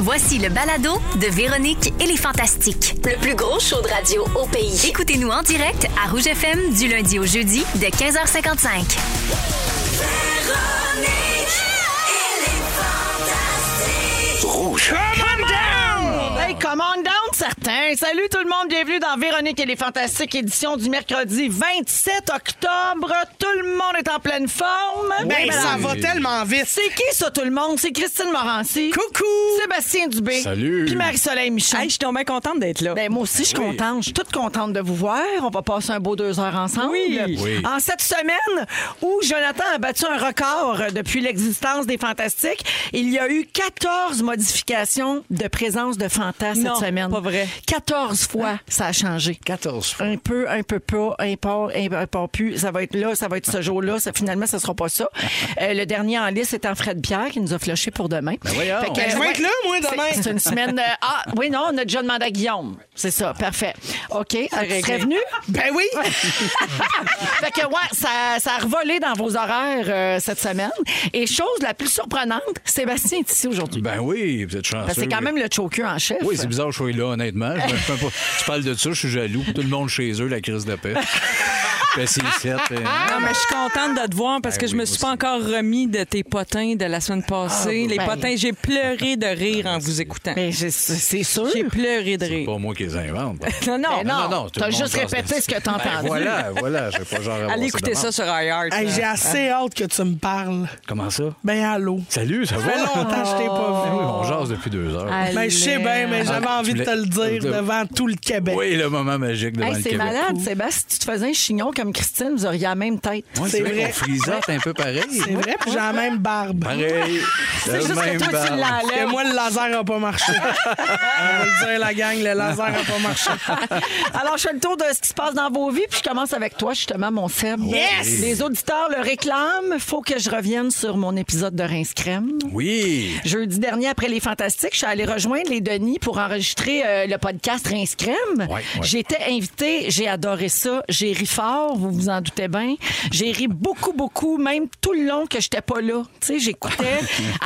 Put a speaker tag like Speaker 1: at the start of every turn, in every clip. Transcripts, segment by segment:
Speaker 1: Voici le balado de Véronique et les Fantastiques.
Speaker 2: Le plus gros show de radio au pays.
Speaker 1: Écoutez-nous en direct à Rouge FM du lundi au jeudi de 15h55.
Speaker 3: Hey, come on down, certains! Salut tout le monde, bienvenue dans Véronique et les Fantastiques, édition du mercredi 27 octobre. Tout le monde est en pleine forme.
Speaker 4: Ben,
Speaker 3: Oui,
Speaker 4: ça
Speaker 3: madame.
Speaker 4: va tellement vite.
Speaker 3: C'est qui ça, tout le monde? C'est Christine Morancy.
Speaker 4: Coucou!
Speaker 3: Sébastien Dubé.
Speaker 5: Salut.
Speaker 3: Puis Marie-Soleil Michel.
Speaker 6: Hey, je suis donc bien contente d'être là.
Speaker 3: Ben, moi aussi, je suis contente. Je suis toute contente de vous voir. On va passer un beau deux heures ensemble.
Speaker 6: Oui.
Speaker 5: Oui.
Speaker 3: En cette semaine où Jonathan a battu un record depuis l'existence des Fantastiques, il y a eu 14 modifications de présence de Fantas cette
Speaker 6: Non,
Speaker 3: semaine.
Speaker 6: pas vrai.
Speaker 3: 14 fois, Hein? ça a changé.
Speaker 5: 14 fois.
Speaker 3: Un peu, un peu pas, un port, un peu pas plus. Ça va être là, ça va être ce jour-là. Ça, finalement, ce sera pas ça. Euh, le dernier en liste étant Fred Pierre qui nous a flashé pour demain.
Speaker 5: voyons.
Speaker 3: Fait que,
Speaker 4: Ben, je vais
Speaker 3: ouais.
Speaker 4: être là, moi, demain.
Speaker 3: C'est une semaine. euh, ah, oui, non, on a déjà demandé à Guillaume. C'est ça, parfait. OK. Ah, tu serais venu?
Speaker 4: Ben oui!
Speaker 3: fait que, ouais, ça, ça a revolé dans vos horaires euh, cette semaine. Et chose la plus surprenante, Sébastien est ici aujourd'hui.
Speaker 5: Ben oui, vous êtes chanceux.
Speaker 3: Parce que c'est quand même le choker en chef.
Speaker 5: Oui, c'est bizarre, je suis là, honnêtement. Je me- je me- Tu parles de ça, je suis jaloux. Tout le monde chez eux, la crise de paix. Ben, c'est ici, t'es-
Speaker 6: Non, mais je suis contente de te voir parce
Speaker 5: Ben
Speaker 6: que je
Speaker 5: oui,
Speaker 6: me suis
Speaker 5: moi
Speaker 6: pas encore remis de tes potins de la semaine passée. Les
Speaker 3: ben.
Speaker 6: potins, j'ai pleuré de rire en vous écoutant.
Speaker 3: Mais je- c'est sûr.
Speaker 6: J'ai pleuré de
Speaker 5: C'est Ah
Speaker 6: rire.
Speaker 5: pas moi qui les invente.
Speaker 6: Non, non.
Speaker 3: Ben non,
Speaker 5: tout
Speaker 3: t'as
Speaker 5: le monde
Speaker 3: juste
Speaker 5: pense-
Speaker 3: répété ce que t'as
Speaker 5: Ben,
Speaker 3: entendu.
Speaker 5: Voilà, voilà, j'ai pas genre à voir
Speaker 6: Allez écouter
Speaker 5: demain.
Speaker 6: ça sur iHeart. euh.
Speaker 4: Hey, J'ai
Speaker 6: là.
Speaker 4: assez hâte que tu me parles.
Speaker 5: Comment ça?
Speaker 4: Ben, allô.
Speaker 5: Salut, ça
Speaker 4: Ça fait
Speaker 5: va?
Speaker 4: longtemps que je t'ai
Speaker 5: Ah oui,
Speaker 4: pas
Speaker 5: on jase depuis deux heures.
Speaker 4: vu. Ben, je sais bien, mais j'avais
Speaker 5: Ah,
Speaker 4: envie
Speaker 5: tu
Speaker 4: de te le
Speaker 5: voulais-
Speaker 4: dire devant tout le Québec.
Speaker 5: Oui, le moment magique devant
Speaker 3: Hey,
Speaker 5: le
Speaker 3: c'est
Speaker 5: Québec.
Speaker 3: malade, Sébastien. Si tu te faisais un chignon comme Christine, vous auriez la même tête.
Speaker 5: Ouais,
Speaker 4: C'est
Speaker 5: c'est vrai
Speaker 4: vrai.
Speaker 5: qu'on frisote un peu pareil.
Speaker 4: C'est vrai, puis j'ai la même barbe.
Speaker 5: Pareil. C'est
Speaker 3: juste que toi, tu l'as.
Speaker 4: Parce que moi, le laser a pas marché. On va le dire, la gang, le laser a pas marché.
Speaker 3: Alors, je fais le tour de ce qui se passe dans vos vies, puis je commence avec toi, justement, mon Seb.
Speaker 4: Yes!
Speaker 3: Les auditeurs le réclament. Faut que je revienne sur mon épisode de Rince Crème.
Speaker 5: Oui.
Speaker 3: Jeudi dernier, après les Fantastiques, je suis allée rejoindre les Denis pour enregistrer euh, le podcast Rince Crème.
Speaker 5: ouais.
Speaker 3: J'étais invitée, j'ai adoré ça, j'ai ri fort, vous vous en doutez bien. J'ai ri beaucoup, beaucoup, même tout le long que j'étais pas là. Tu sais, j'écoutais.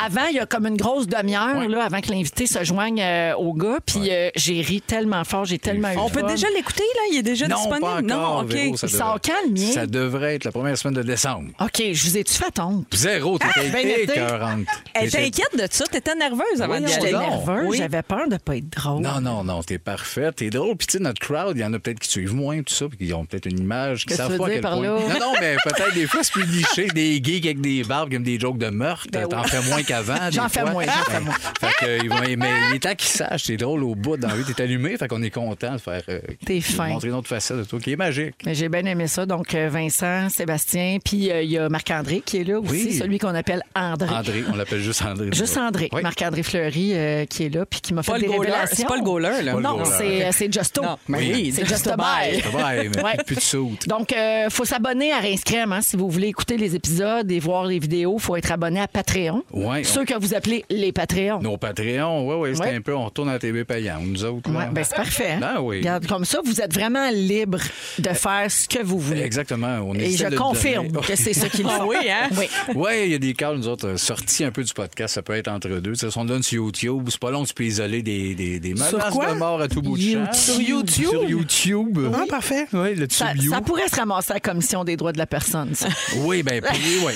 Speaker 3: avant, il y a comme une grosse demi-heure, là, avant que l'invité se joigne euh, au gars, puis euh, j'ai ri tellement fort, j'ai tellement eu
Speaker 6: On
Speaker 3: de
Speaker 6: peut
Speaker 3: fun.
Speaker 6: déjà l'écouter, là? Il est déjà
Speaker 5: Non,
Speaker 6: disponible?
Speaker 5: pas encore,
Speaker 6: non, OK.
Speaker 5: Véro, ça
Speaker 3: Il sort
Speaker 5: devrait-
Speaker 3: quand, le mien?
Speaker 5: Ça devrait être la première semaine de décembre.
Speaker 3: OK, je vous ai-tu fait honte?
Speaker 5: Zéro, t'étais
Speaker 3: ben, l'été.
Speaker 5: écœurante.
Speaker 6: Elle
Speaker 5: T'étais-
Speaker 6: t'inquiète de ça? T'étais nerveuse avant
Speaker 5: Oui, on
Speaker 6: d'y aller.
Speaker 3: J'étais
Speaker 5: non.
Speaker 3: nerveuse,
Speaker 6: Oui.
Speaker 3: j'avais peur de pas être drôle.
Speaker 5: Non, non, non, t'es parfaite, t'es drôle. Puis, tu sais, notre crowd, il y en a peut-être qui suivent moins, tout ça, puis qui ont peut-être une image, qui
Speaker 3: Qu'est-ce que
Speaker 5: savent
Speaker 3: tu
Speaker 5: pas à
Speaker 3: veux
Speaker 5: quel
Speaker 3: dire
Speaker 5: point.
Speaker 3: par là?
Speaker 5: Non, non, mais peut-être des fois, c'est plus liché, des geeks avec des barbes, comme des jokes de meurtre. T'en fais moins qu'avant. des
Speaker 3: Ben J'en fais
Speaker 5: fois.
Speaker 3: moins, j'en fais moins.
Speaker 5: Fait que, ils vont aimer. Il est temps qu'ils sachent, t'es drôle au bout dans la vie, t'es allumé, fait qu'on est content de faire. euh,
Speaker 3: T'es fin.
Speaker 5: Montrer une autre facette de toi qui est magique.
Speaker 3: Mais j'ai bien aimé ça. Donc, euh, Vincent, Sébastien, puis euh, il y a Marc-André qui est là aussi,
Speaker 5: Oui.
Speaker 3: celui qu'on appelle André.
Speaker 5: André, on l'appelle juste André.
Speaker 3: Juste André,
Speaker 5: Oui.
Speaker 3: Marc-André Fleury euh, qui est là, puis qui m'a fait
Speaker 6: Pas
Speaker 3: des
Speaker 6: le goaler.
Speaker 3: révélations.
Speaker 6: C'est pas le goaler, là.
Speaker 5: Pas le
Speaker 3: Non,
Speaker 5: goaler.
Speaker 3: c'est euh, c'est Justo.
Speaker 6: Non, mais oui,
Speaker 3: c'est
Speaker 6: Justo
Speaker 3: Justo Bye.
Speaker 5: Bye bye, mais
Speaker 3: Ouais.
Speaker 5: plus de soute.
Speaker 3: Donc, euh, faut s'abonner à Rince Crème hein, si vous voulez écouter les épisodes et voir les vidéos. faut être abonné à Patreon.
Speaker 5: Ouais,
Speaker 3: Ceux que vous appelez les Patreons.
Speaker 5: Nos Patreons, oui, oui, c'était
Speaker 3: Ouais.
Speaker 5: un peu, on retourne à la TV payante, nous autres.
Speaker 3: Ouais,
Speaker 5: là.
Speaker 3: ben c'est parfait. hein.
Speaker 5: Ben oui.
Speaker 3: Regarde, comme ça, vous êtes vraiment libre de faire ce que vous voulez.
Speaker 5: Exactement. On
Speaker 3: Et
Speaker 5: essaie de
Speaker 3: je
Speaker 5: le
Speaker 3: confirme
Speaker 5: donner.
Speaker 3: que c'est ça qu'ils
Speaker 6: Ah
Speaker 3: font.
Speaker 6: oui, hein?
Speaker 3: Oui.
Speaker 5: Oui, il y a des cas, nous autres, euh, sortis un peu du podcast, ça peut être entre deux. Tu sais, si on le donne sur YouTube, c'est pas long, tu peux isoler des, des, des
Speaker 4: Sur
Speaker 5: menaces
Speaker 4: quoi?
Speaker 5: de mort à tout bout de champ.
Speaker 4: Sur YouTube?
Speaker 5: Sur YouTube.
Speaker 4: Ah, parfait.
Speaker 5: Oui, le
Speaker 3: Ça,
Speaker 5: tube You.
Speaker 3: ça pourrait se ramasser à la commission des droits de la personne. ça.
Speaker 5: Oui, ben, payé, oui.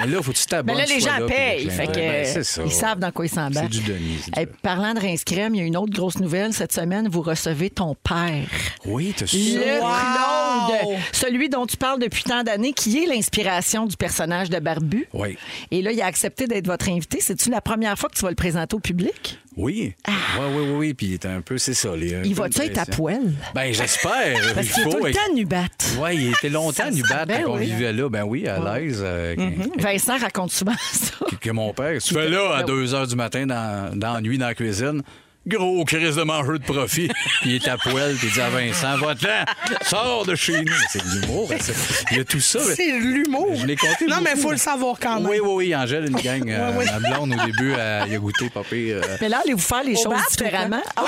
Speaker 5: Mais là, faut que tu
Speaker 3: Mais
Speaker 5: t'abonnes.
Speaker 3: Ben là, les
Speaker 5: tu sois
Speaker 3: gens
Speaker 5: là, puis
Speaker 3: payent.
Speaker 5: le clin
Speaker 3: Fait que,
Speaker 5: d'œil. Ben, c'est ça.
Speaker 3: ils savent dans quoi ils s'embarquent.
Speaker 5: C'est du Denis, c'est
Speaker 3: Eh,
Speaker 5: ça.
Speaker 3: parlant de rince crème, il y a une autre grosse nouvelle cette semaine. Vous recevez ton père.
Speaker 5: Oui, t'as su.
Speaker 3: Le
Speaker 4: Wow!
Speaker 3: Claude, celui dont tu parles depuis tant d'années, qui est l'inspiration du personnage de Barbu.
Speaker 5: Oui.
Speaker 3: Et là, il a accepté d'être votre invité. C'est-tu la première fois que tu vas le présenter au public?
Speaker 5: Oui. Oui, oui, oui, oui. Puis il est un peu, c'est ça. les- un
Speaker 3: Il
Speaker 5: peu
Speaker 3: va-tu être à
Speaker 5: impressionnant.
Speaker 3: poil?
Speaker 5: Ben, j'espère.
Speaker 3: Parce
Speaker 5: Il
Speaker 3: qu'il est
Speaker 5: faut,
Speaker 3: tout le
Speaker 5: oui.
Speaker 3: temps nubat.
Speaker 5: Oui, il était longtemps du bat
Speaker 3: Ben
Speaker 5: qu'on
Speaker 3: oui. Mm-hmm.
Speaker 5: vivait là. Ben oui, à l'aise. euh,
Speaker 3: Vincent raconte souvent ça. ben
Speaker 5: que- Que mon père. Tu fais là à 2 h du matin dans, dans la nuit dans la cuisine. Gros crise de mangeur de profit. Puis il est à poil, puis il dit à Vincent, va-t'en, sors de chez nous. C'est de l'humour. ça. Il y a tout ça.
Speaker 4: C'est l'humour.
Speaker 5: Je l'ai compté
Speaker 4: Non, mais
Speaker 5: beaucoup,
Speaker 4: faut
Speaker 5: mais-
Speaker 4: le savoir quand même.
Speaker 5: Oui, oui, oui, Angèle, une gang. euh, La blonde, au début, elle- il a goûté, papy. euh,
Speaker 3: Mais là, allez-vous faire les choses
Speaker 6: bar, tout le
Speaker 3: différemment. Ah,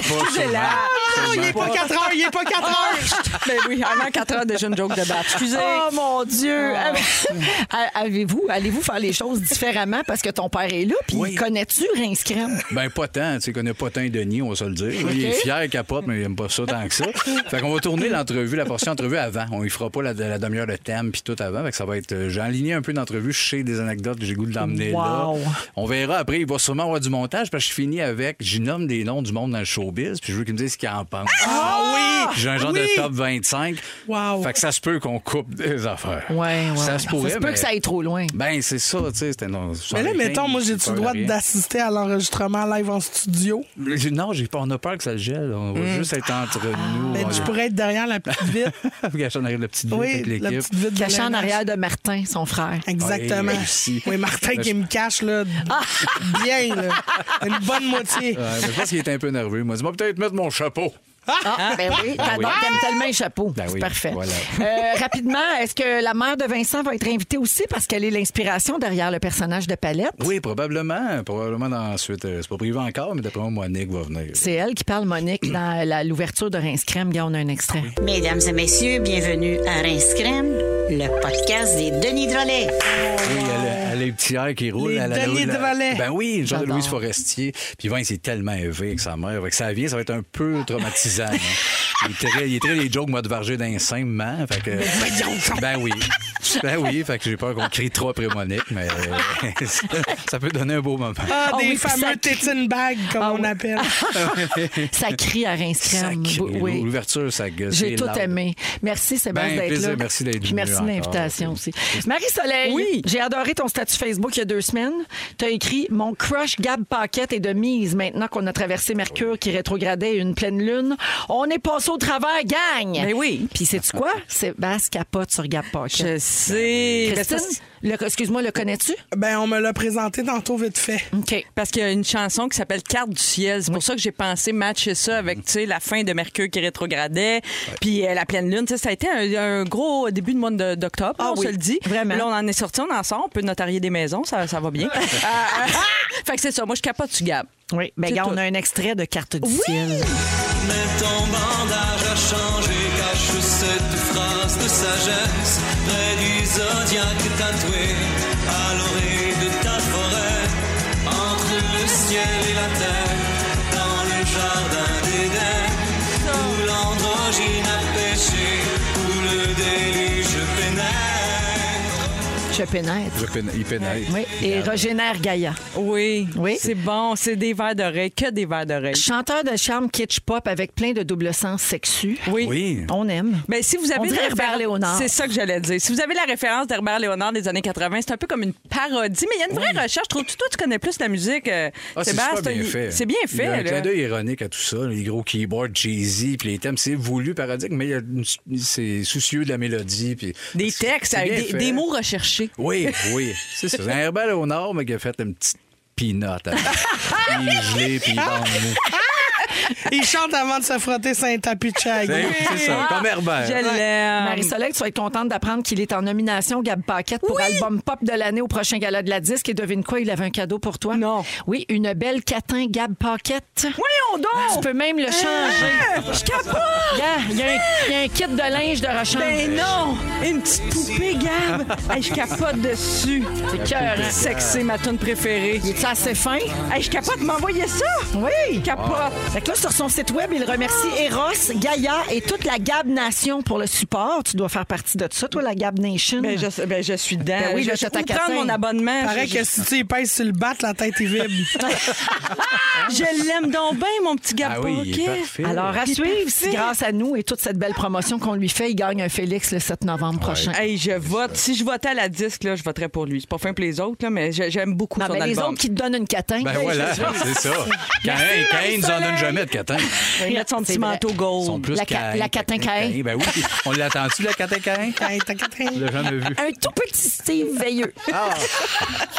Speaker 5: Excusez-la.
Speaker 3: Oh,
Speaker 4: Non, Ah, il est pas 4 heures, il est pas 4 heures.
Speaker 6: Ben oui, avant 4 heures, déjà une joke de batte. Excusez.
Speaker 3: Oh mon Dieu! Ah. Avez-vous, allez-vous faire les choses différemment parce que ton père est là, puis
Speaker 5: Oui.
Speaker 3: connais-tu Rince Crème?
Speaker 5: Ben, pas tant. Tu sais, connaît pas tant Denis, on va se le dire. Il est fier, il capote, mais il aime pas ça tant que ça. Fait qu'on va tourner l'entrevue, la portion entrevue avant. On y fera pas la, la demi-heure de thème puis tout avant. Fait que ça va être. euh, J'ai enligné un peu d'entrevue, je sais des anecdotes, j'ai goût de l'emmener là.
Speaker 3: Wow.
Speaker 5: On verra après. Il va sûrement avoir du montage parce que je finis avec. J'y nomme des noms du monde dans le showbiz puis je veux qu'ils me disent ce qu'ils en pensent.
Speaker 4: Ah oui!
Speaker 5: J'ai un genre
Speaker 4: Oui!
Speaker 5: de top 25.
Speaker 4: Wow.
Speaker 5: Fait que ça se peut qu'on coupe des affaires. Ça se pourrait.
Speaker 3: peut
Speaker 5: mais-
Speaker 3: que ça aille trop loin.
Speaker 5: Ben, c'est ça, tu sais. c'était- non,
Speaker 4: Mais là,
Speaker 5: ça-
Speaker 4: mettons, moi, j'ai-tu
Speaker 5: ça
Speaker 4: le droit
Speaker 5: rien.
Speaker 4: d'assister à l'enregistrement live en studio?
Speaker 5: J'ai- Non, j'ai pas, on a peur que ça le gèle. On va juste être entre nous.
Speaker 4: Ben,
Speaker 5: on
Speaker 4: tu
Speaker 5: est-
Speaker 4: pourrais être derrière la petite vite.
Speaker 5: Regarde, on arrive le petit début
Speaker 4: Oui,
Speaker 5: avec
Speaker 4: la
Speaker 5: l'équipe.
Speaker 4: petite vite. de
Speaker 3: Caché en
Speaker 4: Léna.
Speaker 3: arrière de Martin, son frère.
Speaker 4: Exactement.
Speaker 5: Oui, réussi.
Speaker 4: Oui, Martin qui me cache, là. Bien, là. Une bonne moitié.
Speaker 5: Ouais, mais je pense qu'il était un peu nerveux. Il m'a dit, moi, peut-être mettre mon chapeau.
Speaker 3: Ah, ben oui,
Speaker 5: Ah oui.
Speaker 3: t'adores, t'aimes tellement les chapeaux.
Speaker 5: Ben
Speaker 3: c'est
Speaker 5: oui,
Speaker 3: parfait.
Speaker 5: voilà.
Speaker 3: Euh, rapidement, est-ce que la mère de Vincent va être invitée aussi parce qu'elle est l'inspiration derrière le personnage de Palette?
Speaker 5: Oui, probablement. Probablement dans ensuite. euh, C'est pas privé encore, mais d'après moi, Monique va venir.
Speaker 3: C'est elle qui parle, Monique, dans la- l'ouverture de Rince Crème. Gars, on a un extrait.
Speaker 5: Ah
Speaker 7: Mesdames et messieurs, bienvenue à Rince Crème, le podcast des Denis Drolet.
Speaker 5: Oui, elle, a- elle a les petits airs qui roulent.
Speaker 4: Les
Speaker 5: elle a
Speaker 4: Denis
Speaker 5: la-
Speaker 4: de Valais.
Speaker 5: Ben oui, le genre de
Speaker 3: J'adore.
Speaker 5: Louise Forestier. Puis Vince est tellement élevé avec sa mère. Fait que ça vient, ça va être un peu traumatisant. hein. Il est très, il est très les jokes, moi, de varger d'un simplement. Fait que, ben oui. Ben oui, fait que j'ai peur qu'on crie trop après Monique, mais euh, ça peut donner un beau moment.
Speaker 4: Ah,
Speaker 3: Ah
Speaker 4: des
Speaker 3: oui, puis ça
Speaker 4: fameux
Speaker 3: crie.
Speaker 4: tétine bags, comme
Speaker 3: Ah
Speaker 4: on
Speaker 3: oui.
Speaker 4: appelle.
Speaker 3: Ça crie à Rince Crème.
Speaker 5: Sacré,
Speaker 3: Oui.
Speaker 5: L'ouverture, ça gueule.
Speaker 3: J'ai tout aimé. Merci Sébastien
Speaker 5: Ben,
Speaker 3: d'être
Speaker 5: plaisir.
Speaker 3: là.
Speaker 5: Merci d'être
Speaker 3: Puis
Speaker 5: venu
Speaker 3: Merci de
Speaker 5: encore.
Speaker 3: l'invitation aussi. Marie-Soleil,
Speaker 6: Oui.
Speaker 3: j'ai adoré ton statut Facebook il y a deux semaines. Tu as écrit Mon crush Gab Paquette est de mise maintenant qu'on a traversé Mercure qui rétrogradait et une pleine lune. On est passé au travers, gang!
Speaker 6: Ben oui.
Speaker 3: Puis sais-tu quoi? Sébastien capote sur Gab Paquette.
Speaker 6: Je sais. Ben,
Speaker 3: Christine,
Speaker 6: ça,
Speaker 3: le- excuse-moi, le connais-tu?
Speaker 4: Ben, on me l'a présenté tantôt vite fait.
Speaker 3: OK.
Speaker 6: Parce qu'il y a une chanson qui s'appelle Carte du ciel. C'est pour ça que j'ai pensé matcher ça
Speaker 3: Mhm.
Speaker 6: avec tu sais, la fin de Mercure qui rétrogradait, puis euh, la pleine lune. Tu sais, Ça a été un, un gros début de mois de- d'octobre,
Speaker 3: Ah
Speaker 6: on
Speaker 3: oui,
Speaker 6: se le dit.
Speaker 3: vraiment.
Speaker 6: Là, on en est sorti, on en sort. On peut notarier des maisons, ça, ça va bien. Euh, euh, fait que c'est ça. Moi, je capote tu Gab.
Speaker 3: Oui. Ben,
Speaker 6: C'est
Speaker 3: gars, on
Speaker 6: tout.
Speaker 3: a un extrait de Carte du ciel.
Speaker 8: Mais ton bandage a changé, cache cette phrase de sagesse près du zodiaque tatoué à l'orée de ta forêt, entre le ciel et la terre, dans le jardin d'Éden, où l'androgyne a péché, où le déluge pénètre.
Speaker 3: Je pénètre.
Speaker 5: Il pénètre.
Speaker 3: Oui. Et Régénère Gaïa.
Speaker 6: Oui.
Speaker 3: Oui.
Speaker 6: C'est bon. C'est des verres d'oreille. Que des verres d'oreille.
Speaker 3: Chanteur de charme kitsch pop avec plein de double sens sexu.
Speaker 6: Oui.
Speaker 5: Oui.
Speaker 3: On aime.
Speaker 6: Mais si vous avez
Speaker 3: On dirait
Speaker 6: la
Speaker 3: Herbert
Speaker 6: référence-
Speaker 3: Léonard.
Speaker 6: C'est ça que j'allais dire. Si vous avez la référence d'Herbert Léonard des années 80, c'est un peu comme une parodie, mais il y a une vraie recherche. Trouves-tu, toi, tu connais plus la musique, euh,
Speaker 5: Ah, c'est
Speaker 6: Sébastien?
Speaker 5: super bien
Speaker 6: Il-
Speaker 5: fait.
Speaker 6: C'est bien fait.
Speaker 5: Il y a un clin
Speaker 6: là.
Speaker 5: d'œil ironique à tout ça, les gros keyboards cheesy, puis les thèmes, c'est voulu parodique, mais il y a une- c'est soucieux de la mélodie. Puis
Speaker 6: Des
Speaker 5: c'est-
Speaker 6: textes,
Speaker 5: c'est
Speaker 6: avec
Speaker 5: bien
Speaker 6: des,
Speaker 5: fait.
Speaker 6: des mots recherchés.
Speaker 5: Oui, oui, c'est ça. C'est un herbal au nord, mais qui a fait une petite pinotte. Il est gelé, puis il bande mou.
Speaker 4: Il chante avant de se frotter saint tapis de chag.
Speaker 5: C'est Ben c'est ça, comme Herbert.
Speaker 6: Je l'aime.
Speaker 3: Marie-Soleil, tu vas être contente d'apprendre qu'il est en nomination Gab Paquette pour album pop de l'année au prochain gala de la disque. Et devine quoi, il avait un cadeau pour toi.
Speaker 6: Non.
Speaker 3: Oui, une belle catin Gab Paquette.
Speaker 6: Voyons donc! Ah,
Speaker 3: Tu peux même
Speaker 6: Hein?
Speaker 3: le changer.
Speaker 6: Je capote!
Speaker 3: Gars, Il y, a un- il y a un kit de linge de rechange.
Speaker 6: Ben non! Une petite poupée, Gab! Hey, je capote dessus.
Speaker 3: C'est cœur. hein?
Speaker 6: Sexy, ma tune préférée.
Speaker 3: Il est assez fin? Hmm.
Speaker 6: Hey, je capote, m'envoyez ça!
Speaker 3: Oui.
Speaker 6: Je Capote! Ah.
Speaker 3: Fait que là, sur son site web, il remercie Eros, Gaïa et toute la Gab Nation pour le support. Tu dois faire partie de ça, toi, la Gab Nation.
Speaker 6: Ben, je, ben, je suis dedans.
Speaker 3: Ben oui,
Speaker 6: je
Speaker 3: le
Speaker 6: sais où
Speaker 3: chat à
Speaker 6: prendre
Speaker 3: catin.
Speaker 6: mon abonnement.
Speaker 4: Pareil
Speaker 6: Je-
Speaker 4: que si tu y pèses sur le bat, la tête est vibre.
Speaker 6: Je l'aime donc bien, mon petit gars
Speaker 5: Ah oui, il est parfait.
Speaker 3: Alors, à
Speaker 6: Il est
Speaker 3: suivre,
Speaker 6: parfait.
Speaker 3: si grâce à nous et toute cette belle promotion qu'on lui fait, il gagne un Félix le 7 novembre prochain.
Speaker 6: Hey, je vote. Si je votais à la disque, là, je voterais pour lui. C'est pas fin pour les autres, là, mais je- j'aime beaucoup
Speaker 3: Non,
Speaker 6: son
Speaker 3: mais les
Speaker 6: album. Ben
Speaker 3: autres qui te donnent une catin.
Speaker 5: Ben voilà, c'est ça. Quand, quand il nous en donne
Speaker 6: Marie-Soleil. Oh,
Speaker 5: jamais de catin.
Speaker 6: Il a son
Speaker 3: C'est
Speaker 6: petit
Speaker 3: vrai.
Speaker 6: manteau
Speaker 5: Ils sont
Speaker 6: gold.
Speaker 5: plus
Speaker 3: La ca-
Speaker 5: caïns,
Speaker 3: la catin caïn.
Speaker 5: Ben oui, on l'attend-tu, la catin caïn? Je l'ai jamais vu.
Speaker 3: Un tout petit Steve Veilleux.
Speaker 6: Ah.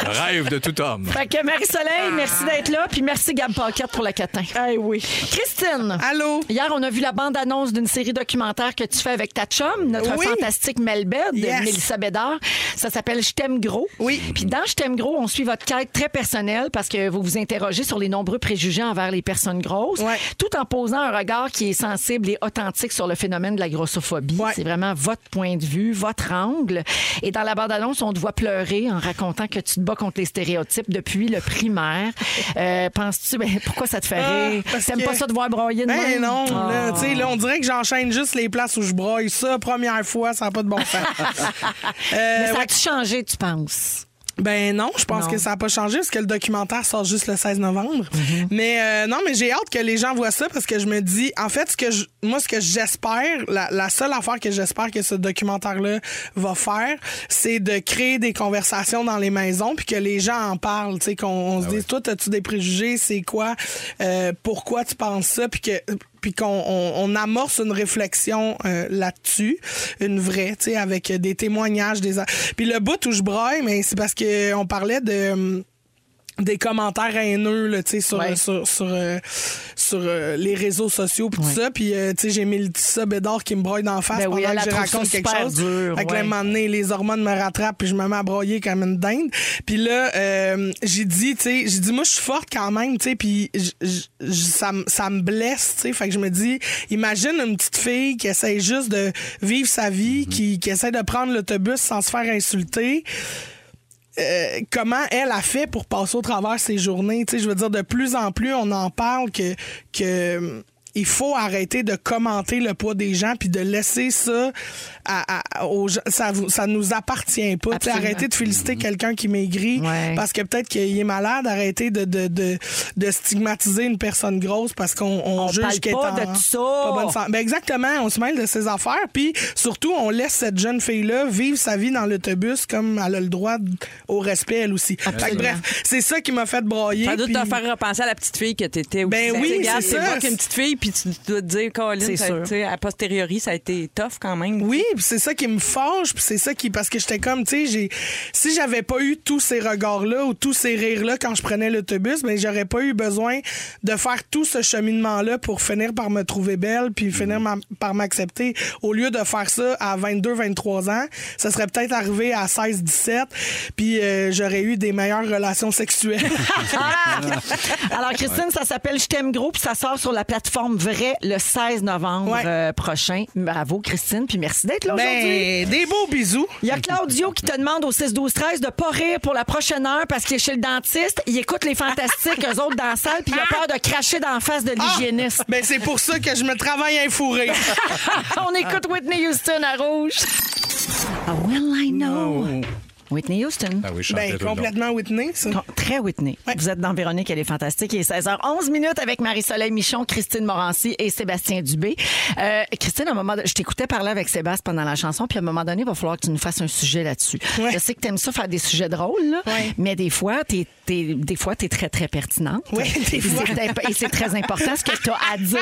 Speaker 5: Le Rêve de tout homme.
Speaker 3: Fait que Marie-Soleil, merci d'être là. Puis merci Gab Paquette pour la catin.
Speaker 6: Eh oui.
Speaker 3: Christine.
Speaker 4: Allô?
Speaker 3: Hier, on a vu la bande-annonce d'une série documentaire que tu fais avec ta chum, notre
Speaker 4: Oui.
Speaker 3: fantastique Melbed,
Speaker 4: Yes.
Speaker 3: Mélissa Bédard. Ça s'appelle Je t'aime gros.
Speaker 4: Oui.
Speaker 3: Puis dans Je t'aime gros, on suit votre quête très personnelle parce que vous vous interrogez sur les nombreux préjugés envers les personnes grosses,
Speaker 4: Ouais.
Speaker 3: tout en posant un regard qui est sensible et authentique sur le phénomène de la grossophobie.
Speaker 4: Ouais.
Speaker 3: C'est vraiment votre point de vue, votre angle. Et dans la bande-annonce, on te voit pleurer en racontant que tu te bats contre les stéréotypes depuis le primaire. Euh, Penses-tu, ben, pourquoi ça te fait
Speaker 4: Ah,
Speaker 3: rire?
Speaker 4: parce
Speaker 3: T'aimes
Speaker 4: que-
Speaker 3: pas ça de voir broyer de
Speaker 4: Ben
Speaker 3: même?
Speaker 4: non, là,
Speaker 3: Ah.
Speaker 4: tu sais, là, on dirait que j'enchaîne juste les places où je broille ça. Première fois, ça n'a pas de bon sens. Euh,
Speaker 3: Mais ça
Speaker 4: ouais.
Speaker 3: a-tu changé, tu penses?
Speaker 4: Ben non, je pense
Speaker 3: Non.
Speaker 4: que ça n'a pas changé parce que le documentaire sort juste le 16 novembre. Mais euh, non, mais j'ai hâte que les gens voient ça parce que je me dis, en fait, ce que je- moi, ce que j'espère, la, la seule affaire que j'espère que ce documentaire-là va faire, c'est de créer des conversations dans les maisons puis que les gens en parlent, tu sais, qu'on on se dise, toi, as-tu des préjugés, c'est quoi, Euh, pourquoi tu penses ça, puis que puis qu'on on, on amorce une réflexion euh, là-dessus, une vraie, tu sais, avec euh, des témoignages, des... a- Puis le bout où je braille, mais c'est parce que euh, on parlait de... hum, des commentaires haineux là, tu sais, sur,
Speaker 3: Ouais.
Speaker 4: sur, sur, euh, sur euh, les réseaux sociaux puis tout ça. Puis, euh, tu sais, j'ai Mélissa Bédard qui me broille d'en face
Speaker 3: Ben oui, elle,
Speaker 4: pendant que
Speaker 3: elle
Speaker 4: je
Speaker 3: trouve ça
Speaker 4: raconte quelque
Speaker 3: super
Speaker 4: chose.
Speaker 3: dur,
Speaker 4: Fait que
Speaker 3: ouais.
Speaker 4: là, un moment donné, les hormones me rattrapent puis je me mets à broyer comme une dinde. Puis là, euh, j'ai dit, tu sais, j'ai dit, moi, je suis forte quand même, tu sais, puis j- j- j- ça, me- ça me blesse, tu sais. Fait que je me dis, imagine une petite fille qui essaie juste de vivre sa vie, qui, qui essaie de prendre l'autobus sans se faire insulter euh, comment elle a fait pour passer au travers ces journées. Tu sais, je veux dire, de plus en plus, on en parle que, que hum, il faut arrêter de commenter le poids des gens puis de laisser ça à, à- aux gens. Ça, vous- ça nous appartient pas. Tu sais,
Speaker 3: Absolument.
Speaker 4: arrêter de féliciter quelqu'un qui maigrit
Speaker 3: Ouais.
Speaker 4: parce que peut-être qu'il est malade. Arrêter de, de, de, de stigmatiser une personne grosse parce qu'on on
Speaker 3: On parle
Speaker 4: juge qu'elle est
Speaker 3: pas
Speaker 4: en-
Speaker 3: de tout ça.
Speaker 4: pas bonne santé. Ben exactement. On se mêle de ses affaires. Puis surtout, on laisse cette jeune fille-là vivre sa vie dans l'autobus comme elle a le droit d- au respect, elle aussi. Fait que bref, c'est ça qui m'a fait broyer.
Speaker 6: Ça doit
Speaker 4: puis-
Speaker 6: te faire repenser à la petite fille que t'étais.
Speaker 4: Ben
Speaker 6: aussi.
Speaker 4: oui,
Speaker 6: Tu sais, regarde,
Speaker 4: c'est
Speaker 6: t'es
Speaker 4: ça.
Speaker 6: voir qu'une petite fille, puis tu dois te dire, Colin,
Speaker 3: C'est
Speaker 6: ça,
Speaker 3: sûr.
Speaker 6: tu sais, à posteriori, ça a été tough quand même.
Speaker 4: Oui, puis c'est ça qui me forge, puis c'est ça qui parce que j'étais comme tu sais, j'ai si j'avais pas eu tous ces regards-là ou tous ces rires-là quand je prenais l'autobus, ben j'aurais pas eu besoin de faire tout ce cheminement-là pour finir par me trouver belle puis finir ma- par m'accepter au lieu de faire ça à 22 23 ans, ça serait peut-être arrivé à 16 17 puis euh, j'aurais eu des meilleures relations sexuelles.
Speaker 3: Ah! Alors, Christine, ça s'appelle Je t'aime gros, puis ça sort sur la plateforme Vrai le 16 novembre
Speaker 4: Ouais.
Speaker 3: euh, prochain. Bravo, Christine, puis merci d'être là aujourd'hui.
Speaker 4: ben des beaux bisous.
Speaker 3: Il y a Claudio qui te demande au 6-12-13 de pas rire pour la prochaine heure parce qu'il est chez le dentiste. Il écoute les fantastiques, eux autres, dans la salle, puis il a peur de cracher dans la face de
Speaker 4: Ah!
Speaker 3: l'hygiéniste.
Speaker 4: Ben c'est pour ça que je me travaille à fourré.
Speaker 3: On écoute Whitney Houston à rouge. Ah, well, I know. Whitney Houston.
Speaker 5: Ah oui, je chantais
Speaker 4: ben
Speaker 5: tout le long.
Speaker 4: complètement Whitney ça.
Speaker 3: Non, Très Whitney.
Speaker 4: Ouais.
Speaker 3: Vous êtes dans Véronique, elle est fantastique. Il est 16h11 minutes avec Marie-Soleil Michon, Christine Morancy et Sébastien Dubé. Euh, Christine, à un moment, don- je t'écoutais parler avec Sébastien pendant la chanson, puis à un moment donné, il va falloir que tu nous fasses un sujet là-dessus.
Speaker 4: Ouais.
Speaker 3: Je sais que t'aimes ça faire des sujets drôles, là,
Speaker 4: Ouais.
Speaker 3: mais des fois, t'es, t'es- des fois, t'es très, très pertinente.
Speaker 4: Ouais, des
Speaker 3: et,
Speaker 4: fois.
Speaker 3: c'est, imp- et c'est très important ce que tu as à dire.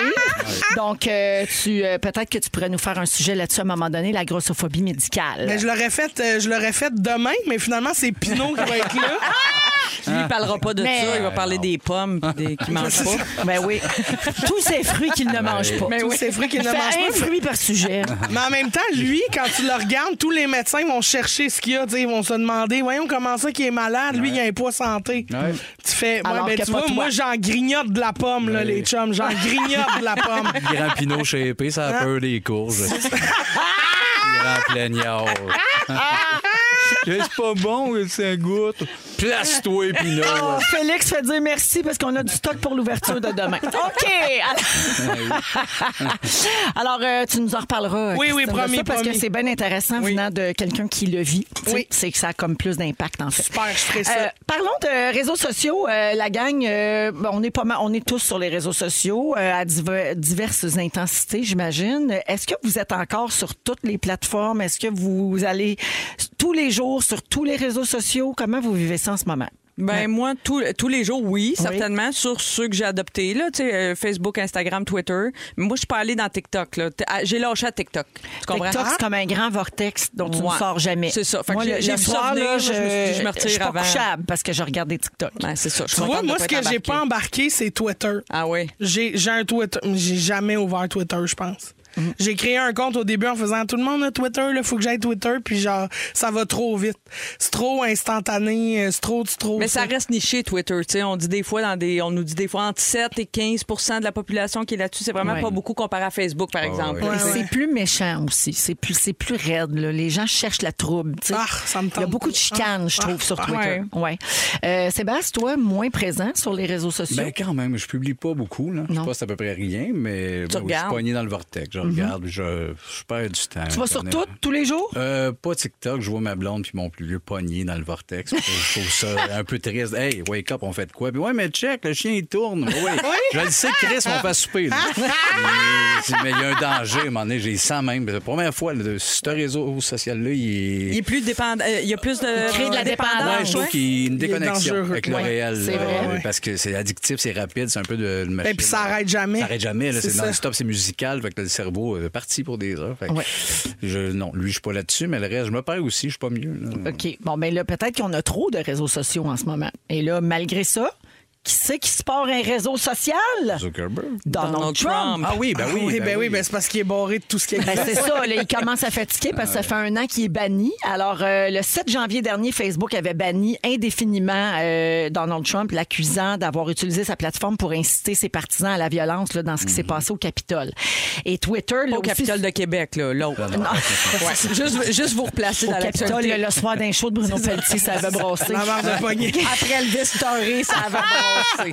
Speaker 3: Donc, euh, tu, euh, peut-être que tu pourrais nous faire un sujet là-dessus à un moment donné, la grossophobie médicale.
Speaker 4: Mais je l'aurais fait, euh, je l'aurais fait demain, mais finalement c'est Pinot qui va être là.
Speaker 6: Lui, il parlera pas de
Speaker 3: Mais-
Speaker 6: ça, il va parler des pommes puis des... qu'il mange pas.
Speaker 3: Ben oui. Tous ces fruits qu'il ne mange pas.
Speaker 4: Tous ces fruits qu'il
Speaker 3: Il
Speaker 4: ne
Speaker 3: fait
Speaker 4: mange
Speaker 3: un
Speaker 4: pas.
Speaker 3: fruit par sujet.
Speaker 4: Mais en même temps, lui, quand tu le regardes, tous les médecins vont chercher ce qu'il y a. tu sais, Ils vont se demander, voyons comment ça qu'il est malade. Lui, il a un poids santé.
Speaker 5: Ouais.
Speaker 4: Tu fais, ouais,
Speaker 3: Alors
Speaker 4: ben,
Speaker 3: que
Speaker 4: tu
Speaker 3: pas
Speaker 4: vois,
Speaker 3: toi.
Speaker 4: moi, j'en grignote de la pomme, là,
Speaker 5: Ouais.
Speaker 4: les chums. J'en grignote de la pomme.
Speaker 5: Grand Pinot chez Épée, ça a peur des courges. Grand plaignard. c'est pas bon, c'est un goutte. Place-toi, Pinot.
Speaker 3: Oh, Félix fait dire merci parce qu'on a du stock pour l'ouverture de demain. OK! Alors, Alors, euh, tu nous en reparleras.
Speaker 4: Oui, oui,
Speaker 3: Christine, de
Speaker 4: promis,
Speaker 3: ça, Parce que
Speaker 4: promis.
Speaker 3: c'est bien intéressant
Speaker 4: Oui.
Speaker 3: venant de quelqu'un qui le vit. Tu sais,
Speaker 4: Oui.
Speaker 3: C'est que ça a comme plus d'impact, en fait.
Speaker 4: Super, je ferai ça.
Speaker 3: Euh, parlons de réseaux sociaux. Euh, la gang, euh, bon, on, est pas mal- on est tous sur les réseaux sociaux euh, à diver- diverses intensités, j'imagine. Est-ce que vous êtes encore sur toutes les plateformes? Est-ce que vous allez tous les jours sur tous les réseaux sociaux? Comment vous vivez ça en ce moment?
Speaker 6: Ben moi, tous- tous les jours, oui, certainement, sur ceux que j'ai adoptés, là, tu sais, euh, Facebook, Instagram, Twitter. Mais moi, je suis pas allée dans TikTok, là. T- ah, J'ai lâché à TikTok. Tu comprends? Ah!
Speaker 3: TikTok, c'est comme un grand vortex dont tu
Speaker 6: Ouais.
Speaker 3: ne sors jamais.
Speaker 6: C'est ça. Fait que
Speaker 3: Moi,
Speaker 6: j'ai-
Speaker 3: le,
Speaker 6: j'ai
Speaker 3: le
Speaker 6: vu ça
Speaker 3: soir,
Speaker 6: venir,
Speaker 3: là,
Speaker 6: moi,
Speaker 3: je,
Speaker 6: je me suis dit, je me
Speaker 3: je suis
Speaker 6: retire
Speaker 3: pas
Speaker 6: avant.
Speaker 3: couchable parce que je regarde des TikTok.
Speaker 6: Ouais, Ben, c'est ça. Je suis
Speaker 4: Tu vois,
Speaker 6: contente de
Speaker 4: moi,
Speaker 6: pas
Speaker 4: ce que
Speaker 6: être
Speaker 4: j'ai pas
Speaker 6: embarquée.
Speaker 4: embarqué, c'est Twitter.
Speaker 6: Ah oui.
Speaker 4: J'ai j'ai un Twitter. J'ai jamais ouvert Twitter, je pense.
Speaker 5: Mm-hmm.
Speaker 4: J'ai créé un compte au début en faisant tout le monde a Twitter, là, faut que j'aille Twitter, puis genre, ça va trop vite. C'est trop instantané, euh, c'est trop, c'est trop.
Speaker 6: Mais ça reste niché, Twitter. tu sais. on dit des fois dans des, on nous dit des fois entre 7 et 15 de la population qui est là-dessus. C'est vraiment
Speaker 3: Ouais.
Speaker 6: pas beaucoup comparé à Facebook, par exemple.
Speaker 5: ouais.
Speaker 3: Et
Speaker 4: Ouais, ouais.
Speaker 3: C'est plus méchant aussi. C'est plus, c'est plus raide. là. Les gens cherchent la trouble. tu sais.
Speaker 4: Ah, ça me
Speaker 3: Il y a
Speaker 4: tente
Speaker 3: beaucoup de
Speaker 4: pas.
Speaker 3: chicanes, je
Speaker 4: Ah,
Speaker 3: trouve, sur
Speaker 4: ah,
Speaker 3: Twitter. Ouais. Euh, Sébastien, toi, moins présent sur les réseaux sociaux.
Speaker 5: Ben quand même, je publie pas beaucoup. Là. Je
Speaker 3: Non. Mhm.
Speaker 5: poste à peu près rien, mais oui, je suis
Speaker 6: regardes?
Speaker 5: poigné dans le vortex. Je regarde, je, je perds du temps.
Speaker 3: tu vas sur
Speaker 5: Internet.
Speaker 3: tout, tous les jours?
Speaker 5: Euh, pas TikTok, je vois ma blonde puis mon plus vieux pogné dans le vortex. Je trouve ça un peu triste. Hey, wake up, on fait de quoi? Puis ouais, mais check, le chien il tourne. Ouais, Je le sais, Chris, on va souper. là. mais mais il y a un danger, à un moment donné, j'ai 100 même. C'est la première fois, là, de- ce réseau social-là, il
Speaker 6: Il est
Speaker 5: est.
Speaker 6: plus dépendant. euh, Il y a plus de. Il
Speaker 3: crée de la dépendance.
Speaker 5: Ouais, je trouve
Speaker 3: ouais.
Speaker 5: qu'il y a une déconnexion
Speaker 4: dangereux.
Speaker 5: avec le
Speaker 4: Ouais, Ben,
Speaker 5: réel.
Speaker 3: c'est
Speaker 5: là, euh,
Speaker 3: vrai.
Speaker 5: Parce que c'est addictif, c'est rapide, c'est un peu de. de machine,
Speaker 4: puis ça
Speaker 5: là.
Speaker 4: arrête jamais.
Speaker 5: Ça arrête jamais, là,
Speaker 4: C'est
Speaker 5: c'est
Speaker 4: ça.
Speaker 5: non-stop, c'est musical. Fait que le cerveau euh, est parti pour des heures. Fait que
Speaker 3: Ouais.
Speaker 5: je- non, lui, je suis pas là-dessus, mais le reste, je me perds aussi, je suis pas mieux. là.
Speaker 3: OK. Bon, ben là, peut-être qu'on a trop de réseaux sociaux en ce moment. Et là, malgré ça, qui c'est qui se porte un réseau social?
Speaker 5: Zuckerberg.
Speaker 3: Donald, Trump.
Speaker 6: Donald Trump.
Speaker 5: Ah oui, ben oui.
Speaker 4: oui, ben oui, ben c'est parce qu'il est barré de tout ce qui est.
Speaker 3: Ben, c'est ça, là, il commence à fatiguer parce que ça fait un an qu'il est banni. Alors, euh, le 7 janvier dernier, Facebook avait banni indéfiniment euh, Donald Trump, l'accusant d'avoir utilisé sa plateforme pour inciter ses partisans à la violence là, dans ce qui s'est passé au Capitole. Et Twitter, là,
Speaker 6: Au
Speaker 3: aussi,
Speaker 6: Capitole de Québec, là, l'autre. Ouais. Juste, juste vous replacer
Speaker 3: au
Speaker 6: dans
Speaker 3: Capitole,
Speaker 6: l'actualité.
Speaker 3: le, le soir d'un show de Bruno Pelletier, ça avait brossé.
Speaker 4: La barre de poignée.
Speaker 3: Après Elvis Torrey, ça
Speaker 6: Ah,
Speaker 3: avait brossé.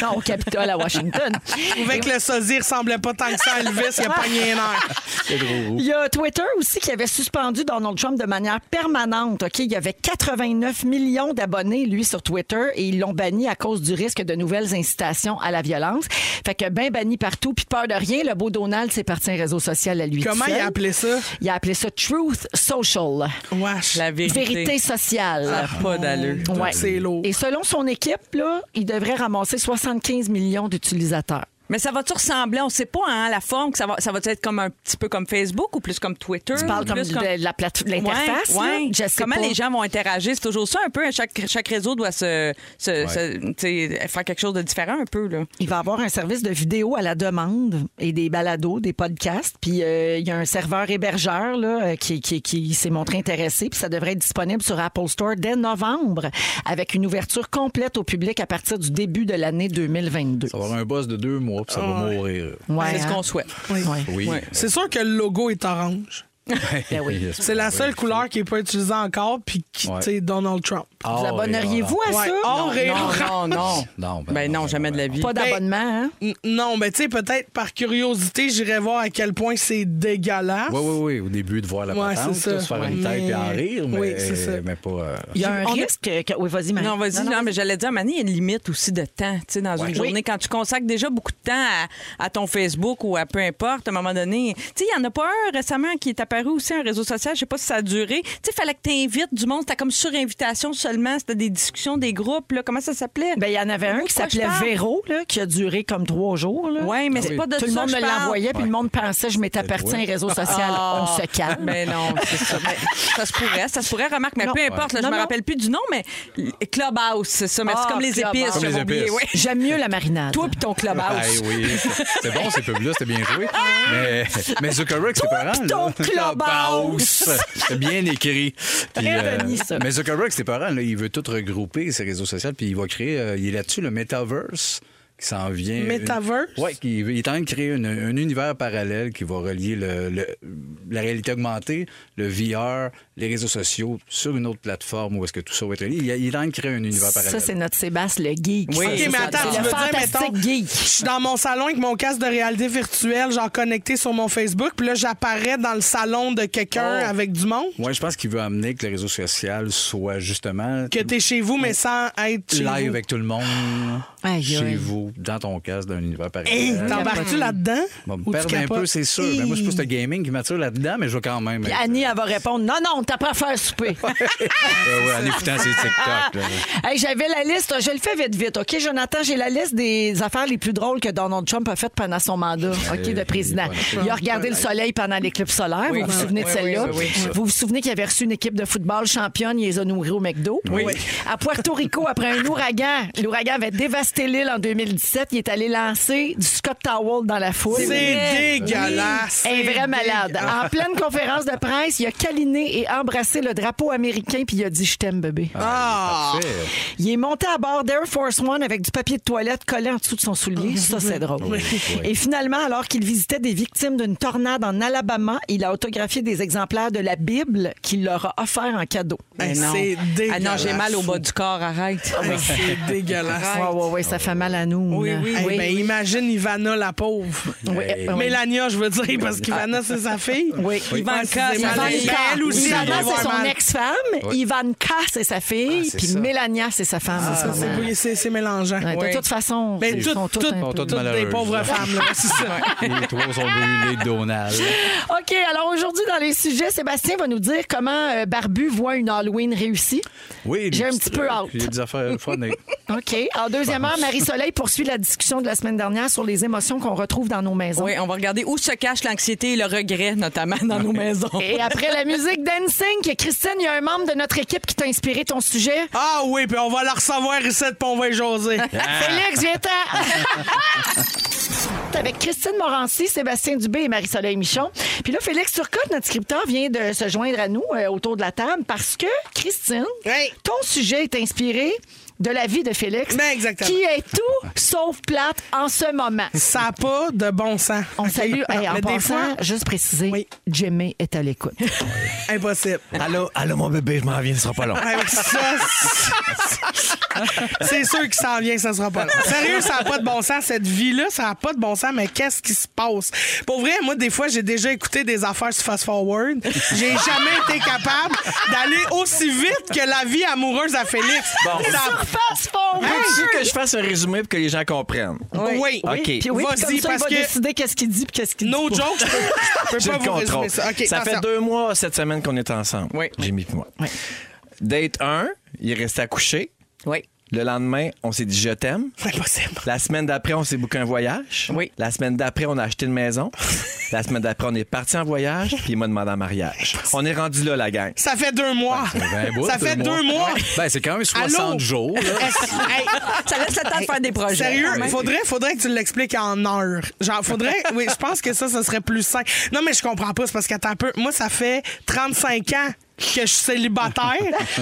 Speaker 3: non, au Capitole à Washington.
Speaker 4: Je trouvais que le sosie ressemblait pas tant que ça à Elvis, il a pogné un air.
Speaker 3: Il y a Twitter aussi qui avait suspendu Donald Trump de manière permanente. OK, il y avait 89 millions d'abonnés lui sur Twitter et ils l'ont banni à cause du risque de nouvelles incitations à la violence. Fait que ben banni partout puis peur de rien, le beau Donald c'est parti un réseau social à lui.
Speaker 4: Comment
Speaker 3: tout
Speaker 4: il
Speaker 3: seul.
Speaker 4: a appelé ça?
Speaker 3: Il a appelé ça Truth Social,
Speaker 4: Wesh.
Speaker 6: La vérité.
Speaker 3: vérité
Speaker 6: Ça
Speaker 3: sociale.
Speaker 6: a pas d'allure.
Speaker 3: Ouais.
Speaker 4: Ah, C'est lourd.
Speaker 3: Et selon son équipe là, il devrait ramasser 75 millions d'utilisateurs.
Speaker 6: Mais ça va-tu ressembler? On sait pas, hein, la forme que ça va. Ça va être comme un petit peu comme Facebook ou plus comme Twitter?
Speaker 3: Tu parles comme
Speaker 6: plus
Speaker 3: de la plate- de l'interface,
Speaker 6: Ouais,
Speaker 3: là?
Speaker 6: ouais.
Speaker 3: Je sais
Speaker 6: Comment
Speaker 3: pas.
Speaker 6: les gens vont interagir? C'est toujours ça un peu. hein, Chaque, chaque réseau doit se, se- se- tu sais, faire quelque chose de différent un peu. Là.
Speaker 3: Il va avoir un service de vidéo à la demande et des balados, des podcasts. Puis euh, il y a un serveur hébergeur là, euh, qui, qui- qui s'est montré intéressé. Puis ça devrait être disponible sur Apple Store dès novembre avec une ouverture complète au public à partir du début de l'année 2022.
Speaker 5: Ça va avoir un boss de deux mois, puis ça va mourir.
Speaker 3: Ouais,
Speaker 6: C'est ce
Speaker 3: hein?
Speaker 6: qu'on souhaite.
Speaker 4: Oui.
Speaker 3: Ouais.
Speaker 5: Oui.
Speaker 6: Ouais.
Speaker 4: C'est sûr que le logo est orange.
Speaker 3: Ben oui.
Speaker 5: Yes.
Speaker 4: C'est la seule couleur qui n'est pas utilisée encore, puis qui,
Speaker 5: Ouais.
Speaker 4: tu sais, Donald Trump.
Speaker 5: Or
Speaker 3: Vous
Speaker 5: et
Speaker 3: abonneriez-vous
Speaker 5: ah,
Speaker 3: à
Speaker 4: Ouais,
Speaker 3: ça?
Speaker 4: or et orange.
Speaker 6: Non, non, non.
Speaker 5: Non, ben
Speaker 6: ben
Speaker 5: non,
Speaker 6: non,
Speaker 5: ben
Speaker 6: jamais
Speaker 5: non,
Speaker 6: de la
Speaker 5: ben
Speaker 6: vie.
Speaker 3: Pas d'abonnement, hein?
Speaker 4: N- Non, mais tu sais, peut-être par curiosité, j'irai voir à quel point c'est dégueulasse.
Speaker 5: ah. Oui, oui, oui. Au début, de voir la
Speaker 4: Ouais,
Speaker 5: patente,
Speaker 4: c'est ça.
Speaker 5: là, se faire une
Speaker 4: Ouais.
Speaker 5: tête et en rire, mais,
Speaker 4: Oui, c'est ça.
Speaker 5: mais pas... euh,
Speaker 3: Il y a un
Speaker 4: On a-
Speaker 3: risque que... Oui, vas-y, Marie.
Speaker 6: Non, vas-y, non, mais j'allais dire, Mané, il y a une limite aussi de temps, tu sais, dans une journée. Quand tu consacres déjà beaucoup de temps à, à ton Facebook ou à peu importe, à un moment donné, tu sais, il n'y en a pas un récemment qui est apparu aussi, un réseau social, je sais pas si ça a duré. Tu sais, il fallait que tu invites du monde, c'était comme sur invitation seulement, c'était des discussions, des groupes, là, comment ça s'appelait?
Speaker 3: Ben, il y en avait un
Speaker 6: De
Speaker 3: qui
Speaker 6: quoi je
Speaker 3: s'appelait
Speaker 6: parle?
Speaker 3: Véro, là, qui a duré comme trois jours. Là.
Speaker 6: Ouais,
Speaker 5: Ah
Speaker 6: mais c'est pas de
Speaker 3: Tout le
Speaker 6: ça
Speaker 3: monde
Speaker 6: que
Speaker 3: me
Speaker 6: je parle.
Speaker 3: l'envoyait, puis le monde pensait je m'étais un réseau social.
Speaker 6: Ah.
Speaker 3: On se calme.
Speaker 6: Mais non, c'est ça. Mais ça se pourrait, ça se pourrait, remarque, mais
Speaker 3: Non.
Speaker 6: peu importe, là, je
Speaker 3: Non,
Speaker 6: me
Speaker 3: non.
Speaker 6: rappelle plus du nom, mais Clubhouse, c'est ça, mais
Speaker 3: Ah,
Speaker 6: c'est comme les
Speaker 3: Clubhouse.
Speaker 6: épices,
Speaker 3: Comme
Speaker 5: les
Speaker 6: j'avais oublié.
Speaker 5: épices.
Speaker 6: ouais.
Speaker 3: J'aime mieux la marinade.
Speaker 6: Toi puis ton Clubhouse.
Speaker 5: Hey, oui. C'est bon, ces pubs-là, c'était bien joué. Mais, mais Zuckerberg, c'est parents.
Speaker 3: pis
Speaker 5: là.
Speaker 3: Ah! ton Clubhouse.
Speaker 5: Clubhouse. C'est bien écrit. Puis, euh,
Speaker 3: Réunis, ça.
Speaker 5: mais Zuckerberg, ses parents, là, il veut tout regrouper, ses réseaux sociaux, puis il va créer, euh, il est là-dessus, le Metaverse qui s'en vient.
Speaker 4: Metaverse?
Speaker 5: Oui, il, il est en train de créer une- un univers parallèle qui va relier le- le- la réalité augmentée, le VR, les réseaux sociaux sur une autre plateforme où est-ce que tout ça va être relié. Il, il est en train de créer un univers parallèle.
Speaker 3: Ça, c'est notre Sébastien le geek.
Speaker 6: Oui.
Speaker 3: Ça,
Speaker 6: Ok,
Speaker 3: c'est
Speaker 4: OK, mais
Speaker 3: ça.
Speaker 4: attends,
Speaker 3: C'est
Speaker 4: tu
Speaker 3: le
Speaker 4: veux dire,
Speaker 3: fantastique
Speaker 4: mettons, je
Speaker 3: geek.
Speaker 4: suis dans mon salon avec mon casque de réalité virtuelle, genre connecté sur mon Facebook, puis là, j'apparais dans le salon de quelqu'un
Speaker 5: Oh.
Speaker 4: avec du monde.
Speaker 5: Moi, je pense qu'il veut amener que les réseaux sociaux soient justement
Speaker 4: Que t'es chez vous, mais sans être chez
Speaker 5: live
Speaker 4: vous.
Speaker 5: avec tout le monde.
Speaker 3: Aïe,
Speaker 5: chez
Speaker 3: aïe.
Speaker 5: vous, dans ton casque, d'un univers
Speaker 4: Ah, Hey,
Speaker 5: parallèle.
Speaker 4: Eh, T'embarques-tu là-dedans?
Speaker 5: Je vais me
Speaker 4: Ou tu
Speaker 5: perdre un peu,
Speaker 4: capotes?
Speaker 5: c'est sûr. Mais moi, c'est plus le gaming qui m'attire là-dedans, mais je vais quand même.
Speaker 3: Puis
Speaker 5: être-
Speaker 3: Annie, elle va répondre Non, non, t'as pas à faire souper.
Speaker 5: euh, Ouais, ouais, en écoutant ces TikTok. là.
Speaker 3: Hey, J'avais la liste, je le fais vite, vite. OK, Jonathan, j'ai la liste des affaires les plus drôles que Donald Trump a faites pendant son mandat OK, de président. Il a regardé le soleil pendant l'éclipse solaire.
Speaker 6: Oui,
Speaker 3: vous vous
Speaker 6: oui,
Speaker 3: souvenez de
Speaker 6: oui,
Speaker 3: celle-là?
Speaker 6: oui, oui,
Speaker 3: Vous vous souvenez qu'il avait reçu une équipe de football championne, il les a nourris au McDo. À Puerto Rico, après un ouragan, l'ouragan avait dévasté l'île en 2017. Il est allé lancer du Scott Towel dans la foule.
Speaker 4: C'est dégueulasse.
Speaker 3: Un vrai
Speaker 4: C'est
Speaker 3: malade.
Speaker 4: dégueulasse.
Speaker 3: En pleine conférence de presse, il a câliné et embrassé le drapeau américain puis il a dit je t'aime bébé.
Speaker 4: Ah!
Speaker 5: Parfait.
Speaker 3: Il est monté à bord d'Air Force One avec du papier de toilette collé en dessous de son soulier.
Speaker 6: Ah,
Speaker 3: Ça, c'est drôle. Et finalement, alors qu'il visitait des victimes d'une tornade en Alabama, il a autographié des exemplaires de la Bible qu'il leur a offert en cadeau.
Speaker 4: Ben,
Speaker 6: non.
Speaker 4: c'est dégueulasse.
Speaker 6: Ah non, j'ai mal au bas du corps, arrête.
Speaker 4: Ben, C'est dégueulasse.
Speaker 3: Ouais, ouais, ouais, ça fait mal à nous.
Speaker 6: Oui,
Speaker 3: là.
Speaker 6: oui,
Speaker 4: Hey, ben, imagine Ivana la pauvre.
Speaker 3: Oui,
Speaker 5: Hey.
Speaker 3: euh, oui.
Speaker 4: Mélania, je veux dire, parce qu'Ivana, c'est sa fille.
Speaker 3: Oui.
Speaker 6: Ivanka,
Speaker 4: c'est
Speaker 6: ça
Speaker 4: mal.
Speaker 6: va
Speaker 4: Mais
Speaker 6: bien.
Speaker 4: elle aussi, elle doit
Speaker 3: Ivana,
Speaker 4: avoir
Speaker 3: c'est son
Speaker 4: mal.
Speaker 3: ex-femme. Ivanka, c'est sa fille.
Speaker 5: c'est
Speaker 3: Puis
Speaker 5: ça.
Speaker 3: Mélania, c'est sa femme. en ce
Speaker 4: Ça,
Speaker 3: moment.
Speaker 4: Ah, c'est- oui, C'est c'est mélangeant.
Speaker 3: Ouais,
Speaker 6: Oui.
Speaker 3: De toute façon,
Speaker 6: Ben,
Speaker 4: Mais
Speaker 3: ils
Speaker 4: toutes,
Speaker 3: sont tous
Speaker 4: toutes-
Speaker 3: un peu-
Speaker 5: toutes
Speaker 4: toutes des
Speaker 5: malheureuses,
Speaker 4: pauvres
Speaker 5: là.
Speaker 4: femmes, là, c'est ça.
Speaker 5: euh, Les trois sont brûlés de Donald.
Speaker 3: OK, alors aujourd'hui, dans les sujets, Sébastien va nous dire comment euh, Barbu voit une Halloween réussie.
Speaker 5: Oui,
Speaker 3: J'ai
Speaker 5: des
Speaker 3: un
Speaker 5: petites-
Speaker 3: petit peu hâte.
Speaker 5: Il y a des affaires fun. et-
Speaker 3: OK. En deuxième heure, Marie-Soleil poursuit la discussion de la semaine dernière sur les émotions qu'on retrouve dans nos
Speaker 4: Hein?
Speaker 3: maisons.
Speaker 6: Oui, on va regarder où se cache l'anxiété et le regret, notamment dans nos maisons.
Speaker 3: Et après la musique Dancing, Christine, il y a un membre de notre équipe qui t'a inspiré ton sujet.
Speaker 4: Ah oui, puis on va la recevoir ici, puis on va y jaser.
Speaker 3: Hein? Félix, viens-t'en! Avec Christine Morancy, Sébastien Dubé et Marie-Soleil Michon. Puis là, Félix Turcotte, notre scripteur, vient de se joindre à nous euh, autour de la table parce que, Christine,
Speaker 4: Oui.
Speaker 3: ton sujet est inspiré de la vie de Félix,
Speaker 4: Ben, exactement.
Speaker 3: qui est tout sauf plate en ce moment.
Speaker 4: Ça n'a pas de bon sens.
Speaker 3: On salue, hey, en
Speaker 4: Mais des
Speaker 3: passant,
Speaker 4: fois-
Speaker 3: juste préciser,
Speaker 4: Oui.
Speaker 3: Jimmy est à l'écoute.
Speaker 4: Impossible.
Speaker 9: Allô, allô, mon bébé, je m'en viens, ce sera pas long.
Speaker 4: Ouais, mais ça, c'est- c'est sûr que ça en vient, ça sera pas là. Sérieux, ça n'a pas de bon sens. Cette vie-là, ça n'a pas de bon sens, mais qu'est-ce qui se passe? Pour vrai, moi, des fois, j'ai déjà écouté des affaires sur Fast Forward. J'ai jamais été capable d'aller aussi vite que la vie amoureuse à Félix. Ça-
Speaker 3: Surface fond!
Speaker 9: Veux-tu que je fasse un résumé pour que les gens comprennent?
Speaker 4: Hein? Oui.
Speaker 9: OK.
Speaker 3: Puis oui, puis
Speaker 4: Vas-y,
Speaker 3: comme ça, il
Speaker 4: parce
Speaker 3: va
Speaker 4: que-
Speaker 3: décider qu'est-ce qu'il dit puis qu'est-ce qu'il dit.
Speaker 4: No
Speaker 3: pas.
Speaker 4: joke, je peux, je peux
Speaker 9: J'ai
Speaker 4: pas
Speaker 9: le
Speaker 4: vous résumer
Speaker 9: contrôle.
Speaker 4: ça. OK,
Speaker 9: ça fait
Speaker 4: attention.
Speaker 9: deux mois cette semaine qu'on est ensemble.
Speaker 6: Oui.
Speaker 9: Jimmy et moi.
Speaker 3: Oui.
Speaker 9: Date 1, il est resté à coucher.
Speaker 6: Oui.
Speaker 9: Le lendemain, on s'est dit je t'aime.
Speaker 4: Impossible.
Speaker 9: La semaine d'après, on s'est booké un voyage.
Speaker 6: Oui.
Speaker 9: La semaine d'après, on a acheté une maison. la semaine d'après, on est parti en voyage. Puis il m'a demandé en mariage. On est rendu là, la gang.
Speaker 4: Ça fait deux mois.
Speaker 5: Ben, bout,
Speaker 4: ça fait deux mois.
Speaker 5: Ben, c'est quand même 60
Speaker 4: Allô?
Speaker 5: jours. là.
Speaker 4: Est-ce- hey,
Speaker 6: Ça laisse le temps de faire des projets.
Speaker 4: Sérieux,
Speaker 6: quand même.
Speaker 4: faudrait, faudrait que tu l'expliques en heure. Genre, faudrait. oui, je pense que ça, ça serait plus simple. Non, mais je comprends pas. C'est parce qu'attends un peu. Moi, ça fait 35 ans que je suis célibataire.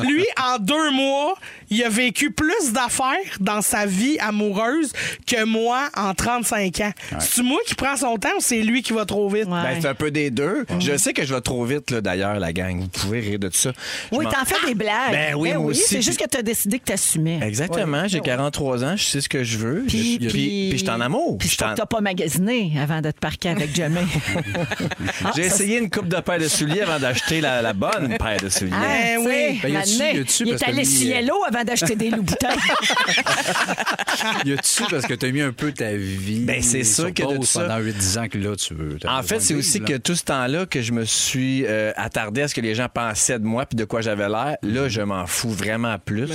Speaker 4: Lui, en deux mois, il a vécu plus d'affaires dans sa vie amoureuse que moi en 35 ans. C'est-tu moi qui prends son temps ou c'est lui qui va trop vite?
Speaker 3: Ouais.
Speaker 9: Ben, c'est un peu des deux. Je sais que je vais trop vite, là, d'ailleurs, la gang. Vous pouvez rire de tout ça. Je
Speaker 3: Oui,
Speaker 9: m'en-
Speaker 3: t'en fais des blagues.
Speaker 9: Ben oui, moi aussi.
Speaker 3: C'est juste que t'as décidé que t'assumais.
Speaker 9: Exactement, j'ai 43 ans, je sais ce que je veux.
Speaker 3: Puis,
Speaker 9: je, puis, puis je suis en amour.
Speaker 3: Puis
Speaker 9: Je
Speaker 3: je
Speaker 9: suis
Speaker 3: trouve
Speaker 9: en-
Speaker 3: que t'as pas magasiné avant de te parquer avec Jamie.
Speaker 9: J'ai essayé une coupe de paire de souliers avant d'acheter la, la bonne paire de
Speaker 3: Ah,
Speaker 9: souliers.
Speaker 4: Ben oui.
Speaker 5: Ben, y a-tu- y a-tu
Speaker 3: il
Speaker 5: parce
Speaker 3: est
Speaker 5: que
Speaker 3: allé
Speaker 5: lui,
Speaker 9: euh,
Speaker 3: cielo avant d'acheter des loups
Speaker 5: Y a-tu parce que t'as mis un peu ta vie
Speaker 9: Ben, c'est sûr
Speaker 5: sur
Speaker 9: que de
Speaker 5: pause
Speaker 9: ça-
Speaker 5: pendant 8-10 ans que là, tu veux. t'as
Speaker 9: En
Speaker 5: besoin
Speaker 9: fait,
Speaker 5: de
Speaker 9: c'est
Speaker 5: vivre,
Speaker 9: aussi
Speaker 5: là.
Speaker 9: que tout ce temps-là que je me suis euh, attardé à ce que les gens pensaient de moi puis de quoi j'avais l'air, là, je m'en fous vraiment plus.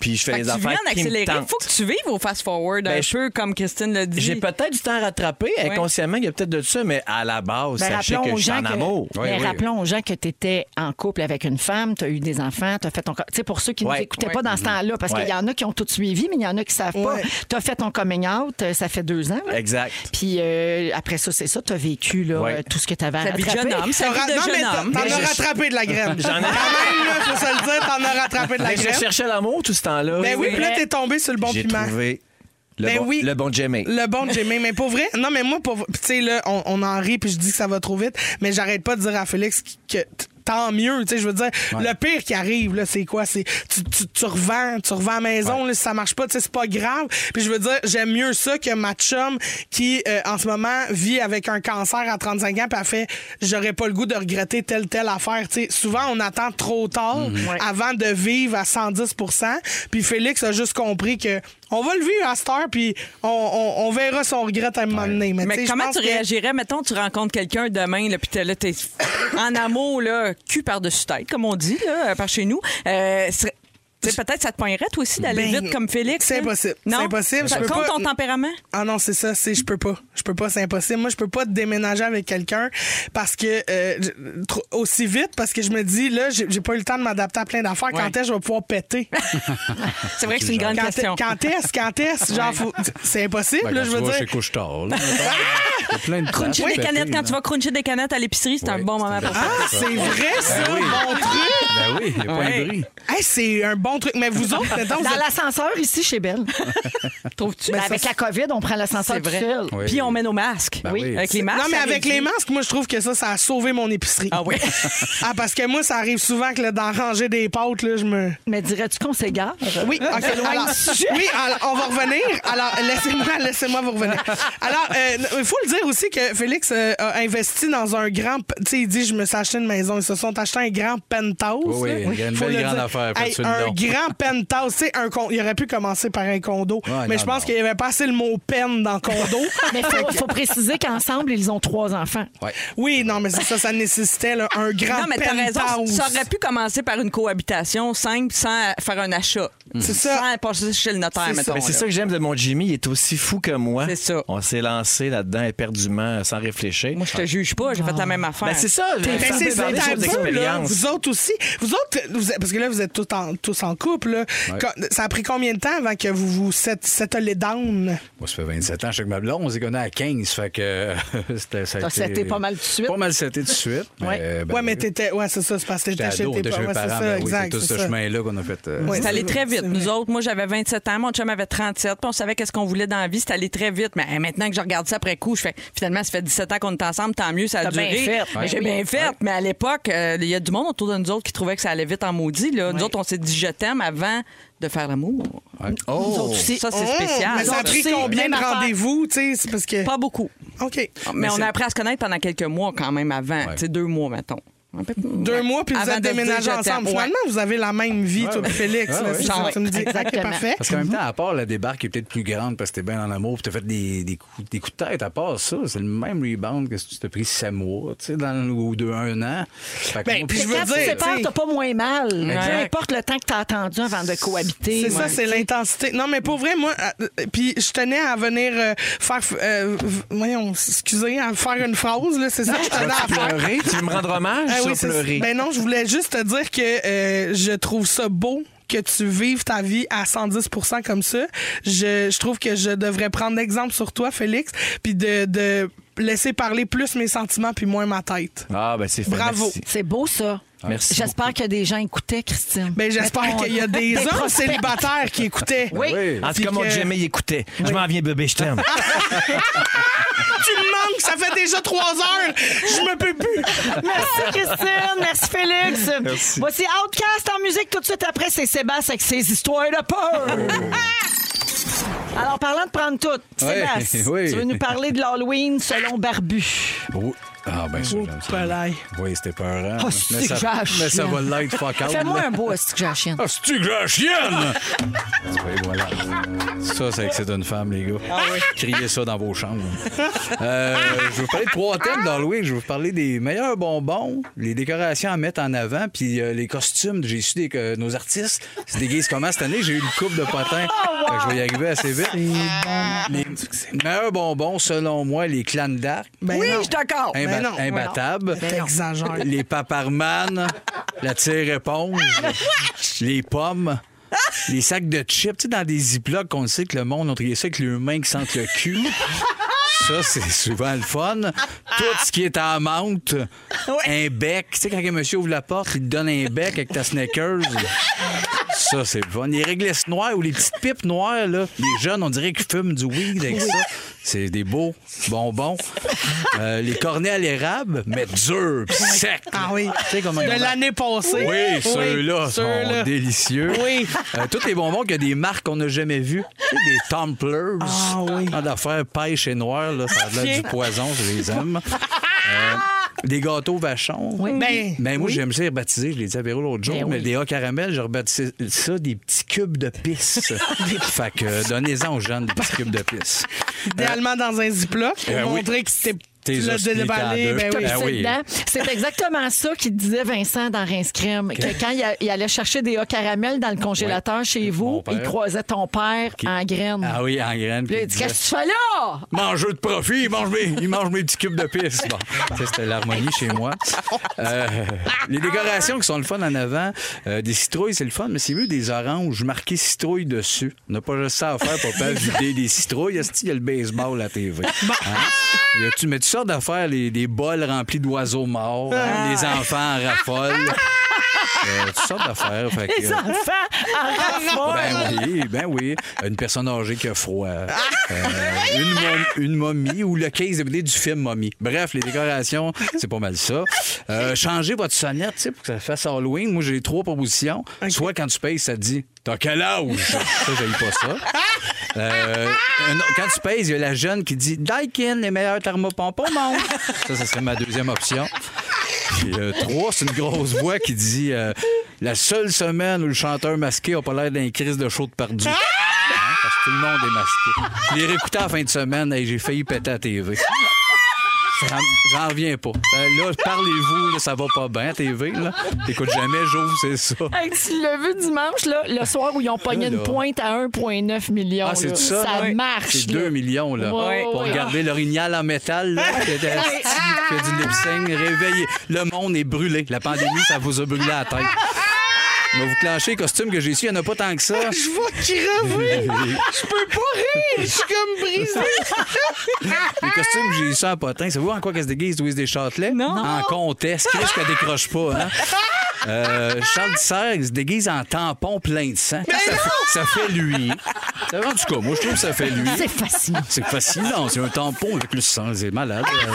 Speaker 9: Puis je fais
Speaker 6: Fait
Speaker 9: les
Speaker 6: que tu
Speaker 9: affaires
Speaker 6: viens en
Speaker 9: qui me
Speaker 6: accéléré.
Speaker 9: tentent.
Speaker 6: faut que tu vives au fast-forward
Speaker 9: Ben,
Speaker 6: un
Speaker 9: je-
Speaker 6: peu, comme Christine l'a dit.
Speaker 9: J'ai peut-être du temps à rattraper inconsciemment, il y a peut-être de ça, mais à la base,
Speaker 3: Ben,
Speaker 9: sachez
Speaker 3: rappelons
Speaker 9: que
Speaker 3: aux
Speaker 9: je suis
Speaker 3: gens
Speaker 9: en
Speaker 3: que-
Speaker 9: amour.
Speaker 5: Oui,
Speaker 3: ben,
Speaker 5: oui.
Speaker 3: rappelons aux gens que tu étais en couple avec une femme, tu as eu des enfants, tu as fait ton. co- Tu sais, pour ceux qui ne
Speaker 9: Ouais.
Speaker 3: écoutaient
Speaker 9: Ouais.
Speaker 3: pas dans ce temps-là, parce
Speaker 9: Ouais.
Speaker 3: qu'il y en a qui ont tout suivi, mais il y en a qui savent pas.
Speaker 4: Ouais.
Speaker 3: Tu as fait ton coming out, euh, ça fait deux ans. là.
Speaker 9: Exact.
Speaker 3: Puis euh, après ça, c'est ça, tu as vécu là,
Speaker 9: Ouais.
Speaker 3: euh, tout ce que tu avais à
Speaker 6: Sa vie de
Speaker 3: rattraper.
Speaker 6: jeune homme, sa
Speaker 4: T'en
Speaker 6: vie
Speaker 4: ra-
Speaker 6: de
Speaker 4: non, mais
Speaker 6: jeune
Speaker 4: t'en-
Speaker 6: homme.
Speaker 4: t'en
Speaker 9: Mais
Speaker 4: as
Speaker 9: Ben, je-
Speaker 4: rattrapé de la graine.
Speaker 9: J'en
Speaker 4: Quand
Speaker 9: ai-
Speaker 4: même, là, faut se le dire, t'en as rattrapé de la
Speaker 9: Mais je
Speaker 4: graine.
Speaker 9: cherchais l'amour tout ce temps-là.
Speaker 4: Ben oui,
Speaker 3: Oui.
Speaker 4: puis là, t'es tombé sur le bon
Speaker 9: J'ai
Speaker 4: piment.
Speaker 9: trouvé le,
Speaker 4: Ben
Speaker 9: bon,
Speaker 4: oui.
Speaker 9: le bon Jimmy.
Speaker 4: Le bon Jimmy. mais pour vrai, non, mais moi, pour, tu sais, là, on, on en rit puis je dis que ça va trop vite, mais j'arrête pas de dire à Félix que, que t- tant mieux, tu sais, je veux dire, le pire qui arrive, là, c'est quoi? C'est, tu, tu, tu revends, tu revends à la maison, là, si ça marche pas, tu sais, c'est pas grave. Puis je veux dire, j'aime mieux ça que ma chum qui, euh, en ce moment, vit avec un cancer à 35 ans puis elle fait, j'aurais pas le goût de regretter telle, telle affaire, tu sais. Souvent, on attend
Speaker 6: Mhm.
Speaker 4: trop tard avant de vivre à 110 Puis Félix a juste compris que on va le vivre à cette heure, puis on, on- on verra si on regrette à un moment donné. Mais,
Speaker 6: Mais
Speaker 4: tu sais, je
Speaker 6: comment
Speaker 4: pense
Speaker 6: tu
Speaker 4: que-
Speaker 6: réagirais? Mettons, tu rencontres quelqu'un demain, là, puis t'es là, t'es en amour, là, cul par-dessus tête, comme on dit, là, par chez nous. Euh, serait- tu sais, Peut-être ça te poignerait, toi aussi, d'aller
Speaker 4: Ben,
Speaker 6: vite comme Félix.
Speaker 4: c'est
Speaker 6: là?
Speaker 4: impossible.
Speaker 6: Non?
Speaker 4: C'est impossible,
Speaker 6: Ça
Speaker 4: je peux
Speaker 6: compte
Speaker 4: pas-
Speaker 6: ton tempérament?
Speaker 4: Ah non, c'est ça, c'est je peux pas. Je peux pas, c'est impossible. Moi, je peux pas déménager avec quelqu'un parce que euh, je- trop- aussi vite parce que je me dis là, j'ai j'ai pas eu le temps de m'adapter à plein d'affaires. Quand est-ce que je vais pouvoir péter
Speaker 6: C'est vrai que c'est une grande
Speaker 4: Ah, Quand est-
Speaker 6: question.
Speaker 4: quand est-ce Quand est-ce Genre faut- c'est impossible
Speaker 5: Ben,
Speaker 4: là,
Speaker 5: quand
Speaker 4: je
Speaker 5: tu
Speaker 4: veux
Speaker 5: vas
Speaker 4: dire.
Speaker 5: chez Couche-Tard, là, mettons, il y a plein de
Speaker 6: Cruncher
Speaker 5: places pétées,
Speaker 6: des canettes, quand
Speaker 5: ben là.
Speaker 6: tu vas cruncher des canettes à l'épicerie, c'est un
Speaker 5: Ouais,
Speaker 6: bon moment
Speaker 5: c'est
Speaker 6: pour
Speaker 5: une-
Speaker 6: ça.
Speaker 4: Ah, c'est vrai ça,
Speaker 5: Ben oui.
Speaker 4: mon truc.
Speaker 5: Ben oui, il n'y a pas
Speaker 6: Ouais.
Speaker 5: un bruit.
Speaker 4: Hey, c'est un bon truc. Mais vous autres, mettons, vous
Speaker 3: Dans
Speaker 4: êtes-
Speaker 3: l'ascenseur ici chez Belle. Trouves-tu? Ben,
Speaker 4: ça,
Speaker 3: avec
Speaker 4: c'est-
Speaker 3: la COVID, on prend l'ascenseur
Speaker 6: C'est
Speaker 3: tout
Speaker 6: vrai.
Speaker 3: seul.
Speaker 5: Oui.
Speaker 6: Puis on met nos masques.
Speaker 5: Ben oui.
Speaker 6: Avec les masques.
Speaker 4: non, mais
Speaker 6: ça
Speaker 4: avec
Speaker 6: réduit.
Speaker 4: les masques, moi, je trouve que ça, ça a sauvé mon épicerie.
Speaker 6: Ah oui.
Speaker 4: Ah, parce que moi, ça arrive souvent que là, dans ranger des pâtes, là, je me.
Speaker 3: Mais dirais-tu qu'on s'égare?
Speaker 4: Oui,
Speaker 6: Ah,
Speaker 4: ok, alors- oui, alors, on va revenir. Alors, laissez-moi laissez-moi vous revenir. Alors, euh, il faut le dire aussi que Félix euh, a investi dans un grand. p- Tu sais, il dit Je me suis acheté une maison. Ils se sont achetés un grand penthouse.
Speaker 5: Oui, oui,
Speaker 4: là.
Speaker 5: il y a une
Speaker 4: Faut
Speaker 5: belle
Speaker 4: le
Speaker 5: grande
Speaker 4: dire.
Speaker 5: affaire,
Speaker 4: Hey,
Speaker 5: faites-tu le
Speaker 4: un
Speaker 5: don.
Speaker 4: grand penthouse. Tu sais, un con- il aurait pu commencer par un condo.
Speaker 5: Ouais,
Speaker 4: mais
Speaker 5: non,
Speaker 4: je pense
Speaker 5: non.
Speaker 4: qu'il n'y avait pas assez le mot peine dans condo.
Speaker 3: Mais il faut, faut préciser qu'ensemble, ils ont trois enfants.
Speaker 5: Ouais.
Speaker 4: oui, non, mais c'est ça, ça nécessitait là, un grand
Speaker 6: Non, mais t'as
Speaker 4: penthouse.
Speaker 6: raison. Ça aurait pu commencer par une cohabitation simple sans faire un achat.
Speaker 4: C'est ça.
Speaker 6: Sans passer chez le notaire,
Speaker 4: C'est ça.
Speaker 6: mettons.
Speaker 9: Mais c'est
Speaker 6: là.
Speaker 9: ça que j'aime de mon Jimmy, il est aussi fou que moi.
Speaker 6: C'est ça.
Speaker 9: On s'est lancé là-dedans éperdument, euh, sans réfléchir.
Speaker 6: Moi, je te juge pas, j'ai fait la même affaire.
Speaker 9: Ben, c'est ça,
Speaker 4: Ben,
Speaker 9: ça
Speaker 4: c'est
Speaker 9: peut
Speaker 4: ça,
Speaker 9: parler
Speaker 4: un
Speaker 9: sur des
Speaker 4: peu, là,
Speaker 9: expériences.
Speaker 4: vous autres aussi. Vous autres, vous êtes- parce que là, vous êtes tous en, tous en couple. là. Quand- ça a pris combien de temps avant que vous vous set- settlez down?
Speaker 5: Moi, ça fait 27 ans. Je sais que ma blonde, on s'est connus à 15. Fait que euh, c'était, ça a
Speaker 3: T'as seté pas mal tout de suite.
Speaker 5: Pas mal seté tout de suite.
Speaker 3: Ouais.
Speaker 5: euh, ben
Speaker 4: ouais, mais
Speaker 5: oui.
Speaker 4: t'étais. Ouais, c'est ça, c'est parce que
Speaker 5: J'étais
Speaker 4: t'étais chez
Speaker 5: ado,
Speaker 4: tes
Speaker 5: t'étais chez
Speaker 4: parents.
Speaker 5: mes
Speaker 4: Ouais, c'est
Speaker 5: parents.
Speaker 4: ça,
Speaker 5: ben oui, c'est
Speaker 4: exact.
Speaker 5: tout
Speaker 4: c'est
Speaker 5: ce
Speaker 4: ça.
Speaker 5: chemin-là qu'on a fait. euh,
Speaker 4: Ouais.
Speaker 6: C'est allé
Speaker 4: C'est
Speaker 6: très
Speaker 4: vrai,
Speaker 6: vite.
Speaker 4: c'est
Speaker 6: Nous
Speaker 4: vrai.
Speaker 6: autres, moi, j'avais 27 ans, mon chum avait 37, puis on savait qu'est-ce qu'on voulait dans la vie. C'est allé très vite. Mais hey, maintenant que je regarde ça après coup, je fais finalement, ça fait 17 ans qu'on est ensemble, tant mieux, ça a
Speaker 3: T'as bien
Speaker 6: duré.
Speaker 3: fait. Ouais.
Speaker 6: J'ai
Speaker 3: Oui.
Speaker 6: bien fait. Mais à l'époque, euh, il y a du monde autour de nous autres qui trouvait que ça allait vite en maudit. Là. Nous autres, on s'est dit je t'aime avant de faire l'amour.
Speaker 9: Oh!
Speaker 3: aussi.
Speaker 6: Ça, c'est
Speaker 4: Oh,
Speaker 6: spécial.
Speaker 4: mais ça a
Speaker 3: Donc,
Speaker 4: pris
Speaker 3: c'est
Speaker 4: combien Ah,
Speaker 3: même
Speaker 4: de
Speaker 3: affaire.
Speaker 4: rendez-vous? Tu sais, c'est parce que.
Speaker 6: Pas beaucoup.
Speaker 4: OK.
Speaker 6: Mais, on a appris à se connaître pendant quelques mois quand même avant.
Speaker 5: Ouais.
Speaker 6: Tu sais, deux mois, mettons.
Speaker 4: Deux
Speaker 6: Ouais.
Speaker 4: mois, puis vous
Speaker 6: Avant
Speaker 4: êtes
Speaker 6: de se dire je
Speaker 4: déménagés
Speaker 6: t'aime.
Speaker 4: ensemble.
Speaker 6: Ouais.
Speaker 4: Finalement, vous avez la même vie, toi, puis Félix.
Speaker 5: Ah
Speaker 4: là,
Speaker 5: ouais.
Speaker 4: c'est ça,
Speaker 6: Ouais.
Speaker 4: tu me dis.
Speaker 3: Exactement.
Speaker 4: OK, parfait.
Speaker 5: Parce qu'en même temps, à part la débarque qui est peut-être plus grande parce que t'es bien en amour, puis t'as fait des, des, coups, des coups de tête, à part ça, c'est le même rebound que si tu t'es pris sept mois, tu sais, dans le- ou deux, un an. Fait que
Speaker 4: Ben,
Speaker 5: moi,
Speaker 4: puis
Speaker 5: pis-
Speaker 4: je veux
Speaker 3: Quand tu
Speaker 4: dire,
Speaker 3: te sépares,
Speaker 4: t'sais-
Speaker 3: t'as pas moins mal. Peu
Speaker 6: Exact.
Speaker 3: importe le temps que t'as attendu avant de cohabiter.
Speaker 4: C'est ça,
Speaker 3: Ouais.
Speaker 4: c'est l'intensité. Non, mais pour vrai, moi, euh, euh, puis je tenais à venir euh, faire, euh, v- voyons, excusez, à faire une phrase, là, c'est ça que je tenais à faire.
Speaker 9: Pleurer, tu veux me rendre hommage
Speaker 4: Ah oui,
Speaker 9: sur
Speaker 4: c'est-
Speaker 9: pleurer?
Speaker 4: Ben non, je voulais juste te dire que euh, je trouve ça beau que tu vives ta vie à 110 comme ça. Je, je trouve que je devrais prendre exemple sur toi, Félix, puis de, de laisser parler plus mes sentiments puis moins ma tête.
Speaker 9: Ah, ben c'est fait.
Speaker 4: Bravo.
Speaker 9: Merci.
Speaker 3: C'est beau, ça.
Speaker 9: Merci
Speaker 3: J'espère que des gens écoutaient, Christine.
Speaker 4: Ben j'espère
Speaker 3: Mettons,
Speaker 4: qu'il y a des hommes
Speaker 3: prospects.
Speaker 4: célibataires qui écoutaient.
Speaker 3: Oui.
Speaker 5: oui.
Speaker 9: En tout cas,
Speaker 4: Puis
Speaker 9: mon
Speaker 4: que-
Speaker 9: Jimmy, il écoutait. Je m'en viens, bébé, je t'aime.
Speaker 4: Tu me manques, ça fait déjà trois heures. Je me peux plus.
Speaker 3: Merci, Christine. Merci, Félix. Voici Outcast en musique. Tout de suite après, c'est Sébastien avec ses histoires de peur. Alors, parlant de prendre tout, Sébastien,
Speaker 5: Oh. oui.
Speaker 3: tu veux nous parler de l'Halloween selon Barbu.
Speaker 5: Oh. Ah, ben ça, j'aime ça.
Speaker 4: Palais.
Speaker 5: Oui, c'était peurant.
Speaker 3: Oh, c'est
Speaker 5: mais,
Speaker 3: que j'ai
Speaker 5: ça,
Speaker 3: la
Speaker 5: mais ça
Speaker 3: chienne.
Speaker 5: va l'être, fuck out.
Speaker 3: Fais-moi
Speaker 5: là.
Speaker 3: un beau est-ce que j'ai la chienne.
Speaker 5: Ah, c'est-tu que j'ai la chienne? Oui, voilà. Ça, c'est excès d'une femme, les gars. Criez ça dans vos chambres. Euh, je vais vous parler de trois thèmes d'Halloween. Je vais vous parler des meilleurs bonbons, les décorations à mettre en avant, puis euh, les costumes. J'ai su des, que nos artistes se déguisent comment cette année. J'ai eu une coupe de potins. Fait que je vais y arriver assez vite. Les meilleurs bonbons, selon moi, les clans d'arc.
Speaker 4: Ben non.
Speaker 6: d'accord.
Speaker 4: Ben non.
Speaker 5: imbattables.
Speaker 4: T'exagères.
Speaker 5: Les paparmanes, la tire éponge, les pommes, les sacs de chips, tu sais, dans des ziplocs qu'on le sait que le monde a trié ça avec les mains qui sentent le cul. Ça, c'est souvent le fun. Tout ce qui est en menthe, un bec. Tu sais, quand un monsieur ouvre la porte, il te donne un bec avec ta Snickers. Ça, c'est le fun. Les réglisses noires ou les petites pipes noires, là, les jeunes, on dirait qu'ils fument du weed avec ça. C'est des beaux bonbons. Euh, les cornets à l'érable, mais durs, pis secs.
Speaker 4: Ah oui.
Speaker 5: Tu sais comment ils
Speaker 4: De
Speaker 5: ont-
Speaker 4: l'année passée.
Speaker 5: oui, ceux-là sont
Speaker 4: ceux-là.
Speaker 5: délicieux.
Speaker 4: Oui.
Speaker 5: Euh, tous les bonbons qu'il y a des marques qu'on n'a jamais vues. Tu sais, Des Templars.
Speaker 4: Ah oui.
Speaker 5: Tant d'affaires pêche et noir, là, ça a de l'air du poison, je les aime. Euh, des gâteaux vachons.
Speaker 4: Ben,
Speaker 5: Ben, moi, j'aime ça les rebaptiser. Je les dit à Véro l'autre jour.
Speaker 3: Ben
Speaker 5: mais
Speaker 3: oui.
Speaker 5: des hauts caramel, j'ai rebaptisé ça des petits cubes de pisse. fait que euh, donnez-en aux jeunes des petits cubes de pisse.
Speaker 4: Idéalement dans un ziploc pour
Speaker 5: euh, oui.
Speaker 4: montrer que c'est
Speaker 5: Tes
Speaker 4: tu l'as
Speaker 5: os, tu les
Speaker 4: déballé,
Speaker 5: t'as
Speaker 4: ben
Speaker 5: deux.
Speaker 4: oui.
Speaker 5: Ah
Speaker 3: C'est
Speaker 5: oui.
Speaker 3: dedans. C'est exactement ça qu'il disait Vincent dans Rince Crème. Que quand il, a- il allait chercher des hauts caramels dans le congélateur chez vous,
Speaker 5: père.
Speaker 3: il croisait ton père
Speaker 5: Qui-
Speaker 3: en graines.
Speaker 5: Ah oui, en graines.
Speaker 3: Puis
Speaker 5: puis
Speaker 3: là, il dit Qu'est-ce que tu fais là?
Speaker 5: Mangeux de profit, il mange mes, il mange mes petits cubes de pisse. Bon, ça, c'était l'harmonie chez moi. Euh, les décorations qui sont le fun en avant, euh, des citrouilles, c'est le fun, mais c'est mieux des oranges marquées citrouilles dessus. On n'a pas juste ça à faire pour pas vider des citrouilles. Est-ce qu'il y a le baseball à la TV? Hein? Y a-tu- Mais tu sortes d'affaires, les- des bols remplis d'oiseaux morts, hein, les enfants en raffolent. Euh, toutes sortes d'affaires. fait que-
Speaker 3: Les enfants en raffolent.
Speaker 5: ben oui, ben oui. Une personne âgée qui a froid. Euh, une, mom- une momie ou le case de BD du film Momie. Bref, les décorations, c'est pas mal ça. Euh, changez votre sonnette, tu sais, pour que ça fasse Halloween. Moi, j'ai trois propositions. Soit quand tu payes, ça te dit T'as quel âge? ça, j'ai pas ça. Euh, un autre- quand tu payes, il y a la jeune qui dit Daikin, les meilleurs thermopompes au monde. Ça, ça serait ma deuxième option. Puis, euh, trois, c'est une grosse voix qui dit euh, La seule semaine où le chanteur masqué a pas l'air d'un crise de show de perdu. Hein, parce que tout le monde est masqué. Je l'ai réécouté en fin de semaine et j'ai failli péter à TV. Ça- J'en reviens pas. Euh, Là, parlez-vous, là, ça va pas bien à TV. Là. T'écoutes jamais, j'ouvre, c'est ça.
Speaker 3: Hey, tu l'as vu dimanche, là, le soir où ils ont pogné
Speaker 5: Là, là.
Speaker 3: une pointe à 1,9 million.
Speaker 5: Ah, c'est
Speaker 3: là.
Speaker 5: ça? Ouais.
Speaker 3: marche.
Speaker 5: C'est
Speaker 3: là.
Speaker 5: 2 millions, là.
Speaker 3: Ouais,
Speaker 5: pour
Speaker 3: ouais.
Speaker 5: regarder l'orignal en métal, là, qui était assis, qui fait du lip-sync, réveillé. Le monde est brûlé. La pandémie, ça vous a brûlé la tête. Mais vous clenchez, les costumes que j'ai ici, il n'y en a pas tant que ça.
Speaker 4: Je vois qu'il revient. Je peux pas rire. Je suis comme brisée.
Speaker 5: Les costumes que j'ai ici en potin, savez-vous en quoi qu'elle se déguise Louise Deschâtelet? Non. En comtesse. Qu'est-ce qu'elle décroche pas, hein? Euh, Charles Dissert, il se déguise en tampon plein de sang. Ça, fait- ça fait lui. Ça, en tout cas, moi, je trouve que ça fait lui.
Speaker 3: C'est fascinant.
Speaker 5: C'est fascinant, c'est un tampon avec le sang, c'est malade. Euh,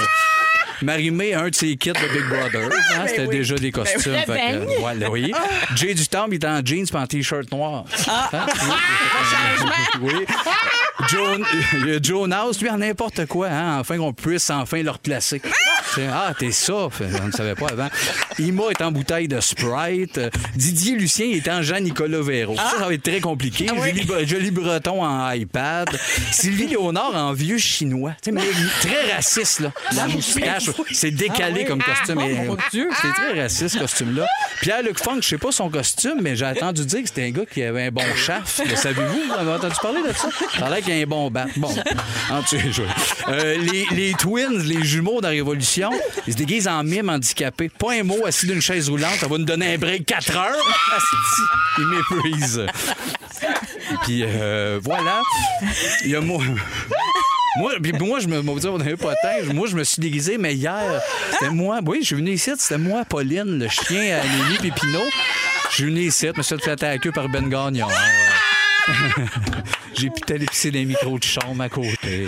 Speaker 5: Marimé, un de ses kits de Big Brother. hein, C'était déjà des costumes.
Speaker 3: Ah, ben oui. Ah.
Speaker 5: fait que, euh, voilà, oui. Jay Dutombe, il est en jeans et en t-shirt noir. Hein, tu vois? oui. Joan- il y a Joan House, euh, lui, en n'importe quoi, hein, enfin qu'on puisse enfin le reclasser. Tu sais, Ah, t'es ça, Fait, on ne savait pas avant. Ima est en bouteille de Sprite. Euh, Didier Lucien est en Jean-Nicolas Véro. Ça, ça va être très compliqué. Julie, Bre- Julie Breton en iPad. Sylvie Léonard en vieux chinois. Tu sais, mais très raciste, là. La moustache, c'est décalé comme costume. Mais,
Speaker 6: Ah, mon Dieu.
Speaker 5: C'est très raciste, ce costume-là. Pierre-Luc Funk, je sais pas son costume, mais j'ai entendu dire que c'était un gars qui avait un bon chaf. Le savez-vous? Vous avez entendu parler de ça? Ça a l'air qu'il a un bon bat. Bon. En tout cas, je- Euh, les, les twins, les jumeaux dans la Révolution, ils se déguisent en mime handicapé. Pas un mot assis d'une chaise roulante. Ça va nous donner un break 4 heures. Asti, Ils m'épuisent. Puis euh, voilà. Il y a moi. Moi, puis moi, je me, moi, on avait pas de temps. Moi, je me suis déguisé, mais hier, c'était moi. Oui, je suis venu ici, c'était moi, Pauline, le chien à Amélie Pépineau. Je suis venu ici, je me suis fait flatter la queue par Ben Gagnon. hein, ouais. J'ai pité l'épicé d'un micro de chambre à côté.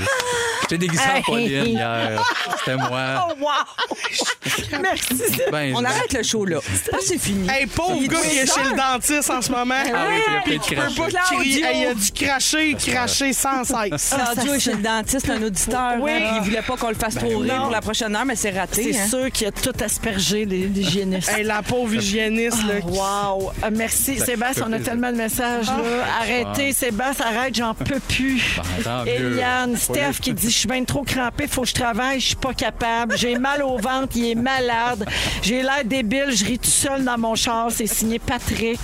Speaker 5: J'étais déguisé en Pauline hier. C'était moi.
Speaker 6: Oh, Wow! Merci.
Speaker 5: Ben,
Speaker 6: On
Speaker 5: là.
Speaker 6: arrête le show là. Ah, c'est fini.
Speaker 4: Hey, pauvre
Speaker 6: Il
Speaker 4: gars qui est
Speaker 6: dort.
Speaker 4: chez le dentiste en ce moment.
Speaker 5: Ah oui, il a
Speaker 4: Puis
Speaker 5: peut-être
Speaker 4: qui peut pas
Speaker 5: craché.
Speaker 4: crier.
Speaker 6: Claudio.
Speaker 4: Hey, il a dû cracher, cracher sans cesse.
Speaker 6: Claudio Ah, est chez le dentiste, un auditeur.
Speaker 3: Oui.
Speaker 6: hein, puis il voulait pas qu'on le fasse trop rire pour la prochaine heure, mais c'est raté.
Speaker 3: C'est
Speaker 6: hein.
Speaker 3: sûr qu'il a tout aspergé, les- l'hygiéniste.
Speaker 4: Hey, la pauvre hygiéniste, là. qui-
Speaker 3: Wow! Euh, Merci. Sébastien, on a tellement de messages. Là. Arrêtez, Sébastien, arrête, j'en peux plus.
Speaker 5: Ah. Ben, tant mieux.
Speaker 3: Eliane,
Speaker 5: Faut
Speaker 3: Steph
Speaker 5: le-
Speaker 3: qui dit Je suis bien trop crampée, faut que je travaille, je suis pas capable. J'ai mal au ventre, il est malade. J'ai l'air débile, je ris tout seul dans mon char. C'est signé Patrick.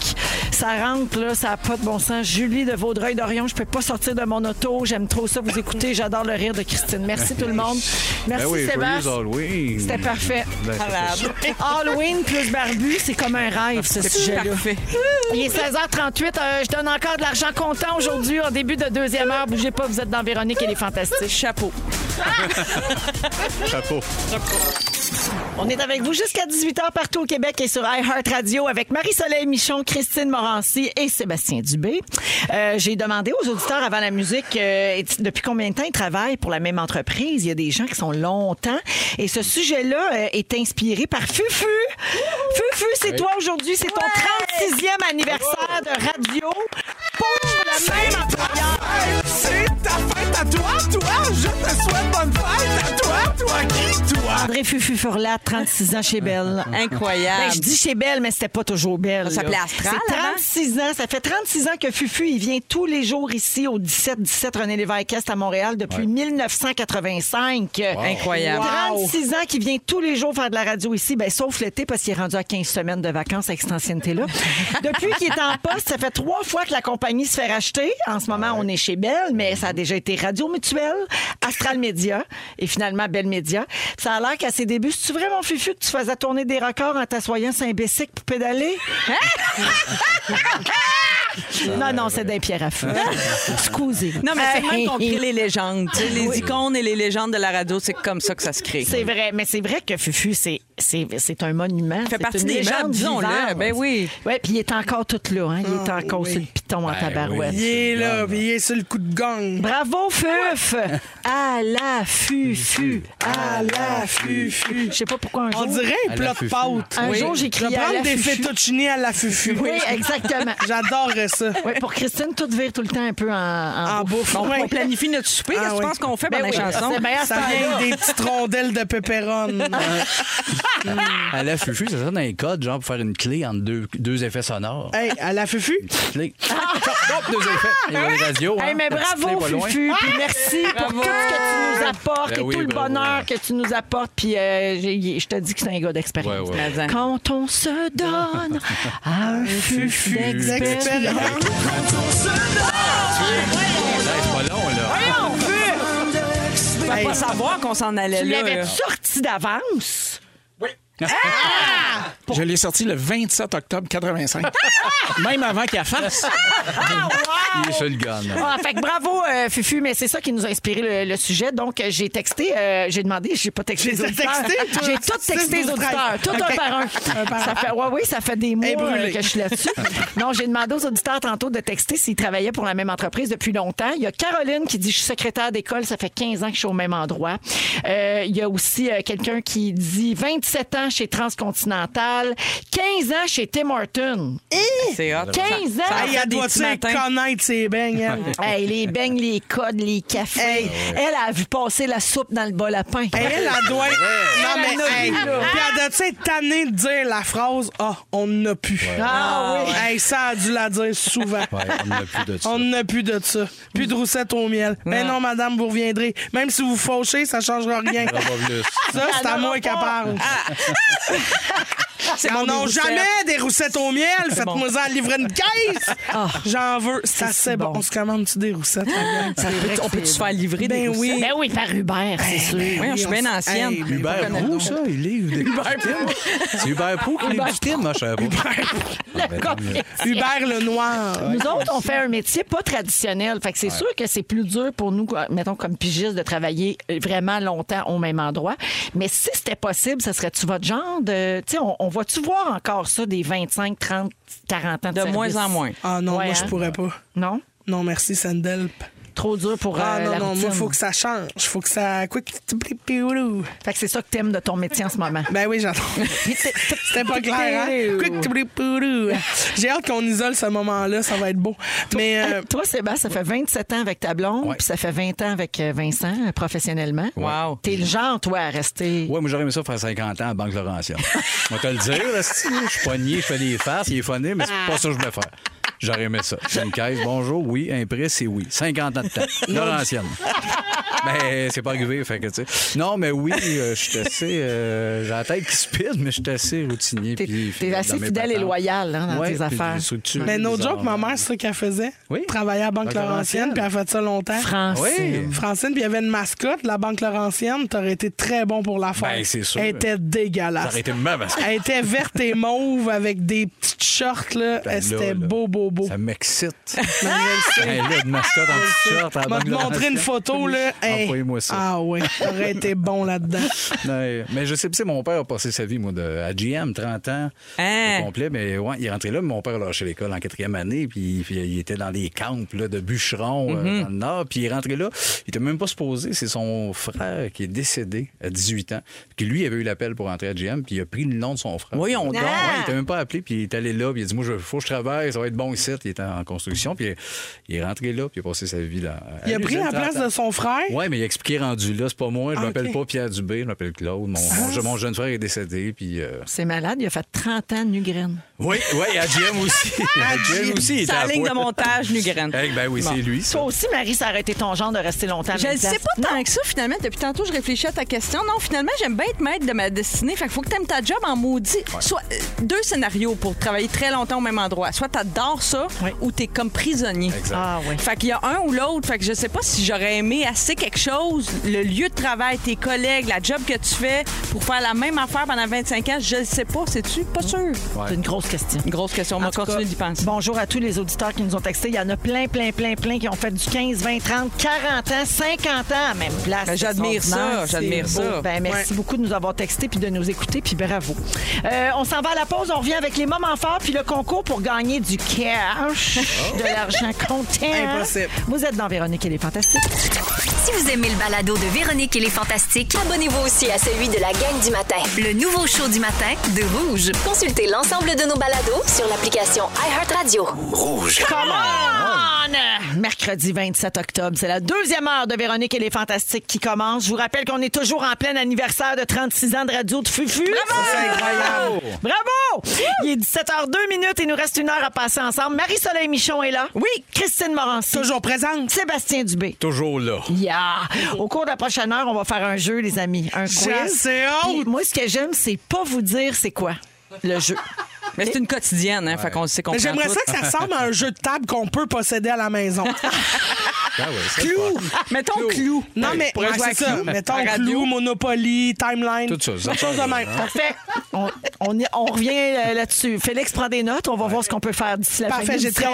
Speaker 3: Ça rentre, là, ça n'a pas de bon sens. Julie de Vaudreuil-Dorion, je peux pas sortir de mon auto. J'aime trop ça. Vous écoutez, j'adore le rire de Christine. Merci tout le monde. Merci
Speaker 5: Ben oui, joyeuse
Speaker 3: Sébastien.
Speaker 5: Halloween.
Speaker 3: C'était parfait.
Speaker 5: Ben, c'est ça.
Speaker 3: Halloween plus barbu, c'est comme un rêve, ce sujet-là.
Speaker 6: Parfait.
Speaker 3: Il est 16h38. euh, je donne encore de l'argent comptant aujourd'hui en début de deuxième heure. Bougez pas, vous êtes dans Véronique et les Fantastiques.
Speaker 6: Chapeau.
Speaker 5: Chapeau.
Speaker 3: On est avec vous jusqu'à 18h partout au Québec et sur iHeartRadio avec Marie-Soleil Michon, Christine Morancy et Sébastien Dubé. Euh, J'ai demandé aux auditeurs avant la musique euh, et- depuis combien de temps ils travaillent pour la même entreprise. Il y a des gens qui sont longtemps. Et ce sujet-là euh, est inspiré par Fufu. Fufu, c'est toi aujourd'hui. C'est ton 36e anniversaire de radio pour la même employeur.
Speaker 8: C'est ta fête à toi, toi, je te souhaite bonne fête à toi, toi qui, toi.
Speaker 3: André Fufu Furlat, 36 ans chez Belle.
Speaker 6: Incroyable.
Speaker 3: Ben, je dis chez Belle, mais c'était pas toujours Belle.
Speaker 6: Ça s'appelait
Speaker 3: là.
Speaker 6: Astral,
Speaker 3: C'est 36 ans. Ça fait 36 ans que Fufu, il vient tous les jours ici au 17-17 René Lévesque-Est à Montréal depuis 1985.
Speaker 6: Incroyable.
Speaker 3: Wow. 36 ans qui vient tous les jours faire de la radio ici, ben, sauf l'été parce qu'il est rendu à 15 semaines de vacances avec cette ancienneté-là. Depuis qu'il est en poste, ça fait trois fois que la compagnie se fait racheter. En ce moment, on est chez Bell, mais ça a déjà été Radio Mutuelle, Astral Média et finalement Bell Média. Ça a l'air qu'à ses débuts, c'est vraiment fufu que tu faisais tourner des records en t'assoyant saint bessic pour pédaler? non, non, c'est d'un pierre à feu. Excusez.
Speaker 6: Non, mais c'est même qu'on crée les légendes. Tu sais, Les icônes et les légendes de la radio, c'est comme ça que ça se crée.
Speaker 3: C'est vrai, mais c'est vrai que Fufu, c'est- c'est c'est un monument.
Speaker 6: fait
Speaker 3: c'est
Speaker 6: partie
Speaker 3: une
Speaker 6: des
Speaker 3: légende
Speaker 6: meubles, disons-le.
Speaker 3: vivante.
Speaker 6: Ben oui. Ah,
Speaker 3: Ouais, puis il est encore tout là. Hein? Il est encore sur le piton
Speaker 4: Ben
Speaker 3: en tabarouette.
Speaker 4: Il est là, puis il est sur le coup de gang.
Speaker 3: Bravo, Fuf! À la Fufu! À la Fufu! Je sais pas pourquoi un jour...
Speaker 4: On dirait un
Speaker 5: Ah, À
Speaker 4: plat
Speaker 5: la
Speaker 4: de
Speaker 5: fufu.
Speaker 4: pâtes.
Speaker 3: Un
Speaker 6: Oui.
Speaker 3: jour, j'ai
Speaker 4: Je vais
Speaker 3: crié à
Speaker 4: prendre
Speaker 3: la
Speaker 4: des
Speaker 3: Fufu.
Speaker 4: fettuccini à la fufu.
Speaker 3: Oui, exactement.
Speaker 4: J'adorerais ça.
Speaker 3: Oui, pour Christine, tout vire tout le temps un peu en, en
Speaker 4: En bouffe.
Speaker 6: On,
Speaker 4: Ouais.
Speaker 6: on planifie notre souper.
Speaker 4: Ah
Speaker 6: Qu'est-ce que
Speaker 4: oui.
Speaker 6: tu penses qu'on fait
Speaker 3: Ben
Speaker 6: pendant
Speaker 3: oui,
Speaker 6: la chanson?
Speaker 3: c'est bien à ce
Speaker 4: Ça
Speaker 3: temps-là.
Speaker 4: vient des petites rondelles de pepperoni.
Speaker 5: À la Ah, fufu, c'est ça dans les codes, genre pour faire une clé entre deux, deux effets sonores.
Speaker 4: hey, à la fufu?
Speaker 5: Clé. Top, top, deux effets. Il y a les radios.
Speaker 3: Ah. Hey,
Speaker 5: hein.
Speaker 3: mais
Speaker 5: La petite clé
Speaker 3: bravo,
Speaker 5: pas loin.
Speaker 3: Fufu. Puis merci pour tout ce que tu nous apportes
Speaker 5: Ben
Speaker 3: et
Speaker 5: oui,
Speaker 3: tout le
Speaker 5: bravo.
Speaker 3: bonheur que tu nous apportes. Puis euh, j'ai- je te dis que c'est un gars d'expérience.
Speaker 5: Ouais, ouais.
Speaker 6: Mais en-
Speaker 3: Quand on se donne à un Fufu
Speaker 4: Expérience.
Speaker 3: d'expérience.
Speaker 5: Hey, c'est pas long, là.
Speaker 6: Faut pas savoir qu'on s'en allait
Speaker 3: Tu
Speaker 6: là.
Speaker 3: l'avais
Speaker 6: là.
Speaker 3: sorti d'avance?
Speaker 10: Je l'ai sorti le 27 octobre 85. Même avant qu'il la fasse.
Speaker 5: Ah, Il est sur le gun. là.
Speaker 3: Ah, fait que bravo, euh, Fufu, mais c'est ça qui nous a inspiré le, le sujet. Donc, euh, j'ai texté, euh, j'ai demandé, j'ai pas texté
Speaker 4: J'ai
Speaker 3: les auditeurs.
Speaker 4: texté, toi?
Speaker 3: J'ai tout texté les
Speaker 4: Six, douze,
Speaker 3: auditeurs,
Speaker 4: treize.
Speaker 3: tout un
Speaker 4: Ok.
Speaker 3: par un.
Speaker 4: Un par un.
Speaker 3: Ça fait, ouais, oui, ça fait des mois
Speaker 4: Et brûlé.
Speaker 3: euh, que je suis là-dessus. non, j'ai demandé aux auditeurs tantôt de texter s'ils travaillaient pour la même entreprise depuis longtemps. Il y a Caroline qui dit, je suis secrétaire d'école, ça fait 15 ans que je suis au même endroit. Euh, il y a aussi euh, quelqu'un qui dit 27 ans chez Transcontinental, 15 ans chez Tim Horton.
Speaker 6: C'est hot.
Speaker 3: 15 ans!
Speaker 6: Ça- ça
Speaker 4: Hey,
Speaker 6: fait
Speaker 4: elle
Speaker 6: des
Speaker 4: doit-tu
Speaker 6: petits matins.
Speaker 4: connaître ses beignes? elle?
Speaker 3: Hey, les beignes, les codes, les cafés. Elle a vu passer la soupe dans le bol à pain.
Speaker 4: Hey, Elle, elle doit être... Non, mais hey, Puis elle doit être tannée de dire la phrase « Ah, on n'a plus
Speaker 3: Ah oui!
Speaker 4: Hey, ça a dû la dire souvent.
Speaker 5: Ouais, on n'a plus de ça.
Speaker 4: On n'a plus de ça. Plus de roussette au miel. Mais non, madame, vous reviendrez. Même si vous fauchez, ça changera rien.
Speaker 5: Pas plus.
Speaker 4: Ça, Ah, c'est à moi qu'elle parle.
Speaker 6: C'est
Speaker 4: On
Speaker 6: bon,
Speaker 4: n'a
Speaker 6: des roussettes.
Speaker 4: jamais des roussettes au miel. Faites-moi en livrer une caisse. J'en veux. Ah. C'est assez bon. On se commande-tu des roussettes? la gang?
Speaker 3: C'est vrai que
Speaker 6: On peut-tu se
Speaker 3: c'est-
Speaker 6: faire livrer des
Speaker 4: Ben
Speaker 6: roussettes?
Speaker 4: oui.
Speaker 3: Ben oui, par Hubert, c'est sûr.
Speaker 6: Voyons, je suis bien ancienne.
Speaker 4: Hey, mais
Speaker 5: Hubert Proux, ça, il livre des victimes. C'est Hubert Proux qui livre
Speaker 3: Hubert
Speaker 5: des victimes, moi, je savais pas.
Speaker 3: Le
Speaker 4: Ben
Speaker 3: café.
Speaker 4: Hubert le Noir.
Speaker 3: Nous autres, on fait un métier pas traditionnel. Fait que c'est sûr que c'est plus dur pour nous, quoi, mettons, comme pigistes, de travailler euh, vraiment longtemps au même endroit. Mais si c'était possible, ça serait-tu votre genre de. Tu sais, on, on va-tu voir encore ça des 25, 30, 40 ans de
Speaker 6: De
Speaker 3: service?
Speaker 6: moins en moins.
Speaker 4: Ah non,
Speaker 3: Ouais,
Speaker 4: moi, je
Speaker 3: hein?
Speaker 4: pourrais pas.
Speaker 3: Non?
Speaker 4: Non, merci, Sandel.
Speaker 3: Trop dur pour
Speaker 4: Ah
Speaker 3: euh,
Speaker 4: non,
Speaker 3: la
Speaker 4: non,
Speaker 3: routine.
Speaker 4: moi, faut que ça change. Faut que ça. Quick.
Speaker 3: Fait que c'est ça que t'aimes de ton métier en ce moment.
Speaker 4: Ben oui, j'entends. C'était pas clair, hein? Quick. J'ai hâte qu'on isole ce moment-là, ça va être beau. Mais. euh,
Speaker 3: Toi, Sébastien, ça fait 27 ans avec ta blonde,
Speaker 5: Ouais.
Speaker 3: puis ça fait 20 ans avec euh, Vincent, euh, professionnellement.
Speaker 6: Wow.
Speaker 3: T'es le genre, toi, à rester.
Speaker 5: Ouais, moi, j'aurais aimé ça faire 50 ans à Banque Laurentienne. On va te le dire, là, si, je suis poigné, je fais des farces, il est funné, mais c'est pas ça que je voulais faire. J'aurais aimé ça. J'ai une caisse, bonjour, oui, un prêt, c'est oui. 50 ans de temps. Laurentienne. Ben, c'est pas arrivé, fait que, tu sais. Non, mais oui, euh, je suis assez. euh, J'ai la tête qui speed, mais je suis assez routinier.
Speaker 3: T'es-
Speaker 5: puis
Speaker 3: t'es assez
Speaker 5: dans mes
Speaker 3: fidèle et
Speaker 5: patentes.
Speaker 3: loyal, hein, dans
Speaker 5: Ouais,
Speaker 3: tes
Speaker 5: puis
Speaker 3: affaires.
Speaker 5: des structures
Speaker 4: Mais no
Speaker 5: bizarres.
Speaker 4: joke, ma mère, c'est ça qu'elle faisait.
Speaker 5: hein? Oui.
Speaker 4: Travaillait à la Banque
Speaker 5: Banque
Speaker 4: Laurentienne,
Speaker 5: Laurentienne.
Speaker 4: puis elle a fait ça longtemps.
Speaker 3: France.
Speaker 5: Oui.
Speaker 4: Francine, puis il y avait une mascotte, la Banque Laurentienne, t'aurais été très bon pour la faire.
Speaker 5: Ben, c'est sûr.
Speaker 4: Elle était
Speaker 5: Ça
Speaker 4: dégueulasse.
Speaker 5: aurait été ma mascotte.
Speaker 4: Elle était verte et mauve avec des petites shorts, là.
Speaker 5: Ben, là,
Speaker 4: C'était
Speaker 5: là,
Speaker 4: beau, beau, beau.
Speaker 5: Ça m'excite.
Speaker 4: Ben, je le sais.
Speaker 5: Hey, là, une mascotte en t-shirt à la
Speaker 4: Je vais
Speaker 5: Banque
Speaker 4: te montrer
Speaker 5: Laurentienne.
Speaker 4: une photo, là. Hey.
Speaker 5: Envoyez-moi ça.
Speaker 4: Ah oui, t'aurais été bon là-dedans.
Speaker 5: Ouais, mais je sais, tu sais, mon père a passé sa vie, moi, de, à GM, 30 ans,
Speaker 6: Hein?
Speaker 5: au complet. Mais ouais, il est rentré là, mais mon père a lâché l'école en quatrième année, puis, puis il était dans des camps là, de bûcherons euh,
Speaker 4: Mm-hmm.
Speaker 5: dans le Nord, puis il est rentré là. Il était même pas supposé, c'est son frère qui est décédé à 18 ans, puis lui avait eu l'appel pour rentrer à GM, puis il a pris le nom de son frère.
Speaker 6: Voyons
Speaker 5: Ouais,
Speaker 6: donc.
Speaker 5: il était même pas appelé, puis il est allé là, puis il a dit, moi, il faut que je travaille, ça va être bon ici, il était en construction, puis il est rentré là, puis il a passé sa vie là.
Speaker 4: Il a pris la place de son frère.
Speaker 5: Oui, mais il a expliqué rendu là, c'est pas moi, je
Speaker 4: Ah,
Speaker 5: m'appelle
Speaker 4: ok.
Speaker 5: pas Pierre Dubé, je m'appelle Claude. Mon, mon- mon jeune frère est décédé, puis. euh,
Speaker 3: C'est malade, il a fait 30 ans de Nugraine.
Speaker 5: Oui, oui, à GM aussi. À GM aussi, il était
Speaker 6: C'est la
Speaker 5: à
Speaker 6: ligne de
Speaker 5: poil.
Speaker 6: montage, Nugraine.
Speaker 5: Eh ben oui,
Speaker 6: Bon.
Speaker 5: c'est lui.
Speaker 3: Toi aussi, Marie, ça aurait été ton genre de rester longtemps. à la
Speaker 6: Je ne
Speaker 3: même
Speaker 6: sais
Speaker 3: place.
Speaker 6: pas tant que ça, finalement. Depuis tantôt, je réfléchis à ta question. Non, finalement, j'aime bien être maître de ma destinée. Fait qu'il faut que tu aimes ta job en maudit. Soit euh, deux scénarios pour travailler très longtemps au même endroit. Soit tu adores ça ou tu es comme prisonnier.
Speaker 3: Ah oui.
Speaker 6: Fait qu'il y a un ou l'autre. Fait que je sais pas si j'aurais aimé assez quelque chose, le lieu de travail, tes collègues, la job que tu fais pour faire la même affaire pendant 25 ans. Je le sais pas, sais-tu? Pas sûr.
Speaker 3: C'est une grosse question.
Speaker 6: Une grosse question. On
Speaker 3: En
Speaker 6: va
Speaker 3: tout cas,
Speaker 6: continuer d'y penser.
Speaker 3: Bonjour à tous les auditeurs qui nous ont texté. Il y en a plein, plein, plein, plein qui ont fait du 15, 20, 30, 40 ans, 50 ans à même place.
Speaker 6: Ben, j'admire
Speaker 3: C'est extraordinaire.
Speaker 6: ça, j'admire
Speaker 3: C'est beau.
Speaker 6: ça.
Speaker 3: Ben, merci beaucoup de nous avoir texté puis de nous écouter, puis bravo. Euh, on s'en va à la pause, on revient avec les moments forts puis le concours pour gagner du cash,
Speaker 5: Oh.
Speaker 3: de l'argent comptant.
Speaker 4: Impossible.
Speaker 3: Vous êtes dans Véronique et les Fantastiques.
Speaker 1: Si vous aimez le balado de Véronique et les Fantastiques,
Speaker 2: Abonnez-vous aussi à celui de la gang du matin.
Speaker 1: le nouveau show du matin de Rouge.
Speaker 2: Consultez l'ensemble de nos balados sur l'application iHeartRadio.
Speaker 3: Mercredi 27 octobre, c'est la deuxième heure de Véronique et les Fantastiques qui commence. Je vous rappelle qu'on est toujours en plein anniversaire de 36 ans de radio de Fufu. Bravo! Bravo! Il est 17h02 minutes et nous reste une heure à passer ensemble. Marie-Soleil Michon est là. Oui. Christine Morancy.
Speaker 4: Toujours présente.
Speaker 3: Sébastien Dubé.
Speaker 5: Toujours là.
Speaker 3: Yeah. Au cours de la prochaine heure, on va faire un jeu, les amis. Un quiz.
Speaker 4: J'ai assez
Speaker 3: Puis
Speaker 4: hâte.
Speaker 3: Moi, ce que j'aime, c'est pas vous dire c'est quoi le jeu.
Speaker 6: Mais c'est une quotidienne, hein. Fait qu'on sait qu'on
Speaker 4: Mais
Speaker 6: prend
Speaker 4: j'aimerais
Speaker 6: tout.
Speaker 4: ça que ça ressemble à un jeu de table qu'on peut posséder à la maison.
Speaker 5: Ah ouais, c'est
Speaker 4: Clou!
Speaker 5: fort.
Speaker 6: Mettons clou.
Speaker 4: Non, mais
Speaker 5: pourrait
Speaker 4: ouais,
Speaker 5: jouer à
Speaker 4: c'est ça.
Speaker 5: Clou.
Speaker 4: Mettons
Speaker 6: À radio.
Speaker 4: Clou, Monopoly, Timeline.
Speaker 5: Tout ça, ça
Speaker 4: Quelque chose de
Speaker 5: parle,
Speaker 4: même.
Speaker 5: hein?
Speaker 3: Parfait. On, on y- on revient euh, là-dessus. Félix, prend des notes. On va voir ce qu'on peut faire d'ici la fin
Speaker 4: Parfait,
Speaker 3: de
Speaker 4: j'ai
Speaker 3: l'émission.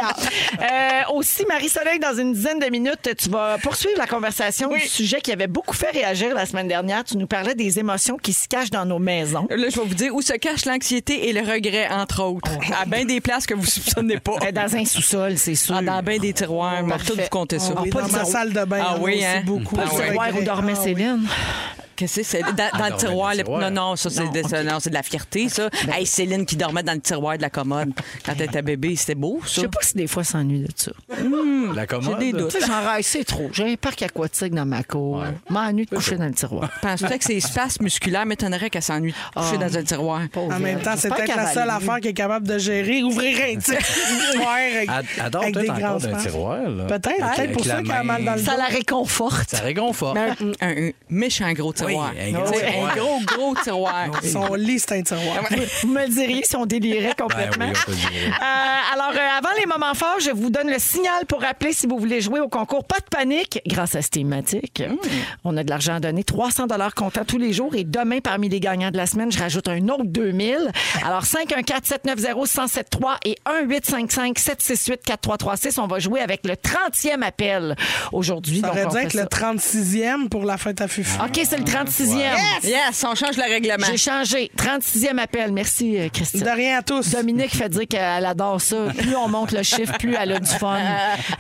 Speaker 3: Euh, aussi, Marie-Soleil, dans une dizaine de minutes, tu vas poursuivre la conversation du sujet qui avait beaucoup fait réagir la semaine dernière. Tu nous parlais des émotions qui se cachent dans nos maisons.
Speaker 6: Là, je vais vous dire où se cache l'anxiété et le regret, entre autres. À bien des places que vous soupçonnez pas.
Speaker 3: Euh, Oh, Dans un sous-sol, c'est sûr.
Speaker 6: Ah, dans bien des tiroirs. On va
Speaker 3: Parfait.
Speaker 6: tout vous compter ça.
Speaker 4: Ah oui,
Speaker 3: pas
Speaker 4: dans
Speaker 3: de
Speaker 4: ma
Speaker 3: zéro.
Speaker 4: salle de bain.
Speaker 6: Ah
Speaker 4: il y en a
Speaker 6: oui,
Speaker 4: aussi
Speaker 6: hein?
Speaker 4: beaucoup.
Speaker 3: Pas
Speaker 6: Ah
Speaker 3: le
Speaker 6: oui.
Speaker 3: tiroir où dormait
Speaker 4: Ah oui.
Speaker 3: Céline.
Speaker 6: Qu'est-ce que c'est? Dans, dans le
Speaker 5: dormait
Speaker 6: tiroir.
Speaker 5: Ah, dans le
Speaker 6: le-
Speaker 5: tiroir.
Speaker 6: Non, non, ça, c'est de, ça, non, c'est de la fierté, ça.
Speaker 3: Ben
Speaker 6: Hey, Céline qui dormait dans le tiroir de la commode quand elle était bébé. C'était beau,
Speaker 3: Je
Speaker 6: ça.
Speaker 3: sais pas si des fois s'ennuie de ça.
Speaker 5: La commode.
Speaker 6: Hmm. des doutes.
Speaker 3: Tu sais, j'en rêve, c'est trop. J'ai un parc aquatique dans ma cour. M'ennuie de coucher dans le tiroir.
Speaker 6: Penses-tu que ses espaces musculaires m'étonneraient qu'elle s'ennuie de coucher
Speaker 3: Ah.
Speaker 6: dans un tiroir?
Speaker 3: Pauvre
Speaker 4: En même
Speaker 3: elle.
Speaker 4: temps, c'est
Speaker 3: J'espère
Speaker 4: peut-être
Speaker 3: qu'elle
Speaker 4: la
Speaker 3: va
Speaker 4: seule
Speaker 3: aller mieux.
Speaker 4: affaire qui est capable de gérer. Ouvrir un petit tiroir avec,
Speaker 5: Ad- Adore
Speaker 4: avec des
Speaker 5: peut-être
Speaker 4: grands
Speaker 5: encore d'un tiroir. là.
Speaker 4: Peut-être,
Speaker 5: Avec-
Speaker 4: peut-être
Speaker 5: avec
Speaker 4: pour
Speaker 5: la
Speaker 4: ça qu'elle a
Speaker 5: main.
Speaker 4: mal dans le
Speaker 3: Ça la réconforte.
Speaker 5: Ça réconforte.
Speaker 6: Un, un- un méchant gros tiroir.
Speaker 5: Oui, un gros
Speaker 6: Tu sais,
Speaker 5: tiroir.
Speaker 6: un gros, gros tiroir.
Speaker 4: Son lit, c'est un tiroir.
Speaker 3: Vous me le diriez si on délirait complètement.
Speaker 5: Ben oui, on peut le dire.
Speaker 3: Euh, alors, euh, avant les moments forts, je vous donne le signal pour appeler si vous voulez jouer au concours. Pas de panique, grâce à Stématique.
Speaker 5: Mm.
Speaker 3: On a de l'argent à donner, 300 dollars comptant tous les jours. Et demain, parmi les gagnants de la semaine, je rajoute un autre 2000. Alors, 514-790-1073 et 1-855-768-4336. On va jouer avec le 30e appel aujourd'hui.
Speaker 4: Ça
Speaker 3: Donc,
Speaker 4: aurait
Speaker 3: on
Speaker 4: dû
Speaker 3: fait
Speaker 4: être le
Speaker 3: ça. Ah.
Speaker 4: 36e pour la fête à Fufu.
Speaker 3: OK, c'est le 36e.
Speaker 6: Yes, on change le règlement.
Speaker 3: J'ai changé. 36e appel. Merci, euh, Christine.
Speaker 4: De rien à tous.
Speaker 3: Dominique fait dire qu'elle adore ça. Plus on monte le chiffre, plus elle a du fun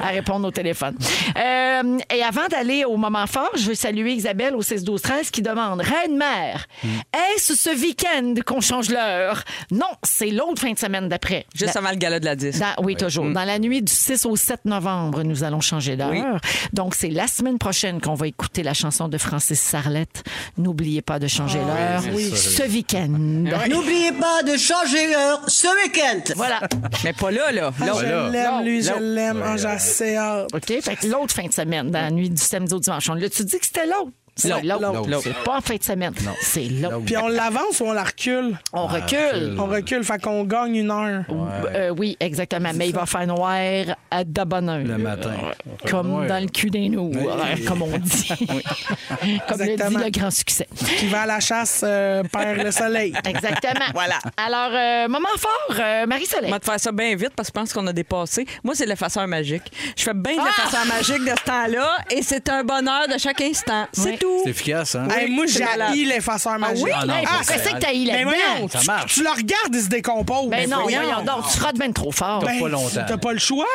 Speaker 3: à répondre au téléphone. Euh, et avant d'aller au moment fort, je veux saluer Isabelle au 6-12-13 qui demande Reine-mère,
Speaker 6: Hmm.
Speaker 3: est-ce ce week-end qu'on change l'heure Non, c'est l'autre fin de semaine d'après.
Speaker 6: Juste
Speaker 3: La-
Speaker 6: avant Hmm. le gala de la 10.
Speaker 3: dans- oui, toujours. Dans la nuit du 6 au 7 novembre, nous allons changer d'heure. Donc, c'est la semaine prochaine qu'on va écouter la chanson de Francis Sarlette. N'oubliez pas de changer
Speaker 6: Ah,
Speaker 3: l'heure ce week-end.
Speaker 11: N'oubliez pas de changer l'heure ce week-end.
Speaker 3: Voilà.
Speaker 6: Mais pas là, là.
Speaker 4: Ah,
Speaker 6: Là,
Speaker 4: je
Speaker 5: voilà.
Speaker 4: l'aime, lui, je
Speaker 6: Non.
Speaker 4: l'aime. Ah, j'ai assez hâte.
Speaker 3: OK? Fait que l'autre fin de semaine, dans la nuit du samedi au dimanche. On l'a-tu dit que c'était l'autre? C'est
Speaker 6: L'autre,
Speaker 3: l'autre.
Speaker 6: l'autre.
Speaker 3: C'est pas en fin de semaine. C'est l'autre.
Speaker 4: Puis on l'avance ou on la recule?
Speaker 3: On recule.
Speaker 4: On recule, fait qu'on gagne une heure.
Speaker 3: Euh, oui, exactement. Mais il va faire noir à de bonne heure.
Speaker 5: Le matin.
Speaker 3: Comme
Speaker 5: Ouais.
Speaker 3: dans le cul des nous, euh, comme on dit. comme le dit
Speaker 4: Exactement.
Speaker 3: le grand succès.
Speaker 4: Qui va à la chasse euh, perd le soleil.
Speaker 3: Exactement.
Speaker 6: Voilà.
Speaker 3: Alors, euh, moment fort, euh, Marie-Soleil.
Speaker 6: On va te faire ça bien vite parce que je pense qu'on a dépassé. Moi, c'est l'effaceur magique. Je fais bien de
Speaker 4: Ah!
Speaker 6: l'effaceur magique de ce temps-là et c'est un bonheur de chaque instant. C'est
Speaker 3: Oui.
Speaker 6: tout.
Speaker 5: C'est efficace, hein?
Speaker 4: Hey, moi,
Speaker 6: c'est
Speaker 4: j'ai
Speaker 6: malade.
Speaker 4: haï l'effaceur magique.
Speaker 3: oui?
Speaker 5: Ah non,
Speaker 3: Hey,
Speaker 5: pas
Speaker 3: pourquoi
Speaker 5: ça.
Speaker 3: c'est que t'as eu
Speaker 4: Mais
Speaker 3: là-dedans?
Speaker 4: Ben voyons,
Speaker 5: Ça
Speaker 4: tu,
Speaker 5: marche.
Speaker 4: tu le regardes, il se décompose.
Speaker 3: Ben non,
Speaker 4: voyons.
Speaker 3: voyons donc, tu frottes ben trop fort.
Speaker 4: Ben,
Speaker 5: pas longtemps.
Speaker 4: T'as pas le choix?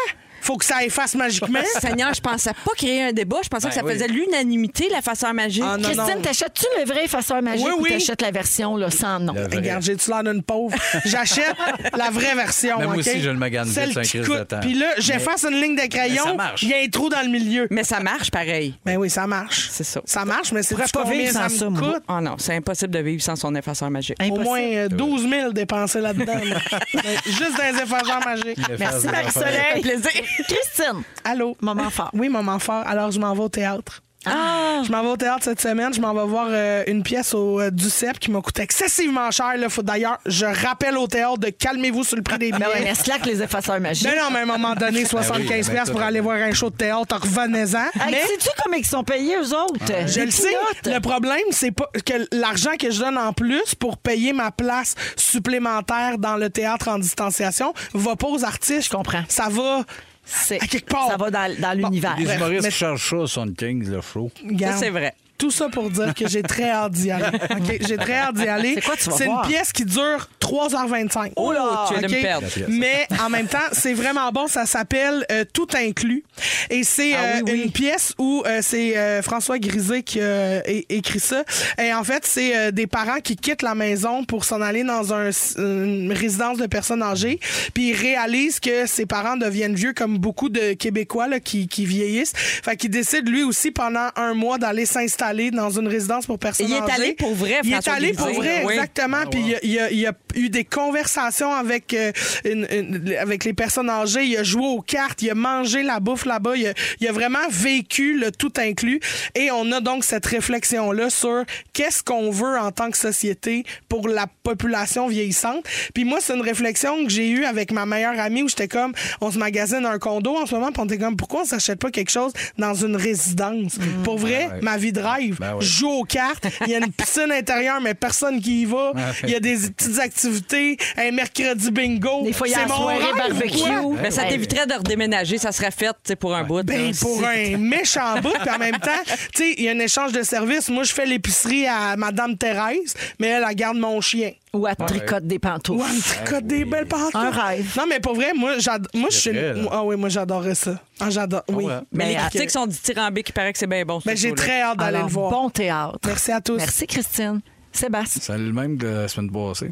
Speaker 4: Faut que ça efface magiquement.
Speaker 6: Seigneur, je pensais pas créer un débat. Je pensais que
Speaker 4: Ben
Speaker 6: ça
Speaker 4: oui.
Speaker 6: faisait l'unanimité, l'effaceur magique.
Speaker 4: Ah, non,
Speaker 3: Christine, t'achètes-tu le vrai effaceur magique
Speaker 4: Oui,
Speaker 3: ou
Speaker 4: oui.
Speaker 3: t'achètes la version là, sans nom?
Speaker 5: Le vrai. Regarde,
Speaker 4: j'ai-tu l'air d'une pauvre? J'achète la vraie version.
Speaker 5: Mais moi
Speaker 4: OK?
Speaker 5: aussi, je le magane vite,
Speaker 4: Celle
Speaker 5: c'est un
Speaker 4: qui
Speaker 5: crise
Speaker 4: coûte.
Speaker 5: de temps.
Speaker 4: Puis là,
Speaker 5: Mais-
Speaker 4: j'efface une ligne de crayon.
Speaker 5: Mais ça marche.
Speaker 4: Il y a un trou dans le milieu.
Speaker 6: Mais ça marche pareil.
Speaker 4: Ben oui, ça marche.
Speaker 6: C'est ça.
Speaker 4: Ça marche, mais c'est
Speaker 6: pourrais
Speaker 4: du combien ça me coûte?
Speaker 6: Ah non, c'est impossible de vivre sans son effaceur magique.
Speaker 4: Au moins euh, 12 000 dépensés là-dedans. là. Mais Juste dans les effaceurs magiques.
Speaker 3: Merci, Marie-Soleil. Christine.
Speaker 4: Allô?
Speaker 3: Moment fort.
Speaker 4: Oui, moment fort. Alors, je m'en vais au théâtre.
Speaker 3: Ah!
Speaker 4: Je m'en vais au théâtre cette semaine. Je m'en vais voir euh, une pièce au euh, Ducep qui m'a coûté excessivement cher. là. Faut- D'ailleurs, je rappelle au théâtre de calmez-vous sur le prix des billets.
Speaker 3: Ben ouais, mais slack les effaceurs magiques.
Speaker 4: Mais non, mais à un moment donné, 75$
Speaker 3: Ben oui,
Speaker 4: pour aller voir un show de théâtre, revenez-en.
Speaker 3: Hey,
Speaker 4: Mais Ah,
Speaker 3: Sais-tu comment ils sont payés, eux autres?
Speaker 4: je
Speaker 3: Des
Speaker 4: le sais.
Speaker 3: pilotes.
Speaker 4: Le problème, c'est pas que l'argent que je donne en plus pour payer ma place supplémentaire dans le théâtre en distanciation va pas aux artistes. Je
Speaker 3: comprends.
Speaker 4: Ça va
Speaker 3: C'est-
Speaker 4: à quelque part.
Speaker 3: Ça va dans, dans l'univers.
Speaker 5: Les humoristes
Speaker 4: mais-
Speaker 5: qui chargent ça sur une 15, le show.
Speaker 4: Garde.
Speaker 6: Ça, c'est vrai.
Speaker 4: Tout ça pour dire que j'ai très hâte d'y aller. OK? J'ai très hâte d'y aller.
Speaker 3: C'est quoi tu vas
Speaker 4: une
Speaker 3: voir?
Speaker 4: pièce qui dure 3h25.
Speaker 6: Oh là, tu viens de me
Speaker 4: OK?
Speaker 6: perdre.
Speaker 4: Mais en même temps, c'est vraiment bon. Ça s'appelle euh, Tout inclus. Et c'est
Speaker 6: Ah
Speaker 4: euh, une pièce où euh, c'est euh, François Grisé qui a é- écrit ça. Et en fait, c'est euh, des parents qui quittent la maison pour s'en aller dans un, une résidence de personnes âgées. Puis ils réalisent que ses parents deviennent vieux comme beaucoup de Québécois là, qui, qui vieillissent. Fait qu'il décide lui aussi pendant un mois d'aller s'installer dans une résidence pour personnes
Speaker 6: Il est
Speaker 4: âgées.
Speaker 6: allé pour vrai,
Speaker 4: Il est
Speaker 6: François
Speaker 4: allé
Speaker 6: Grisé.
Speaker 4: pour vrai,
Speaker 6: Oui.
Speaker 4: exactement.
Speaker 5: Ah,
Speaker 4: Puis il a- il a, il a eu des conversations avec, euh, une- une- avec les personnes âgées. Il a joué aux cartes, il a mangé la bouffe là-bas. Il a, il a vraiment vécu le tout inclus. Et on a donc cette réflexion-là sur qu'est-ce qu'on veut en tant que société pour la population vieillissante. Puis moi, c'est une réflexion que j'ai eue avec ma meilleure amie où j'étais comme, on se magasine un condo en ce moment, puis on était comme, pourquoi on s'achète pas quelque chose dans une résidence? Pour vrai,
Speaker 5: Mmh. Ouais, ouais.
Speaker 4: ma vie de rêve,
Speaker 5: Ben ouais.
Speaker 4: je joue aux cartes. Il y a une piscine intérieure, mais personne qui y va.
Speaker 5: Ouais.
Speaker 4: Il y a des petites activités. Un mercredi bingo.
Speaker 3: Des fois, il y a
Speaker 4: C'est
Speaker 3: la
Speaker 4: mon
Speaker 3: soirée
Speaker 4: rêve,
Speaker 3: barbecue.
Speaker 4: quoi.
Speaker 6: Mais ça t'éviterait de redéménager, ça serait fait tu sais, pour un bout. là.
Speaker 4: Hein? Ben, pour un méchant bout, puis en même temps, tu sais, il y a un échange de services. Moi, je fais l'épicerie à Madame Thérèse, mais elle, elle garde mon chien.
Speaker 3: Ou à tricote des pantoufles.
Speaker 4: Ou elle me
Speaker 5: Ah
Speaker 4: tricote des belles pantoufles.
Speaker 3: Un rêve.
Speaker 4: Non, mais pour vrai, moi, j'ad- moi je suis.
Speaker 5: vrai, là.
Speaker 4: Ah oui, moi, j'adorais ça. Ah, j'adore. Oui.
Speaker 5: ouais.
Speaker 6: Mais les
Speaker 4: euh,
Speaker 6: critiques sont dithyrambiques, il paraît que c'est bien bon. ce
Speaker 4: ben, j'ai
Speaker 6: show-là.
Speaker 4: très hâte d'aller le
Speaker 3: Alors,
Speaker 4: voir.
Speaker 3: bon théâtre.
Speaker 4: Merci à tous.
Speaker 3: Merci, Christine. Sébastien.
Speaker 5: C'est le même que la semaine passée.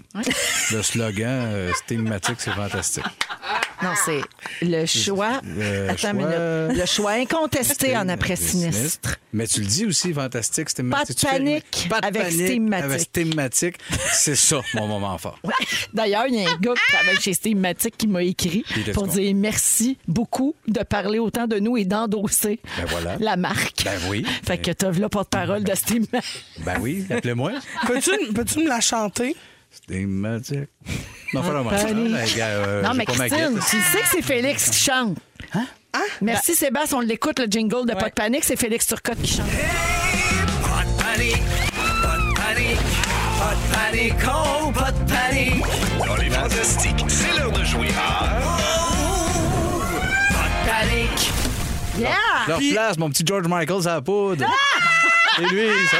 Speaker 5: Le slogan euh, c'est thématique, c'est fantastique.
Speaker 3: Non, c'est le choix.
Speaker 5: Le
Speaker 3: Attends une
Speaker 5: choix-
Speaker 3: minute. Le choix incontesté en après-sinistre.
Speaker 5: Mais tu le dis aussi, fantastique, c'est
Speaker 3: Pas de panique avec Steamatic.
Speaker 5: Avec thématique, c'est ça mon moment fort.
Speaker 3: D'ailleurs, il y a un gars qui travaille chez Stématique qui m'a écrit
Speaker 5: Il était
Speaker 3: pour
Speaker 5: bon.
Speaker 3: dire merci beaucoup de parler autant de nous et d'endosser
Speaker 5: Ben voilà.
Speaker 3: la marque.
Speaker 5: Ben oui.
Speaker 3: Fait que t'as vu la porte-parole de Stématique.
Speaker 5: Ben oui, appelez-moi.
Speaker 4: Peux-tu peux-tu me la chanter?
Speaker 5: Thématique. Non, pas vraiment.
Speaker 3: panique. non, mais
Speaker 5: Euh, pas ma
Speaker 3: Christine,
Speaker 5: guide.
Speaker 3: tu sais que c'est Félix qui chante. Merci Sébastien, on l'écoute le jingle de Pas de panique, c'est Félix Turcotte qui chante.
Speaker 8: Pas de panique, pas de panique, pas de panique, oh, pas de panique. Dans les fantastiques, c'est l'heure de jouer à. Oh, pas de panique.
Speaker 3: Yeah!
Speaker 4: Ah,
Speaker 5: Leur place, mon petit George Michael, ça la poudre. C'est lui, ça.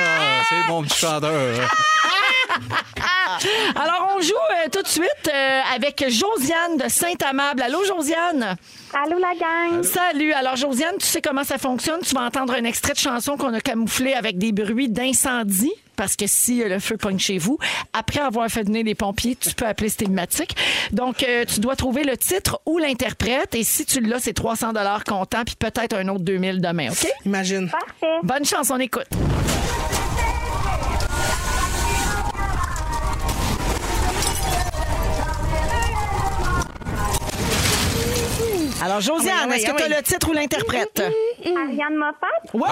Speaker 5: C'est mon petit chanteur.
Speaker 3: Alors on joue euh, tout de suite euh, avec Josiane de Saint-Amable. Allô Josiane?
Speaker 12: Allô la gang!
Speaker 3: Salut. Alors, Josiane, tu sais comment ça fonctionne? Tu vas entendre un extrait de chanson qu'on a camouflé avec des bruits d'incendie. Parce que si euh, le feu pogne chez vous, après avoir fait venir les pompiers, tu peux appeler Stématique. Donc, euh, tu dois trouver le titre ou l'interprète. Et si tu l'as, c'est 300 comptant, puis peut-être un autre 2000 demain, OK?
Speaker 4: Imagine.
Speaker 12: Parfait!
Speaker 3: Bonne chance, on écoute. Alors,
Speaker 4: Ah
Speaker 3: Josiane,
Speaker 4: oui, ah oui,
Speaker 3: est-ce que
Speaker 4: ah
Speaker 3: tu as
Speaker 4: oui.
Speaker 3: le titre ou l'interprète?
Speaker 12: Ariane Moffat?
Speaker 3: Ouais!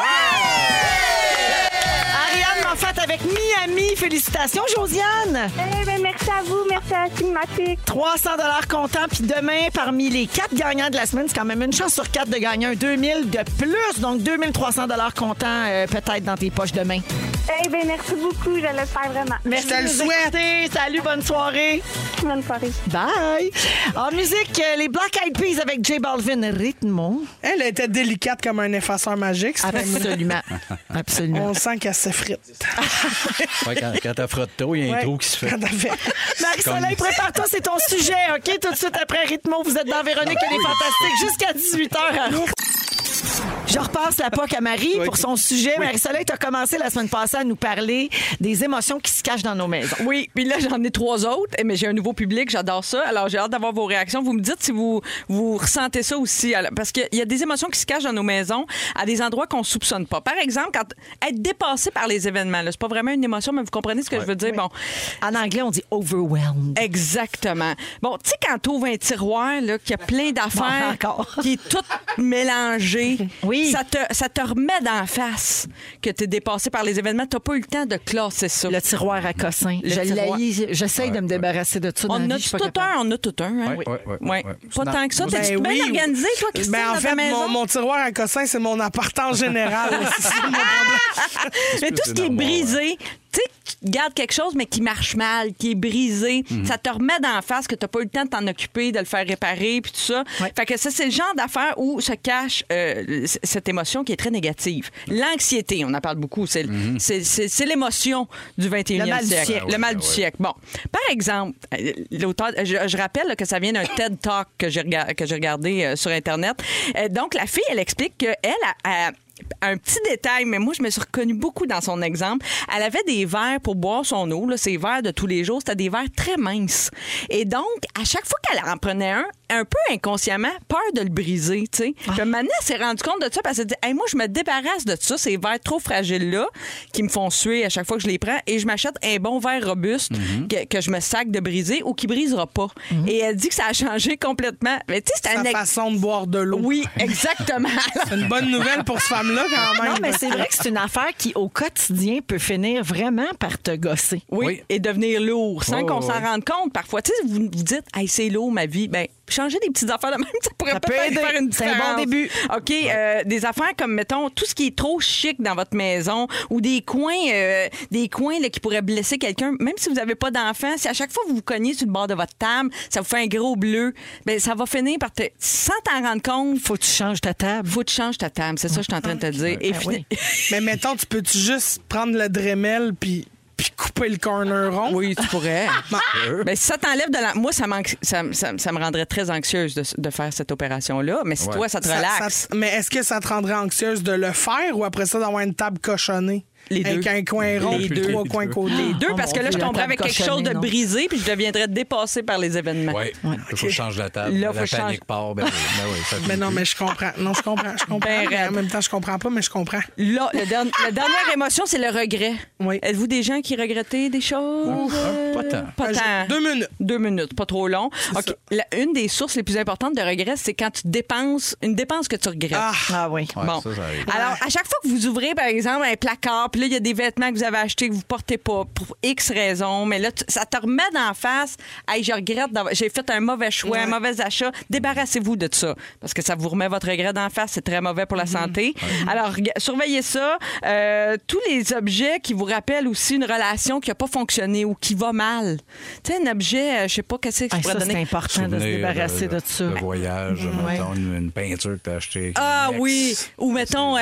Speaker 3: Ariane Moffat avec Miami. Félicitations, Josiane!
Speaker 12: Eh ben, merci à vous, merci à Cinématique.
Speaker 3: 300 dollars comptant. Puis demain, parmi les quatre gagnants de la semaine, c'est quand même une chance sur quatre de gagner un 2000 de plus. Donc, 2300 dollars comptant euh, peut-être dans tes poches demain.
Speaker 12: Eh bien, merci beaucoup. Je le faire vraiment.
Speaker 3: Merci de nous écouter. Salut, bonne soirée.
Speaker 12: Bonne soirée.
Speaker 3: Bye. En musique, euh, les Black Eyed Peas avec J Balvin Rythmo.
Speaker 4: Elle était délicate comme un effaceur magique. cette
Speaker 3: Absolument. Absolument.
Speaker 4: On sent qu'elle s'effrite.
Speaker 5: Ouais, quand, quand t'as frotte tôt, il y a un
Speaker 4: Ouais.
Speaker 5: trou qui se fait.
Speaker 3: Marie-Soleil,
Speaker 5: Comme-
Speaker 3: prépare-toi, c'est ton sujet, OK? Tout de suite après Rythmo, vous êtes dans Véronique et les Fantastiques jusqu'à 18h à Rouge. Je repasse la POC à Marie pour son sujet. Marie-Soleil, tu as commencé la semaine passée à nous parler des émotions qui se cachent dans nos maisons.
Speaker 6: Oui, puis là, j'en ai trois autres, eh, mais j'ai un nouveau public, j'adore ça. Alors, j'ai hâte d'avoir vos réactions. Vous me dites si vous, vous ressentez ça aussi. Alors, Parce qu'il y a des émotions qui se cachent dans nos maisons à des endroits qu'on soupçonne pas. Par exemple, quand être dépassé par les événements, là, c'est pas vraiment une émotion, mais vous comprenez ce que je veux dire? Bon.
Speaker 3: En anglais, on dit overwhelmed.
Speaker 6: Exactement. Bon, tu sais, quand tu un tiroir, là, qu'il y a plein d'affaires,
Speaker 3: Bon,
Speaker 6: qui est tout mélangé, oui. ça, te, ça te remet d'en face que tu es dépassé par les événements. Tu pas eu le temps de classer ça. Le
Speaker 3: tiroir à cossin. Je l'haïs, j'essaye de me débarrasser de ça. dans
Speaker 6: On
Speaker 3: la
Speaker 6: a
Speaker 3: vie, je suis pas
Speaker 6: tout
Speaker 3: capable.
Speaker 6: un, on a tout un.
Speaker 3: Ouais,
Speaker 6: hein?
Speaker 3: ouais, ouais, ouais.
Speaker 6: Ouais. Pas
Speaker 3: Non.
Speaker 6: tant que ça.
Speaker 3: Ben
Speaker 6: T'es-tu bien
Speaker 3: oui.
Speaker 6: organisé, toi, Christine,
Speaker 4: Ben, en
Speaker 6: dans ta
Speaker 4: fait,
Speaker 6: maison?
Speaker 4: mon, mon tiroir à cossin, c'est mon appart en général. C'est mon
Speaker 6: Ah,
Speaker 4: problème.
Speaker 6: mais tout ce qui est brisé, tu sais, tu gardes quelque chose, mais qui marche mal, qui est brisé,
Speaker 12: Mhm.
Speaker 6: ça te remet d'en face que tu n'as pas eu le temps de t'en occuper, de le faire réparer, puis tout ça. Fait que ça, c'est le genre d'affaires où se cache euh, c- cette émotion qui est très négative. L'anxiété, on en parle beaucoup, c'est
Speaker 3: Mhm.
Speaker 6: c'est- c'est- c'est l'émotion du 21e
Speaker 12: Le mal du
Speaker 6: siècle.
Speaker 12: siècle.
Speaker 6: Le mal du siècle. Bon, par exemple, euh, l'auteur, je, je rappelle là, que ça vient d'un TED Talk que j'ai rega- que j'ai regardé euh, sur Internet. Euh, donc, la fille, elle explique qu'elle a, a- un petit détail, mais moi, je me suis reconnue beaucoup dans son exemple. Elle avait des verres pour boire son eau, là, ses verres de tous les jours. C'était des verres très minces. Et donc, à chaque fois qu'elle en prenait un, un peu inconsciemment, peur de le briser, tu sais.
Speaker 4: Ah.
Speaker 6: Puis maintenant, elle s'est rendue compte de ça parce qu'elle s'est dit Hey, moi, je me débarrasse de ça, ces verres trop fragiles-là qui me font suer à chaque fois que je les prends et je m'achète un bon verre robuste
Speaker 4: Mhm.
Speaker 6: que, que je me sac de briser ou qui brisera pas. Et elle dit que ça a changé complètement. Mais tu sais, c'est
Speaker 4: Sa
Speaker 6: un ex-
Speaker 4: façon de boire de l'eau.
Speaker 6: Oui, exactement.
Speaker 4: C'est une bonne nouvelle pour cette femme-là, quand même.
Speaker 3: Non, mais c'est vrai que c'est une affaire qui, au quotidien, peut finir vraiment par te gosser.
Speaker 6: Oui, et devenir lourd sans
Speaker 3: Oh,
Speaker 6: qu'on s'en
Speaker 3: oui.
Speaker 6: rende compte parfois. Tu sais, vous vous dites, hey, c'est lourd ma vie. Ben, changer des petites affaires de même, ça pourrait
Speaker 3: Ça peut
Speaker 6: peut-être
Speaker 3: aider.
Speaker 6: faire une
Speaker 3: C'est un bon
Speaker 6: différence.
Speaker 3: début.
Speaker 6: OK, euh, des affaires comme, mettons, tout ce qui est trop chic dans votre maison ou des coins, euh, des coins là, qui pourraient blesser quelqu'un, même si vous n'avez pas d'enfant, si à chaque fois vous vous cognez sur le bord de votre table, ça vous fait un gros bleu, ben, ça va finir par te. Sans t'en rendre compte.
Speaker 3: Faut que tu changes ta table.
Speaker 6: Faut que tu changes ta table. C'est ça que je suis en train de
Speaker 3: Ah,
Speaker 6: te
Speaker 3: ben
Speaker 6: dire. Et fini-
Speaker 4: Mais mettons, tu peux-tu juste prendre le Dremel puis, puis couper le corner rond?
Speaker 6: Oui, tu pourrais. Ben, si ça t'enlève de la. Moi, ça, m'anx- ça, ça- ça me rendrait très anxieuse de, de faire cette opération-là. Mais si toi, ça te relaxe.
Speaker 4: ça te- mais est-ce que ça te rendrait anxieuse de le faire ou après ça d'avoir une table cochonnée?
Speaker 6: Les deux.
Speaker 4: Avec un coin rond
Speaker 6: Les
Speaker 4: puis
Speaker 6: deux.
Speaker 4: trois coins côtés.
Speaker 6: Les deux, parce que là, je tomberais avec quelque chose de
Speaker 4: brisé.
Speaker 6: brisé puis je deviendrais dépassée par les événements.
Speaker 5: Ouais. Il faut que je change la table.
Speaker 6: Là,
Speaker 5: la
Speaker 6: faut que je
Speaker 5: panique
Speaker 6: change.
Speaker 5: part. Ben, oui, ben oui, ça
Speaker 4: Mais non, mais je comprends. Non, je comprends. Je comprends.
Speaker 6: Ben,
Speaker 4: mais en même temps, je comprends pas, mais je comprends.
Speaker 6: Là, le der- la dernière émotion, c'est le regret. Êtes-vous des gens qui regrettez des choses?
Speaker 5: hein, pas tant.
Speaker 6: Pas tant.
Speaker 4: Deux minutes.
Speaker 6: Ah, Deux minutes, pas trop long. OK. La- une des sources les plus importantes de regret, c'est quand tu dépenses une dépense que tu regrettes. Ah,
Speaker 3: oui.
Speaker 5: Ouais,
Speaker 6: bon.
Speaker 5: ça, ça arrive.
Speaker 6: Alors, à chaque fois que vous ouvrez, par exemple, un placard, puis là, il y a des vêtements que vous avez achetés que vous portez pas pour X raisons, mais là, tu- ça te remet d'en face. Hey, je regrette d'avoir. J'ai fait un mauvais choix, un mauvais achat. Débarrassez-vous de ça. Parce que ça vous remet votre regret d'en face. C'est très mauvais
Speaker 3: Mhm.
Speaker 6: pour la santé.
Speaker 5: Mhm.
Speaker 6: Alors, rega- surveillez ça. Euh, tous les objets qui vous rappellent aussi une relation qui n'a pas fonctionné ou qui va mal. Tu sais, un objet, euh, je sais pas, qu'est-ce que je
Speaker 3: Ah,
Speaker 6: pourrais
Speaker 3: ça,
Speaker 6: donner.
Speaker 3: c'est important de se
Speaker 5: Souvenir,
Speaker 3: débarrasser de
Speaker 5: euh,
Speaker 3: ça.
Speaker 5: Le voyage,
Speaker 6: Ouais.
Speaker 5: mettons, une, une peinture que t'as achetée. avec
Speaker 6: Ah
Speaker 5: un ex.
Speaker 6: oui, ou mettons euh,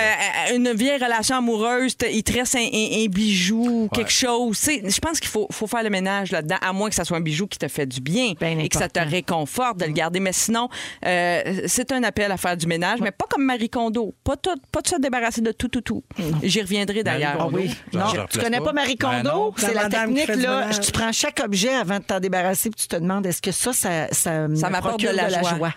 Speaker 6: une vieille relation amoureuse, te- il te reste un, un- un bijou, quelque chose. Tu sais, Je pense qu'il faut, faut faire le ménage là-dedans, à moins que ça soit un bijou qui te fait du bien et que ça te réconforte
Speaker 5: Mm.
Speaker 6: de le garder. Mais sinon, euh, c'est un appel à faire du ménage, mais pas comme Marie Kondo, pas, tout- pas de se débarrasser de tout, tout, tout. J'y reviendrai d'ailleurs.
Speaker 3: Ah oui. Non, tu connais pas Marie
Speaker 6: Ben
Speaker 3: Kondo? c'est la, technique, là. Tu prends chaque objet avant de t'en débarrasser puis tu te demandes est-ce que ça, ça, ça, me
Speaker 6: Ça m'apporte
Speaker 3: procure
Speaker 6: de la joie.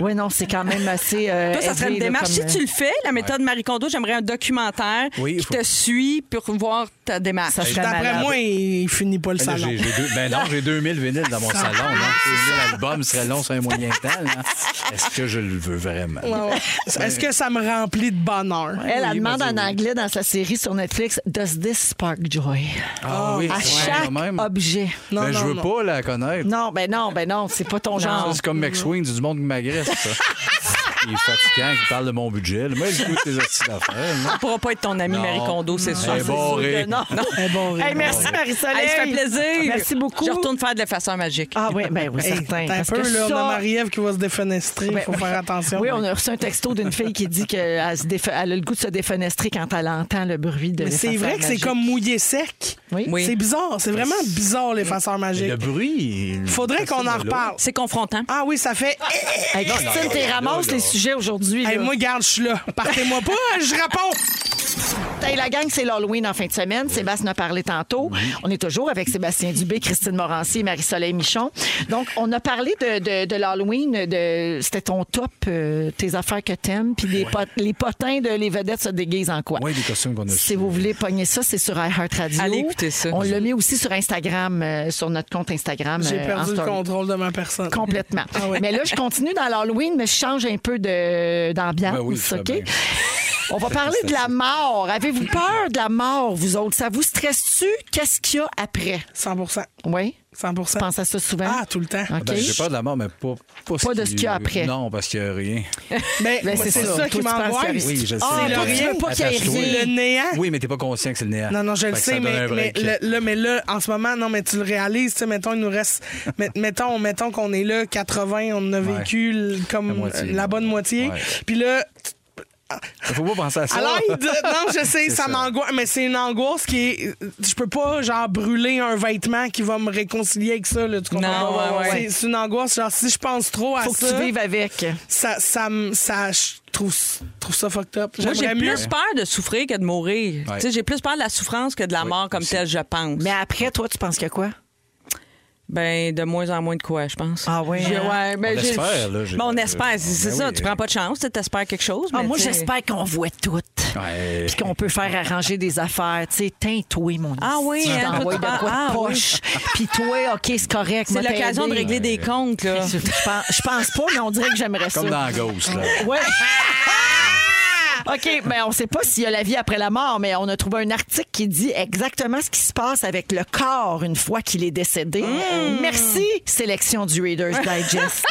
Speaker 3: Oui, non, c'est quand même assez. euh,
Speaker 6: Toi, ça serait une
Speaker 3: élevé, là,
Speaker 6: démarche. Si
Speaker 3: comme,
Speaker 6: tu le fais, la méthode Marie Kondo, j'aimerais un documentaire
Speaker 5: euh, Oui,
Speaker 6: qui
Speaker 5: faut-
Speaker 6: te suit pour voir ta
Speaker 3: euh,
Speaker 6: démarche.
Speaker 5: Ça serait D'après malade. moi,
Speaker 4: il finit pas
Speaker 5: Ben là, j'ai- j'ai deux- ben non, j'ai 2000 vinyles dans mon
Speaker 6: Ça-
Speaker 5: salon. là. 2000 albums serait long sur un moyen temps. là. Est-ce que je le veux vraiment?
Speaker 4: Ouais, ouais. Est-ce que ça me remplit de bonheur?
Speaker 3: Elle, elle demande en anglais dans sa série sur Netflix Does this spark joy?
Speaker 5: Ah oui,
Speaker 3: à
Speaker 5: c'est vrai,
Speaker 3: chaque
Speaker 5: quand même.
Speaker 3: objet.
Speaker 5: Ben, je veux pas la connaître.
Speaker 3: Non, ben non, ben non, c'est pas ton
Speaker 5: Ça,
Speaker 3: genre.
Speaker 5: C'est comme Max Wayne, c'est du monde qui m'agresse, ça. Il est fatigant, il parle de mon budget. Moi, j'écoute tes astuces d'affaires.
Speaker 6: On ne pourra pas être ton ami
Speaker 5: Non.
Speaker 6: Marie Kondo, c'est
Speaker 5: Non. Eh
Speaker 6: sûr.
Speaker 5: Elle est barrée.
Speaker 6: Non, non.
Speaker 3: Hey, merci, Marie-Soleil.
Speaker 6: Hey, ça fait plaisir.
Speaker 3: Merci beaucoup.
Speaker 6: Je retourne faire de l'effaceur magique.
Speaker 3: Ah oui, ben oui, certain.
Speaker 4: T'as un
Speaker 3: Parce
Speaker 4: peu,
Speaker 3: que
Speaker 4: là, on
Speaker 3: ça-
Speaker 4: a Marie-Ève qui va se défenestrer. Il
Speaker 3: Ben,
Speaker 4: faut faire attention.
Speaker 3: Oui, on a reçu un texto d'une fille qui dit qu'elle se défe- elle a le goût de se défenestrer quand elle entend le bruit de
Speaker 4: Mais c'est
Speaker 3: l'effaceur
Speaker 4: vrai que c'est
Speaker 3: magique.
Speaker 4: comme mouillé sec.
Speaker 3: Oui.
Speaker 4: C'est bizarre. C'est vraiment bizarre, l'effaceur magique.
Speaker 5: Le bruit. il-
Speaker 4: Faudrait qu'on
Speaker 5: personne
Speaker 4: en
Speaker 5: ne l'a.
Speaker 4: reparle.
Speaker 6: C'est confrontant.
Speaker 4: Ah oui, ça fait.
Speaker 3: Hey,
Speaker 5: Non, non,
Speaker 3: Christine,
Speaker 5: non,
Speaker 3: t'es
Speaker 5: là,
Speaker 3: ramasse
Speaker 5: là.
Speaker 3: les sujets aujourd'hui.
Speaker 4: Hey,
Speaker 3: là.
Speaker 4: moi, garde, je suis là. Partez-moi pas, je réponds.
Speaker 3: Hey, la gang, c'est l'Halloween en fin de semaine. Sébastien en a parlé tantôt. On est toujours avec Sébastien Dubé, Christine Morancy et Marie-Soleil Michon. Donc, on a parlé de, de, de l'Halloween. De, c'était ton top, euh, tes affaires que t'aimes. Puis les, pot- les potins de les vedettes se déguisent en quoi?
Speaker 5: Oui, des costumes qu'on a
Speaker 3: Si vous voulez pogner ça, c'est sur iHeartRadio.
Speaker 6: Allez écouter ça.
Speaker 3: On l'a mis aussi sur Instagram, euh, sur notre compte Instagram.
Speaker 4: J'ai
Speaker 3: euh, en
Speaker 4: perdu le
Speaker 3: story.
Speaker 4: contrôle de ma personne.
Speaker 3: Complètement.
Speaker 4: Ah oui.
Speaker 3: Mais là, je continue dans l'Halloween, mais je change un peu de- d'ambiance.
Speaker 5: Ben oui, ça
Speaker 3: OK?
Speaker 5: va bien.
Speaker 3: On va parler de la mort. Avez-vous peur de la mort, vous autres? Ça vous stresse-tu? Qu'est-ce qu'il y a après?
Speaker 4: 100
Speaker 3: Oui?
Speaker 4: 100
Speaker 3: Tu penses à ça souvent?
Speaker 4: Ah, tout le temps.
Speaker 3: OK?
Speaker 5: Ben, J'ai peur de la mort, mais pas, pas,
Speaker 3: Pas de ce qu'il y a après.
Speaker 5: Non, parce qu'il n'y a rien.
Speaker 4: Mais
Speaker 3: Ben, c'est
Speaker 4: c'est
Speaker 3: ça.
Speaker 4: ça,
Speaker 3: Toi,
Speaker 4: qui
Speaker 3: tu penses qu'il y
Speaker 4: m'angoisse.
Speaker 3: a-
Speaker 5: Oui, je le
Speaker 3: Ah,
Speaker 5: sais.
Speaker 3: toi,
Speaker 5: Le
Speaker 3: tu veux
Speaker 5: rien.
Speaker 3: pas qu'il y ait
Speaker 5: Attache-toi.
Speaker 3: rien.
Speaker 4: Le néant.
Speaker 5: Oui, mais t'es pas conscient que c'est le néant.
Speaker 4: Non, non, je le
Speaker 5: Fait que ça
Speaker 4: sais,
Speaker 5: donne un
Speaker 4: mais, mais,
Speaker 5: break.
Speaker 4: le- là, mais là, en ce moment, non, mais tu le réalises, tu sais, mettons, il nous reste, met- mettons, mettons qu'on est là, 80, on a vécu le- comme
Speaker 5: La
Speaker 4: la,
Speaker 5: moitié.
Speaker 4: bonne moitié.
Speaker 5: Ouais.
Speaker 4: Puis là,
Speaker 5: Faut pas penser à ça.
Speaker 4: alors, il dit- non, je sais,
Speaker 5: C'est
Speaker 4: ça,
Speaker 5: ça.
Speaker 4: m'angoisse, mais c'est une angoisse qui est, je peux pas, genre, brûler un vêtement qui va me réconcilier avec ça, là, tu comprends?
Speaker 6: Non,
Speaker 4: pas?
Speaker 6: ouais, ouais.
Speaker 4: C'est- C'est une angoisse, genre, si je pense trop à
Speaker 3: Faut que
Speaker 4: ça,
Speaker 3: tu vives avec.
Speaker 4: ça, ça, me- ça, je trouve, trouve ça fucked up.
Speaker 6: Moi, j'ai
Speaker 4: J'aimerais mieux-
Speaker 6: plus peur de souffrir que de mourir.
Speaker 5: Ouais.
Speaker 6: Tu sais, J'ai plus peur de la souffrance que de la mort comme telle, je pense.
Speaker 3: Mais après, toi, tu penses qu'il y a quoi?
Speaker 6: Ben, de moins en moins de quoi, je pense.
Speaker 3: Ah oui,
Speaker 6: J'ai-
Speaker 3: hein?
Speaker 6: ouais, ben,
Speaker 5: On
Speaker 6: j'ai-
Speaker 5: espère, là, j'ai-
Speaker 6: Ben, on espère, c'est c'est
Speaker 5: Ben
Speaker 6: ça.
Speaker 5: oui.
Speaker 6: Tu prends pas de chance, tu espères quelque chose.
Speaker 3: Ah,
Speaker 6: mais
Speaker 3: moi,
Speaker 6: tu sais-
Speaker 3: j'espère qu'on voit tout.
Speaker 5: Ouais.
Speaker 3: Puis qu'on peut faire arranger des affaires. Tu sais, teintoué, mon
Speaker 6: Ah oui,
Speaker 3: esti, je
Speaker 6: hein,
Speaker 3: t'envoie
Speaker 6: toi, tu
Speaker 3: de quoi
Speaker 6: parles-
Speaker 3: de
Speaker 6: ah oui.
Speaker 3: poche. Puis toi, OK, c'est correct.
Speaker 6: C'est
Speaker 3: moi, t'as
Speaker 6: l'occasion de
Speaker 3: aidé.
Speaker 6: régler des comptes, là.
Speaker 3: Je pense, je pense pas, mais on dirait que j'aimerais ça.
Speaker 5: Comme dans Ghost, là.
Speaker 3: Ouais.
Speaker 6: Ah!
Speaker 3: OK, mais on ne sait pas s'il y a la vie après la mort, mais on a trouvé un article qui dit exactement ce qui se passe avec le corps une fois qu'il est décédé.
Speaker 6: Mmh.
Speaker 3: Merci, sélection du Reader's Digest.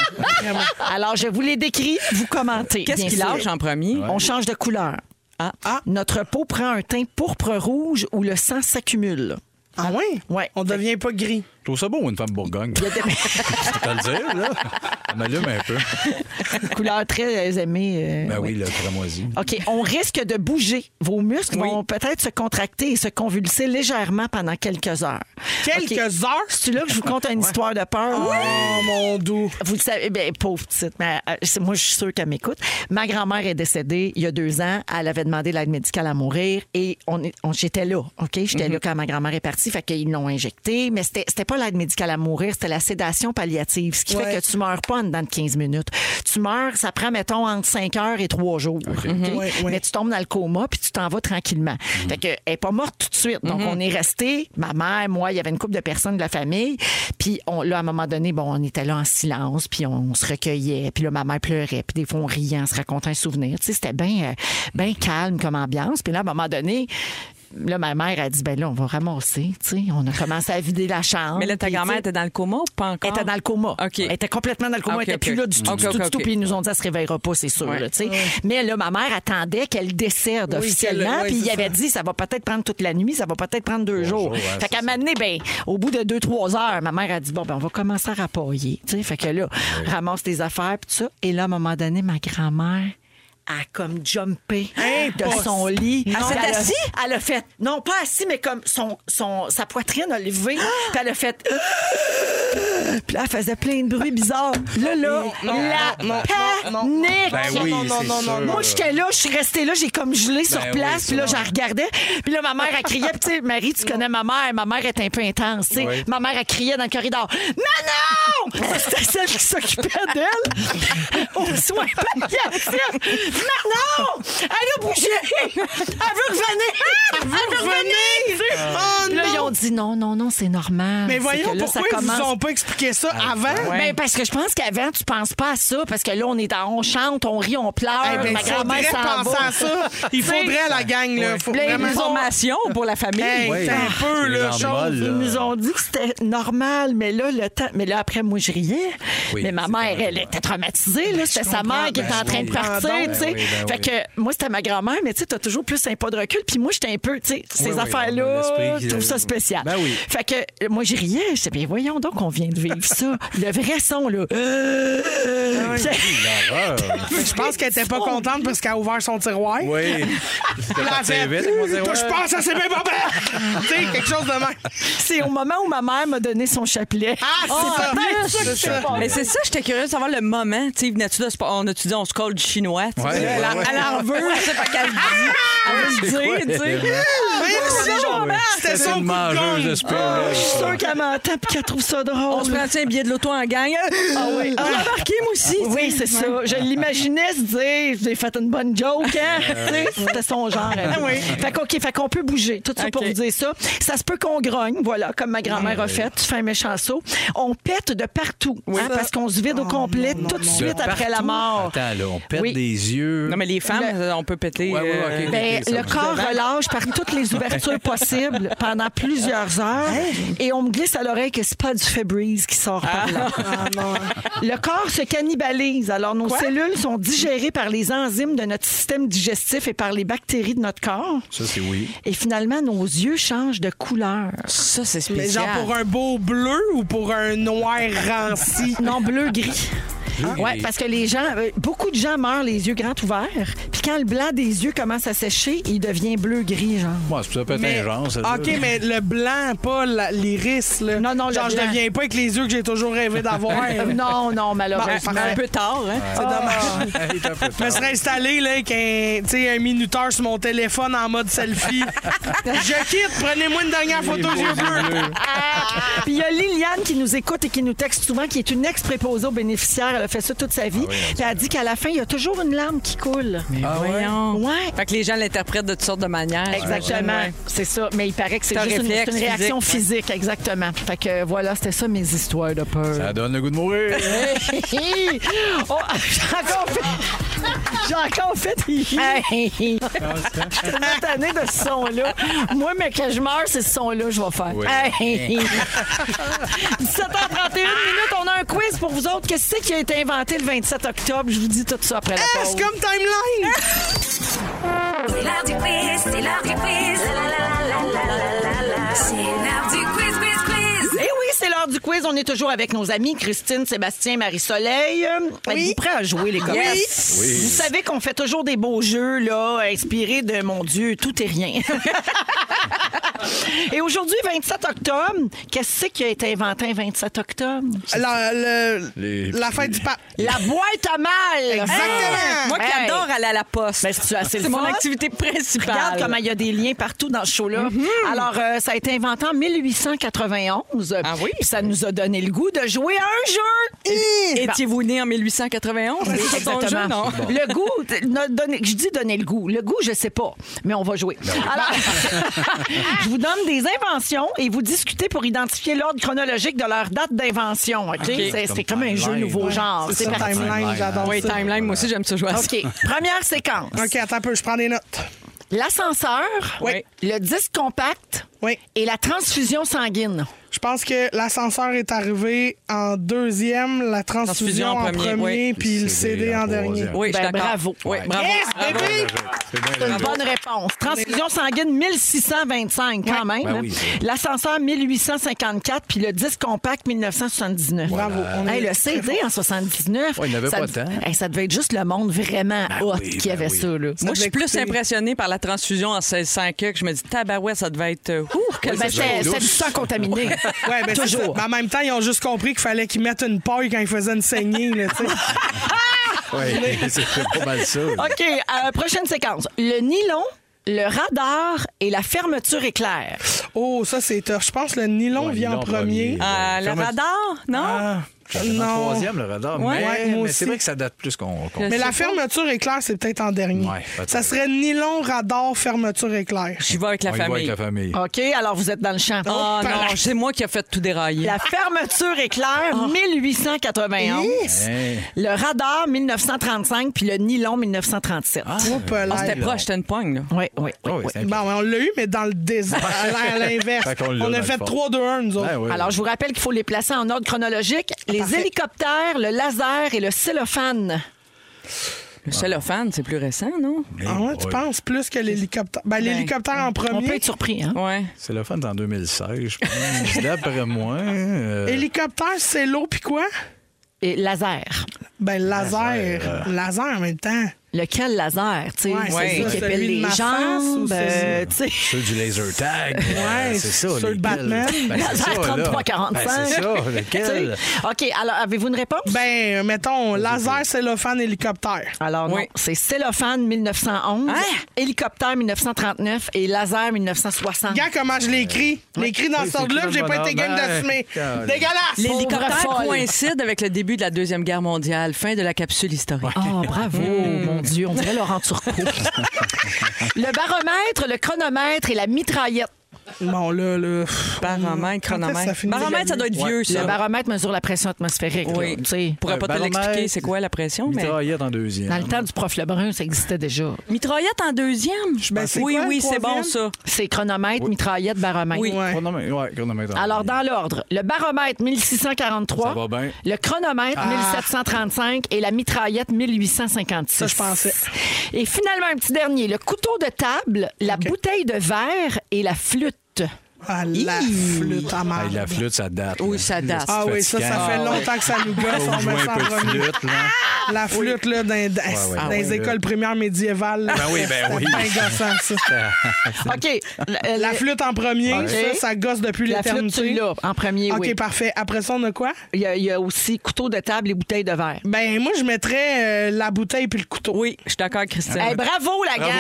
Speaker 3: Alors, je vous les décris, vous commentez.
Speaker 6: Qu'est-ce
Speaker 3: bien
Speaker 6: qu'il
Speaker 3: sûr.
Speaker 6: lâche en premier?
Speaker 3: On change de couleur.
Speaker 6: Ah.
Speaker 3: Notre peau prend un teint pourpre-rouge où le sang s'accumule.
Speaker 4: Ah oui?
Speaker 3: Ouais.
Speaker 4: On devient pas gris.
Speaker 5: Je trouve ça beau, une femme bourgogne. Je peux te le dire, là. Ça m'allume un peu.
Speaker 3: couleur très aimée. euh,
Speaker 5: Ben
Speaker 3: ouais.
Speaker 5: oui, le cramoisi.
Speaker 3: OK, on risque de bouger. Vos muscles
Speaker 6: Oui.
Speaker 3: vont peut-être se contracter et se convulser légèrement pendant quelques heures.
Speaker 4: Quelques
Speaker 3: OK.
Speaker 4: heures?
Speaker 3: C'est là que je vous conte une histoire de peur.
Speaker 4: Oh mon doux.
Speaker 3: Vous le savez, ben, pauvre petite, mais euh, c'est- moi, je suis sûre qu'elle m'écoute. Ma grand-mère est décédée il y a deux ans. Elle avait demandé l'aide médicale à mourir et on, est- on- j'étais là, OK?
Speaker 4: Mhm.
Speaker 3: J'étais là quand ma grand-mère est partie, fait qu'ils l'ont injectée. Mais c'était, c'était pas l'aide médicale à mourir, c'était la sédation palliative, ce qui
Speaker 4: Ouais.
Speaker 3: fait que tu meurs pas en dedans de 15 minutes. Tu meurs, ça prend, mettons, entre 5 heures et 3 jours.
Speaker 6: Mhm.
Speaker 3: OK?
Speaker 4: Ouais, ouais.
Speaker 3: Mais tu tombes dans le coma puis tu t'en vas tranquillement. Fait que, elle est pas morte tout de suite. Donc,
Speaker 6: Mhm.
Speaker 3: on est resté, ma mère, moi, il y avait une couple de personnes de la famille. Puis, on, là, à un moment donné, bon, on était là en silence, puis on, se recueillait. Puis là, ma mère pleurait, puis des fois, on riait, on se racontait un souvenir. Tu sais, c'était bien
Speaker 6: Mhm.
Speaker 3: ben calme comme ambiance. Puis là, à un moment donné, là, ma mère a dit, ben là, on va ramasser. Tu sais, on a commencé à vider la chambre.
Speaker 6: Mais là, ta
Speaker 3: Ah. puis,
Speaker 6: grand-mère
Speaker 3: tu sais,
Speaker 6: était dans le coma ou pas encore?
Speaker 3: elle était dans le coma.
Speaker 6: OK.
Speaker 3: Elle était complètement dans le coma.
Speaker 6: OK,
Speaker 3: elle était
Speaker 6: OK.
Speaker 3: plus là du tout,
Speaker 6: OK,
Speaker 3: du tout,
Speaker 6: OK,
Speaker 3: du tout.
Speaker 6: OK.
Speaker 3: Puis ils nous ont dit, elle se réveillera pas, c'est sûr.
Speaker 6: Ouais.
Speaker 3: là, tu sais. Mais là, ma mère attendait qu'elle décède
Speaker 4: Oui,
Speaker 3: officiellement.
Speaker 4: qu'elle- ouais,
Speaker 3: puis il
Speaker 4: c'est
Speaker 3: avait dit, ça va peut-être prendre toute la nuit, ça va peut-être prendre deux jours.
Speaker 5: jours, ouais,
Speaker 3: fait
Speaker 5: c'est
Speaker 3: qu'à m'amener, ben, au bout de deux, trois heures, ma mère a dit, bon, ben, on va commencer à rapailler. Tu sais, fait que là, ramasse tes affaires, puis tout ça. Et là, à un moment donné, ma grand-mère, a comme jumpé
Speaker 6: Hein?
Speaker 3: de son lit.
Speaker 6: Elle s'est
Speaker 3: Puis a-
Speaker 6: assise?
Speaker 3: Elle a fait, non pas assise, mais comme son, son, sa poitrine a levé.
Speaker 6: Ah!
Speaker 3: Puis elle a fait. Puis là, elle faisait plein de bruits bizarres. Là, là,
Speaker 4: Non,
Speaker 3: la
Speaker 4: non, non, non,
Speaker 3: panique!
Speaker 4: non, non,
Speaker 5: Ben oui,
Speaker 4: non, non,
Speaker 5: c'est
Speaker 4: non,
Speaker 5: sûr.
Speaker 4: non,
Speaker 3: Moi, j'étais là, je suis restée là, j'ai comme
Speaker 4: Ben
Speaker 3: gelé sur
Speaker 5: oui,
Speaker 3: place, puis là,
Speaker 5: ça.
Speaker 3: j'en regardais. Puis là, ma mère, elle criait. Puis, tu sais, Marie, tu connais ma mère. Ma mère est un peu intense, tu sais.
Speaker 5: Oui.
Speaker 3: Ma mère, elle criait dans le corridor. Manon! Ça, C'était celle qui s'occupait d'elle aux soins palliatifs. Manon! Elle a bougé! Elle veut revenir! Elle veut revenir!
Speaker 4: Oh
Speaker 3: Ah. Puis là, ils
Speaker 4: Ah, non!
Speaker 3: ont dit non, non, non, c'est normal.
Speaker 4: Mais
Speaker 3: C'est
Speaker 4: voyons,
Speaker 3: que là, ça
Speaker 4: pourquoi ils
Speaker 3: commence-
Speaker 4: vous ont pas expliquer ça avant?
Speaker 3: Ben, parce que je pense qu'avant, tu penses pas à ça, parce que là, on est en- on chante, on rit, on pleure.
Speaker 4: Eh ben,
Speaker 3: Ah, ma
Speaker 4: il faudrait
Speaker 3: grand-mère s'en
Speaker 4: penser
Speaker 3: va.
Speaker 4: à ça. Il
Speaker 3: Tu sais,
Speaker 4: faudrait à la gang, là. Faut
Speaker 3: Ben, ils
Speaker 4: vraiment-
Speaker 3: nous ont-
Speaker 6: Formation pour la famille.
Speaker 4: Hey,
Speaker 3: Oui.
Speaker 4: t'es un peu,
Speaker 3: Les
Speaker 4: là,
Speaker 3: gens
Speaker 4: chose.
Speaker 3: molles, Ils nous ont dit que c'était normal, mais là, le temps. Mais là, après, moi, je riais.
Speaker 4: Oui,
Speaker 3: mais ma mère, elle était traumatisée. là. C'était sa mère qui était en
Speaker 4: Ben
Speaker 3: train de
Speaker 4: oui.
Speaker 3: partir.
Speaker 4: Ah, donc.
Speaker 3: tu sais.
Speaker 4: Ben oui, ben
Speaker 3: fait que moi, c'était ma grand-mère, mais tu sais, t'as toujours plus un pas de recul. Puis moi, j'étais un peu, tu sais, ces
Speaker 5: oui, on a
Speaker 3: affaires-là,
Speaker 5: l'esprit
Speaker 3: je
Speaker 5: qui-
Speaker 3: trouve ça spécial.
Speaker 5: Ben oui.
Speaker 3: Fait que euh, moi, je riais. Je disais, bien, voyons donc, on vient de vivre ça. le vrai son, là. Euh,
Speaker 5: Ah
Speaker 3: euh,
Speaker 4: oui. Je pense qu'elle était pas contente parce qu'elle a ouvert son tiroir.
Speaker 5: Oui. C'était
Speaker 4: La
Speaker 5: parti
Speaker 4: fête.
Speaker 5: vite, mon tiroir.
Speaker 4: Toi, je pense à c'est bien papa. tu sais, quelque chose de même.
Speaker 3: C'est au moment où ma mère m'a donné son chapelet. ben,
Speaker 4: Ah, c'est ça.
Speaker 3: peut-être
Speaker 4: C'est
Speaker 3: que
Speaker 4: ça.
Speaker 3: passé.
Speaker 6: Mais c'est ça, j'étais curieuse de savoir le moment. Tu sais, venais-tu de se pa- On a-tu dit on se colle du chinois? tu sais?
Speaker 5: Ouais, ouais,
Speaker 6: elle, en-
Speaker 5: ouais.
Speaker 6: elle en veut, elle sait pas qu'elle le dit. Elle veut le dire, tu sais.
Speaker 3: Ah,
Speaker 4: C'était
Speaker 5: son mangeuse de sperme.
Speaker 3: Je suis sûre qu'elle m'entend et qu'elle trouve ça drôle.
Speaker 6: On se prend un billet de l'auto en gang.
Speaker 3: Ah oui.
Speaker 6: Ah, j'ai embarqué, moi aussi.
Speaker 3: Oui,
Speaker 6: tu
Speaker 3: c'est
Speaker 6: sais.
Speaker 3: ça. Je l'imaginais se dire, j'ai fait une bonne joke, hein? Tu sais, C'était son genre. à
Speaker 6: Ah
Speaker 3: lui.
Speaker 6: oui.
Speaker 3: Fait qu'on fait qu'on peut bouger. Tout ça pour
Speaker 6: OK.
Speaker 3: vous dire ça. Ça se peut qu'on grogne, voilà, comme ma grand-mère a fait. Tu fais un méchant saut. On pète de partout, hein, parce qu'on se
Speaker 6: Oh,
Speaker 3: vide au complet tout de suite
Speaker 5: De
Speaker 3: après la
Speaker 5: partout.
Speaker 3: mort.
Speaker 5: Attends, là, on pète
Speaker 3: Ah. Oui.
Speaker 5: des yeux.
Speaker 6: Non, mais les femmes, euh, on peut péter.
Speaker 5: Ouais, ouais, ouais,
Speaker 6: euh,
Speaker 5: ok, ok,
Speaker 3: Ben,
Speaker 5: ok,
Speaker 3: le
Speaker 5: ça va.
Speaker 3: corps relâche par toutes les ouvertures possibles pendant plusieurs heures et on me glisse à l'oreille que c'est pas du Febreze qui sort par là. Le corps se cannibalise. Alors, nos cellules sont digérées par les enzymes de notre système digestif et par les bactéries de notre corps.
Speaker 5: Ça, c'est oui.
Speaker 3: Et finalement, nos yeux changent de couleur.
Speaker 6: Ça, c'est
Speaker 4: Mais
Speaker 6: spécial.
Speaker 4: Ben, genre pour un beau bleu ou pour un noir ranci?
Speaker 3: Non, bleu-gris. Oui, parce que les gens, euh, beaucoup de gens meurent les yeux grands ouverts. Puis quand le blanc des yeux commence à sécher, il devient bleu-gris, genre.
Speaker 5: Moi, ça peut être
Speaker 4: Mais-
Speaker 5: un genre, ça.
Speaker 4: Ah, OK, mais le blanc, pas la- l'iris, là.
Speaker 3: Non, non, le
Speaker 4: Genre, je
Speaker 3: blanc.
Speaker 4: deviens pas avec les yeux que j'ai toujours rêvé d'avoir.
Speaker 3: Euh, non, non, malheureusement.
Speaker 4: Bon,
Speaker 6: Un peu tard, hein?
Speaker 4: C'est dommage.
Speaker 5: Il est un peu
Speaker 4: Je me
Speaker 5: tard.
Speaker 4: serais installé là, avec un, tu sais, un minuteur sur mon téléphone en mode selfie. je quitte, prenez-moi une dernière photo, yeux bleus.
Speaker 3: Puis il y a Liliane qui nous écoute et qui nous texte souvent, qui est une ex-préposée aux bénéficiaires. Elle a fait ça toute sa vie. Puis elle dit qu'à la fin, il y a toujours une larme qui coule.
Speaker 5: Ah ouais?
Speaker 6: Voyons.
Speaker 3: Ouais.
Speaker 6: Fait que les gens l'interprètent de toutes sortes de manières.
Speaker 3: Exactement,
Speaker 6: Ouais.
Speaker 3: c'est ça. Mais il paraît que c'est
Speaker 6: C'est un
Speaker 3: juste une,
Speaker 6: réflexe
Speaker 3: c'est une
Speaker 6: physique,
Speaker 3: réaction
Speaker 6: ouais.
Speaker 3: physique, exactement. Fait que euh, voilà, c'était ça mes histoires de peur.
Speaker 5: Ça donne le goût de mourir.
Speaker 3: Oh, J'ai encore fait... J'ai encore fait... Hey. Je suis tellement tannée de ce son-là. Moi, mais que je meurs, c'est ce son-là que je vais faire.
Speaker 5: Oui.
Speaker 3: Hey. 17h31 minutes, on a un quiz pour vous autres. Qu'est-ce que c'est qui a été inventé le 27 octobre? Je vous dis tout ça après la
Speaker 4: Ah,
Speaker 3: pause.
Speaker 4: C'est comme timeline.
Speaker 1: C'est l'heure du quiz, c'est l'heure du quiz. La, la, la, la, la, la, la, la. C'est l'heure du quiz, quiz, quiz.
Speaker 3: Eh oui, c'est l'heure du quiz. On est toujours avec nos amis Christine, Sébastien, Marie-Soleil. Euh, Êtes-vous prêts à jouer, les copains?
Speaker 5: Oui.
Speaker 3: Vous savez qu'on fait toujours des beaux jeux, là, inspirés de, mon Dieu, tout est rien. Et aujourd'hui, 27 octobre, qu'est-ce que c'est qui a été inventé un 27 octobre?
Speaker 4: La, le-
Speaker 5: Les-
Speaker 4: la fête du pape.
Speaker 3: La boîte à mal!
Speaker 4: Exactement.
Speaker 6: Moi qui
Speaker 3: Hey.
Speaker 6: adore aller à la poste.
Speaker 3: Ben, c'est- c'est le
Speaker 6: mon
Speaker 3: fun.
Speaker 6: activité principale.
Speaker 3: Regarde comment il y a des liens partout dans ce show-là. Alors, euh, ça a été inventé en 1891.
Speaker 6: Ah oui?
Speaker 3: Puis ça nous a donné le goût de jouer à un jeu.
Speaker 6: Étiez-vous né en 1891?
Speaker 3: Oui,
Speaker 6: C'est ton
Speaker 3: exactement.
Speaker 6: jeu, non?
Speaker 3: Le goût, t- no- donner- je dis donner le goût. Le goût, je sais pas, mais on va jouer. Alors, je vous donne des inventions et vous discutez pour identifier l'ordre chronologique de leur date d'invention. OK? C'est- C'est comme un jeu
Speaker 5: timeline,
Speaker 3: nouveau
Speaker 5: ouais.
Speaker 3: genre.
Speaker 4: C'est
Speaker 3: Ah, C'est
Speaker 4: ça,
Speaker 3: parti.
Speaker 4: timeline, j'adore
Speaker 6: Oui,
Speaker 4: ça.
Speaker 6: timeline, moi aussi, j'aime ça jouer à ça.
Speaker 3: OK. Première séquence.
Speaker 4: OK, attends un peu, je prends des notes.
Speaker 3: L'ascenseur,
Speaker 6: Oui.
Speaker 3: le disque compact
Speaker 4: Oui.
Speaker 3: et la transfusion sanguine.
Speaker 4: Je pense que l'ascenseur est arrivé en deuxième, la transfusion,
Speaker 6: Transfusion en
Speaker 4: en
Speaker 6: premier,
Speaker 4: premier,
Speaker 6: oui.
Speaker 4: puis le CD en dernier.
Speaker 5: troisième.
Speaker 6: Oui, je
Speaker 3: Ben,
Speaker 6: suis d'accord.
Speaker 3: bravo.
Speaker 6: Oui,
Speaker 5: Ouais.
Speaker 6: bravo.
Speaker 4: Yes,
Speaker 6: Bravo.
Speaker 4: bébé!
Speaker 5: C'est bien
Speaker 3: C'est une
Speaker 5: joué.
Speaker 3: bonne réponse. Transfusion sanguine 1625 quand même.
Speaker 5: Ben oui, c'est-
Speaker 3: L'ascenseur 1854 puis le disque compact 1979.
Speaker 4: Bravo. On
Speaker 3: Hey,
Speaker 4: est
Speaker 3: le CD en 79.
Speaker 5: Ouais, il n'avait
Speaker 3: ça
Speaker 5: pas
Speaker 3: dev-
Speaker 5: tant.
Speaker 3: Hey, ça devait être juste le monde vraiment hot
Speaker 5: oui,
Speaker 3: qui
Speaker 5: ben
Speaker 3: avait
Speaker 5: oui.
Speaker 3: ça. Là.
Speaker 6: Moi, je suis plus
Speaker 4: coûté.
Speaker 6: impressionnée par la transfusion en 1600 que je me dis, tabarouette, ça devait être. euh, Ouh, quel
Speaker 3: Ben, C'était
Speaker 5: douche.
Speaker 3: c'était du sang contaminé.
Speaker 4: Ouais, ben, c'est ça.
Speaker 3: Toujours.
Speaker 4: Mais en même temps, ils ont juste compris qu'il fallait qu'ils mettent une paille quand ils faisaient une saignée. Là, tu sais.
Speaker 5: Ouais, c'est c'est pas mal ça.
Speaker 4: Ah,
Speaker 3: OK, euh, prochaine séquence. Le nylon, le radar et la fermeture éclair.
Speaker 4: oh, ça, c'est tough. Je pense que le nylon
Speaker 5: Ouais,
Speaker 4: vient en
Speaker 5: nylon
Speaker 4: premier.
Speaker 5: premier.
Speaker 6: Euh, le
Speaker 5: Ferme-
Speaker 6: radar, non?
Speaker 4: Ah,
Speaker 5: J'avais dans
Speaker 4: Non.
Speaker 5: le troisième, le radar.
Speaker 4: Ouais,
Speaker 5: mais
Speaker 4: ouais, moi
Speaker 5: mais c'est
Speaker 4: aussi.
Speaker 5: vrai que ça date plus qu'on. qu'on-
Speaker 4: Mais la fermeture éclair, c'est peut-être en dernier.
Speaker 5: Ouais, peut-être. Euh,
Speaker 4: ça serait nylon, radar, fermeture éclair.
Speaker 6: J'y vais avec la
Speaker 5: On y va
Speaker 6: famille.
Speaker 5: avec la famille.
Speaker 3: OK, alors vous êtes dans le champ.
Speaker 6: Oh
Speaker 3: Par-
Speaker 6: non, c'est moi qui a fait tout dérailler.
Speaker 3: La fermeture éclair,
Speaker 4: Ah.
Speaker 3: 1891.
Speaker 5: Hey.
Speaker 3: Le radar, 1935. Puis le nylon, 1937.
Speaker 4: Oups, là.
Speaker 6: Ah, c'était proche, c'était une pogne. là.
Speaker 3: Oui, oui.
Speaker 5: Oh, oui, c'est
Speaker 4: Bon, on l'a eu, mais dans le désert, à à l'inverse.
Speaker 5: Fait qu'on l'a
Speaker 4: On
Speaker 5: dans
Speaker 4: a
Speaker 5: le
Speaker 4: fait
Speaker 5: fond.
Speaker 4: 3-2-1, nous autres.
Speaker 5: Ah, oui.
Speaker 3: Alors, je vous rappelle qu'il faut les placer en ordre chronologique.
Speaker 4: Ah,
Speaker 3: Les hélicoptères, le laser et le cellophane.
Speaker 6: Le cellophane, c'est plus récent, non?
Speaker 4: Ah ouais, tu
Speaker 5: Oui.
Speaker 4: penses plus que l'hélicoptère? Ben, l'hélicoptère en
Speaker 3: On peut
Speaker 4: premier.
Speaker 3: être surpris, hein?
Speaker 6: Ouais.
Speaker 5: C'est le fun en 2016, je pense. D'après moi. euh,
Speaker 4: Hélicoptère, c'est l'eau, puis quoi?
Speaker 3: Et laser.
Speaker 4: Ben,
Speaker 5: euh.
Speaker 4: laser. Laser en même temps.
Speaker 3: Lequel laser, tu sais,
Speaker 4: Ouais,
Speaker 6: c'est
Speaker 3: celui
Speaker 6: ça,
Speaker 3: qui
Speaker 4: celui
Speaker 3: épelle
Speaker 4: de
Speaker 3: les
Speaker 4: ma face ou
Speaker 3: jambes,
Speaker 4: c'est-
Speaker 3: euh, tu sais.
Speaker 5: Ceux du laser tag. euh,
Speaker 4: Ouais,
Speaker 5: c'est ça.
Speaker 4: ceux de
Speaker 5: lesquels?
Speaker 4: Batman.
Speaker 5: Ben, c'est ça, là.
Speaker 3: 33-45.
Speaker 5: Ben, c'est ça, lequel?
Speaker 3: OK, alors avez-vous une réponse?
Speaker 4: Ben, mettons, laser, cellophane, hélicoptère.
Speaker 3: alors non,
Speaker 6: Oui.
Speaker 3: c'est cellophane 1911,
Speaker 6: Hein?
Speaker 3: hélicoptère 1939 et laser 1960.
Speaker 4: Regarde comment je l'ai écrit. Je l'ai écrit dans
Speaker 5: Oui,
Speaker 4: ce
Speaker 5: c'est
Speaker 4: ordre-là,
Speaker 5: écrit
Speaker 4: puis j'ai
Speaker 5: dans
Speaker 4: pas
Speaker 5: le
Speaker 4: été
Speaker 5: bon
Speaker 4: game
Speaker 5: ordre.
Speaker 4: d'assumer.
Speaker 5: Ben,
Speaker 4: Dégueulasse!
Speaker 6: L'hélicoptère
Speaker 3: folle.
Speaker 6: coïncide avec le début de la Deuxième Guerre mondiale, fin de la capsule historique.
Speaker 3: Oh, bravo, mon Dieu, on dirait Laurent Turcot. le baromètre, le chronomètre et la mitraillette.
Speaker 4: Bon, là, là. pff,
Speaker 6: Baromètre,
Speaker 4: Quand est-ce que ça
Speaker 6: chronomètre.
Speaker 4: finit?
Speaker 6: baromètre, ça doit être vieux, ça.
Speaker 3: Le baromètre mesure la pression atmosphérique.
Speaker 6: Oui.
Speaker 3: là, tu sais.
Speaker 6: On pourrait pas te
Speaker 5: baromètre.
Speaker 6: l'expliquer, c'est quoi la pression, mais...
Speaker 5: Mitraillette en deuxième.
Speaker 3: Dans le temps du prof Lebrun, ça existait déjà.
Speaker 6: Mitraillette en deuxième?
Speaker 4: Ben, c'est
Speaker 6: oui,
Speaker 4: quoi, le
Speaker 6: oui, c'est bon,
Speaker 4: troisième?
Speaker 6: ça.
Speaker 3: C'est chronomètre, mitraillette, baromètre.
Speaker 6: Oui.
Speaker 4: Ouais.
Speaker 5: Chronomètre, ouais, chronomètre en
Speaker 3: Alors,
Speaker 5: premier.
Speaker 3: dans l'ordre, le baromètre 1643,
Speaker 5: Ça Ah. va bien. Ah.
Speaker 3: le chronomètre 1735 et la mitraillette 1856.
Speaker 4: Ça, je pensais.
Speaker 3: Et finalement, un petit dernier, le couteau de table, la bouteille de verre et la flûte.
Speaker 4: Ah, la flûte à
Speaker 5: Hey,
Speaker 4: marde.
Speaker 5: la flûte, ça date. Ben,
Speaker 6: Oui,
Speaker 5: là.
Speaker 6: ça date.
Speaker 4: Ah oui, ça, ça fait
Speaker 5: fatigant.
Speaker 4: longtemps que ça nous gosse.
Speaker 5: Faut
Speaker 4: On
Speaker 5: jouer
Speaker 4: met ça
Speaker 5: un
Speaker 4: en
Speaker 5: peu de
Speaker 4: premier. Ah,
Speaker 5: flûte, là.
Speaker 4: La flûte, là, dans, dans-
Speaker 5: ouais.
Speaker 4: dans
Speaker 5: Ah
Speaker 4: les
Speaker 5: oui.
Speaker 4: écoles primaires médiévales. là,
Speaker 5: Ben oui, ben oui.
Speaker 4: C'est bien gossant, ça.
Speaker 3: OK. La,
Speaker 4: La flûte en premier,
Speaker 3: Ouais.
Speaker 4: ça, ça gosse depuis
Speaker 3: la flûte, tu
Speaker 4: l'éternité.
Speaker 3: l'as, en premier,
Speaker 4: OK,
Speaker 3: oui.
Speaker 4: parfait. Après ça, on a quoi?
Speaker 3: Il y, a, il y a aussi couteau de table et bouteille de verre.
Speaker 4: Ben, moi, je mettrais euh, la bouteille puis le couteau.
Speaker 6: Oui, je suis d'accord, Christian.
Speaker 3: Hey, Euh, bravo, la gang!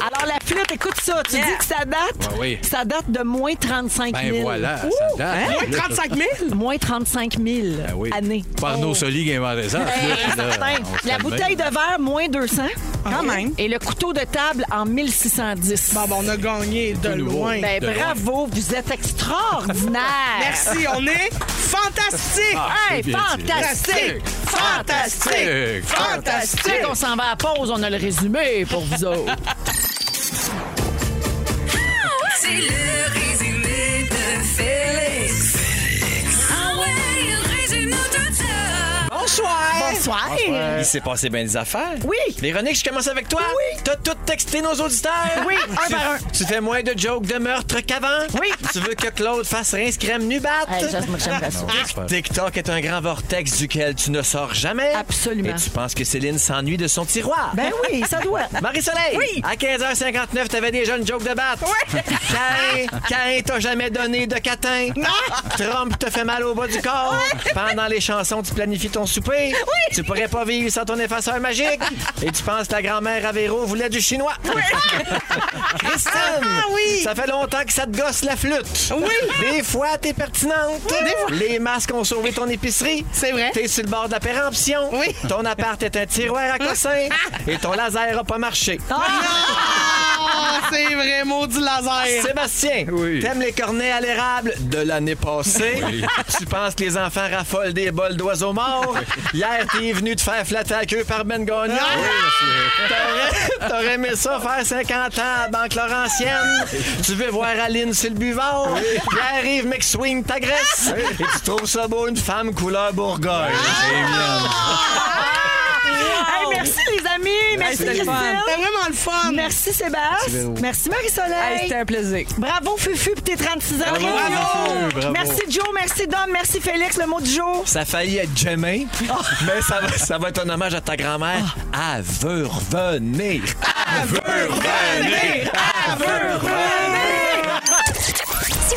Speaker 3: Alors, la flûte, écoute ça. Tu
Speaker 6: Yeah.
Speaker 3: dis que ça date?
Speaker 5: Ben oui.
Speaker 3: Ça date de moins 35 000.
Speaker 5: Ben voilà, ça date.
Speaker 4: Moins de 35 000?
Speaker 3: hein? Moins 35 000
Speaker 5: Ben oui.
Speaker 3: années.
Speaker 5: Pas Arnaud Soli qui a inventé ça. la flûte, là.
Speaker 3: Certain.
Speaker 5: On se
Speaker 3: La
Speaker 5: calme
Speaker 3: bouteille de verre, moins 200.
Speaker 6: Quand même.
Speaker 3: Et le couteau de table en 1610.
Speaker 4: Bon, ben, on a gagné de
Speaker 5: nouveau.
Speaker 4: loin.
Speaker 3: Ben,
Speaker 5: de
Speaker 3: bravo, vous êtes extraordinaire.
Speaker 4: Merci,
Speaker 3: ah.
Speaker 4: on est fantastique!
Speaker 3: Hey,
Speaker 5: C'est bien dit.
Speaker 3: fantastique! Fantastique!
Speaker 5: Fantastique.
Speaker 3: Fantastique! On s'en va à pause, on a le résumé pour vous autres.
Speaker 1: C'est le résumé de Félix. Ah ouais, il résume nous tout ça.
Speaker 3: Bonsoir.
Speaker 9: Il s'est passé bien des affaires.
Speaker 3: Oui.
Speaker 9: Véronique, je commence avec toi. Oui. T'as tout texté nos auditeurs.
Speaker 3: Oui, un
Speaker 9: tu,
Speaker 3: par un.
Speaker 9: Tu fais moins de jokes de meurtre qu'avant.
Speaker 3: Oui.
Speaker 9: Tu veux que Claude fasse rince crème nubat.
Speaker 3: Hey, j'aime- j'aimerais ça.
Speaker 5: super.
Speaker 9: TikTok est un grand vortex duquel tu ne sors jamais.
Speaker 3: Absolument.
Speaker 9: Et tu penses que Céline s'ennuie de son tiroir.
Speaker 3: Ben oui, ça doit.
Speaker 9: Marie-Soleil,
Speaker 3: Oui.
Speaker 9: à 15h59, t'avais déjà une joke de batte. Oui. Cain, Cain t'a jamais donné de catin. Trump te fait mal au bas du corps. Pendant les chansons, tu planifies ton souper. Oui. Tu pourrais pas vivre sans ton effaceur magique. Et tu penses que ta grand-mère à Véro voulait du chinois. Christine,
Speaker 4: Ah,
Speaker 9: ça fait longtemps que ça te gosse la flûte. Oui. Des fois, t'es pertinente. Les masques ont sauvé ton épicerie.
Speaker 4: C'est vrai.
Speaker 9: T'es sur le bord de la péremption.
Speaker 4: Oui.
Speaker 9: Ton appart est un tiroir à cossins. Et ton laser a pas marché.
Speaker 4: Ah, c'est vrai, maudit laser!
Speaker 9: Sébastien,
Speaker 5: Oui.
Speaker 9: t'aimes les cornets à l'érable de l'année passée. Tu penses que les enfants raffolent des bols d'oiseaux morts. Hier, t'es venu te faire flatter la queue par Ben Gagnon.
Speaker 4: Ah!
Speaker 9: T'aurais- T'aurais aimé ça faire 50 ans à Banque Laurentienne. Tu veux voir Aline sur le buvard. Pierre-Yves McSwing t'agresse. Et tu trouves ça beau, une femme couleur bourgogne.
Speaker 3: Hey, merci, les amis. Merci,
Speaker 6: Oh. c'était le fun.
Speaker 3: Christine.
Speaker 4: C'était vraiment le fun!
Speaker 3: Merci, Sébastien. Merci,
Speaker 6: Hey,
Speaker 3: Marie-Soleil.
Speaker 6: C'était un plaisir.
Speaker 3: Bravo Fufu pour tes 36 ans. de
Speaker 9: Bravo,
Speaker 3: radio.
Speaker 9: Fufu, bravo.
Speaker 3: Merci Joe, merci Dom, merci Félix, le mot du jour.
Speaker 9: Ça a failli être Jemain, mais ça va, ça va être un hommage à ta grand-mère. Elle veut revenir.
Speaker 2: Si